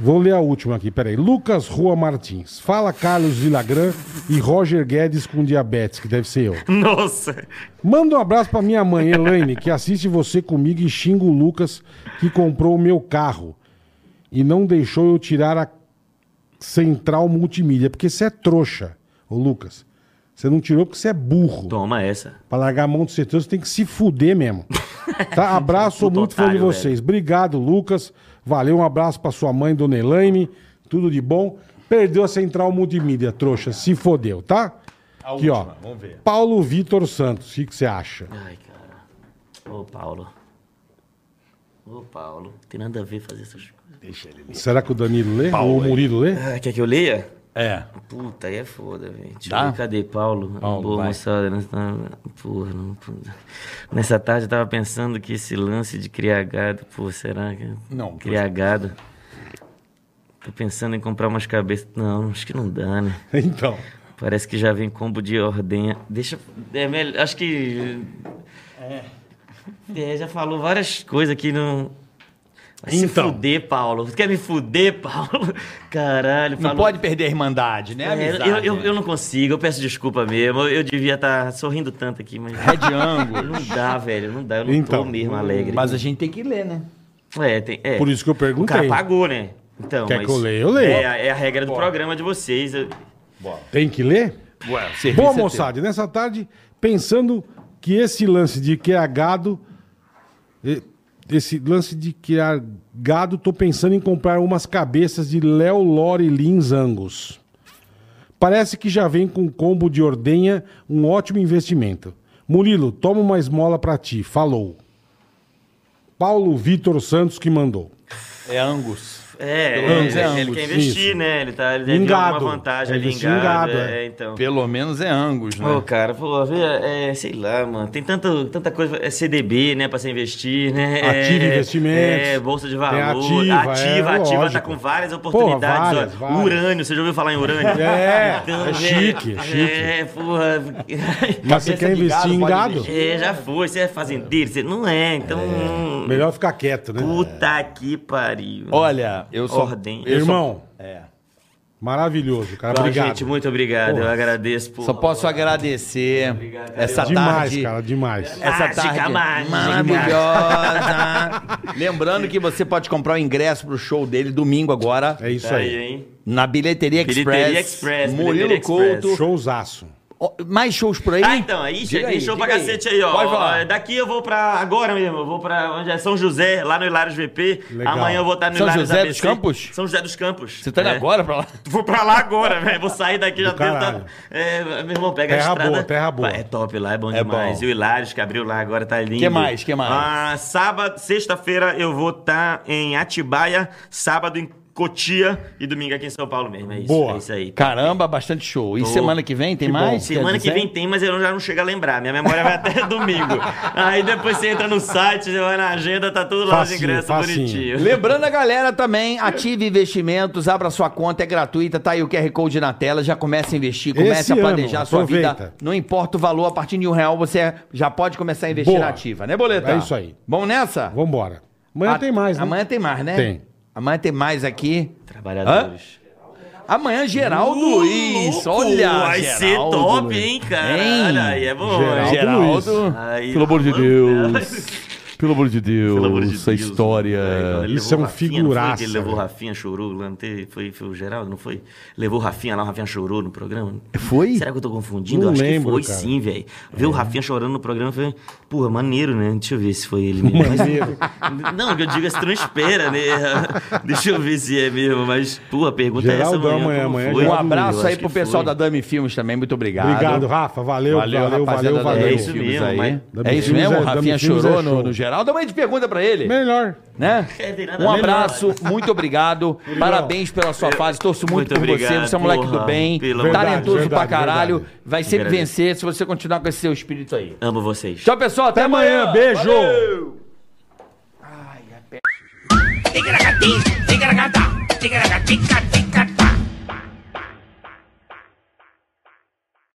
Vou ler a última aqui, peraí. Lucas Rua Martins. Fala Carlos Vilagrã e Roger Guedes com diabetes, que deve ser eu.
Nossa.
Manda um abraço pra minha mãe, Elaine, que assiste você comigo e xinga o Lucas, que comprou o meu carro e não deixou eu tirar a central multimídia, porque você é trouxa, ô Lucas. Você não tirou porque você é burro.
Toma essa.
Pra largar a mão do setor, você tem que se fuder mesmo. Tá? Abraço, sou
Puta
muito fã de
otário,
vocês. Obrigado, Lucas. Valeu, um abraço pra sua mãe, Dona Elaine. Tudo de bom. Perdeu a central multimídia, trouxa. Se fodeu, tá? Aqui, ó. Vamos ver. Paulo Vitor Santos, o que que você acha?
Ai, cara. Ô, Paulo. Ô, Paulo. Tem nada a ver fazer essas coisas.
Será que o Danilo lê? Ou o Murilo lê?
Ah, quer que eu leia?
É.
Puta, aí é foda, velho. Deixa
Dá?
eu ver, Cadê Paulo?
Tá. Paulo,
Boa,
vai.
moçada. nessa- tá- Porra, não... Nessa tarde eu tava pensando que esse lance de criar gado... Pô, será que...
Não,
Criar gado... Tô pensando em comprar umas cabeças... Não, acho que não dá, né?
Então.
Parece que já vem combo de ordenha. Deixa. É melhor. Acho que. É. já falou várias coisas aqui no. Vai se
Então.
fuder, Paulo. Tu quer me fuder, Paulo? Caralho,
Não
falou-
pode perder a irmandade, né?
É,
Amizade.
eu, eu, eu não consigo, eu peço desculpa mesmo. Eu, eu devia estar sorrindo tanto aqui, mas.
É de ângulo.
Não dá, velho. Não dá. Eu não
Então.
tô mesmo alegre.
Mas a gente tem que ler, né?
É, tem, é.
Por isso que eu
O
perguntei.
cara pagou, né? Então,
Quer
mas-
que eu leia? Eu leio.
É, a- é a regra do programa de vocês. Eu-
Tem que ler?
é
Boa, é moçada. Nessa tarde, pensando que esse lance de criar gado. e- Esse lance de criar gado, tô pensando em comprar umas cabeças de Léo Lore Lins Angus. Parece que já vem com combo de ordenha, um ótimo investimento. Murilo, toma uma esmola pra ti. Falou. Paulo Vitor Santos que mandou.
É Angus.
É,
Pelo menos
ele,
é
ele
ambos,
quer investir,
isso.
né? Ele tá ele deve ter
Engado.
alguma vantagem
É
ali em
investir
gado.
engado, é.
É, então.
Pelo menos é Angus, né?
Pô, cara, pô, vê, é, sei lá, mano. Tem tanto, tanta coisa. É CDB, né, pra você investir, né? É,
Ativa investimentos.
É, bolsa de valor.
Tem ativa,
ativa,
é,
ativa, tá
lógico.
com várias oportunidades.
várias,
ó.
várias.
Urânio, você já ouviu falar em urânio?
É, é
velho,
chique, é chique.
É, porra.
Mas você quer investir em gado?
É, já foi, você é fazendeiro, você não é, então. hum,
Melhor ficar quieto, né?
Puta que pariu.
Olha, eu só.
Ordem.
eu só-
Irmão,
É.
maravilhoso, cara.
Então,
Obrigado.
Gente, muito obrigado. Eu
Porra.
agradeço por.
Tá,
tá
Só posso agradecer
Tá
essa
Demais,
tarde.
cara, demais.
Essa
Mágica,
tarde
mágica.
maravilhosa. Lembrando que você pode comprar o ingresso pro show dele domingo agora
É isso
Tá aí,
aí.
hein?
na Bilheteria Express.
Bilheteria Express,
Murilo
Bilheteria Express.
Couto.
Showzaço.
Ó, Mais shows por aí?
Ah, então, aí
Diga
chega
aí,
aí, show pra
diga aí.
cacete aí, ó.
Pode falar.
Ó, Daqui eu vou pra. Agora mesmo, eu vou pra onde é? São José, lá no Hilários VP.
Legal.
Amanhã eu vou estar no
São
Hilários
José
ABC.
dos Campos?
São José dos Campos.
Você tá indo
É.
agora pra lá?
Vou pra lá agora, velho. Vou sair daqui já
caralho.
tentando. É, meu irmão, pega
Terra
a estrada.
boa, terra boa.
É top lá, é bom
É
demais.
bom.
E o Hilários que abriu lá agora tá lindo.
Que mais, que mais?
Ah, sábado, sexta-feira eu vou estar em Atibaia, sábado em Cotia e domingo aqui em São Paulo mesmo. É isso,
Boa.
é isso aí.
Caramba, bastante show. E
Tô.
semana que vem tem
Que bom.
mais? Quer
Semana que
dizer?
vem tem, mas eu já não chego a lembrar. Minha memória vai até domingo. Aí depois você entra no site, você vai na agenda, tá tudo lá de
Facinho,
ingresso
facinho.
bonitinho.
Lembrando a galera também, ative investimentos, abra sua conta, é gratuita, tá aí o QR Code na tela, já começa a investir, comece
Esse
a planejar
ano,
a sua vida.
aproveita.
Não importa o valor, a partir de um real você já pode começar a investir
Boa.
na ativa, né, Boleta?
É isso aí.
Vamos nessa?
Vambora. Amanhã
A-
tem mais, né?
Amanhã tem mais, né?
Tem.
Amanhã tem mais aqui.
Trabalhadores.
Amanhã, Geraldo
Ô,
Luiz.
louco,
Olha,
Vai ser
Geraldo
top,
Luiz.
hein, cara? Olha aí, é bom.
Geraldo
hein?
Geraldo.
Aí,
Pelo amor de
mano,
Deus. Pelo amor de Deus,
Pelo amor de
essa
Deus,
história.
velho. Ele
Isso é um
levou Rafinha, não foi?
figuraça,
Ele levou
velho.
Rafinha, chorou lá, não teve, foi, foi o Geraldo, não foi? Levou o Rafinha lá, o Rafinha chorou no programa.
Foi?
Será que eu tô confundindo?
Não
Acho
lembro,
que foi
cara. É.
sim, velho. Viu o Rafinha chorando no programa, foi, porra, maneiro, né? Deixa eu ver se foi ele mesmo. Maneiro. Não, que eu digo, é se tu não espera, né? Deixa eu ver se é mesmo, mas, porra, pergunta
Geraldo,
é
amanhã,
essa amanhã, como
amanhã,
foi?
Um
Geraldo
abraço
Eu
aí
acho
pro
que
pessoal da
foi.
Dami Filmes também, muito obrigado.
Obrigado, Rafa. Valeu, valeu, valeu, valeu.
É isso mesmo. hein?
É isso mesmo? O
Dami
Rafinha
Filmes é
chorou no,
show.
no Geraldo. Amanhã a gente pergunta pra ele,
Melhor.
né?
É, tem nada
Um
a ver,
abraço, muito obrigado. Parabéns pela sua fase. Torço muito,
Muito
por você.
obrigado,
Você é um moleque do
porra.
bem,
Pelo
amor de
talentoso
Deus.
pra
Verdade,
caralho.
verdade.
Vai sempre
Agradeço.
vencer se você continuar com esse seu espírito aí.
não. Amo vocês.
Tchau, pessoal. Até,
Até amanhã, beijo.
Tigaragati, tigaragata, tigaragatica,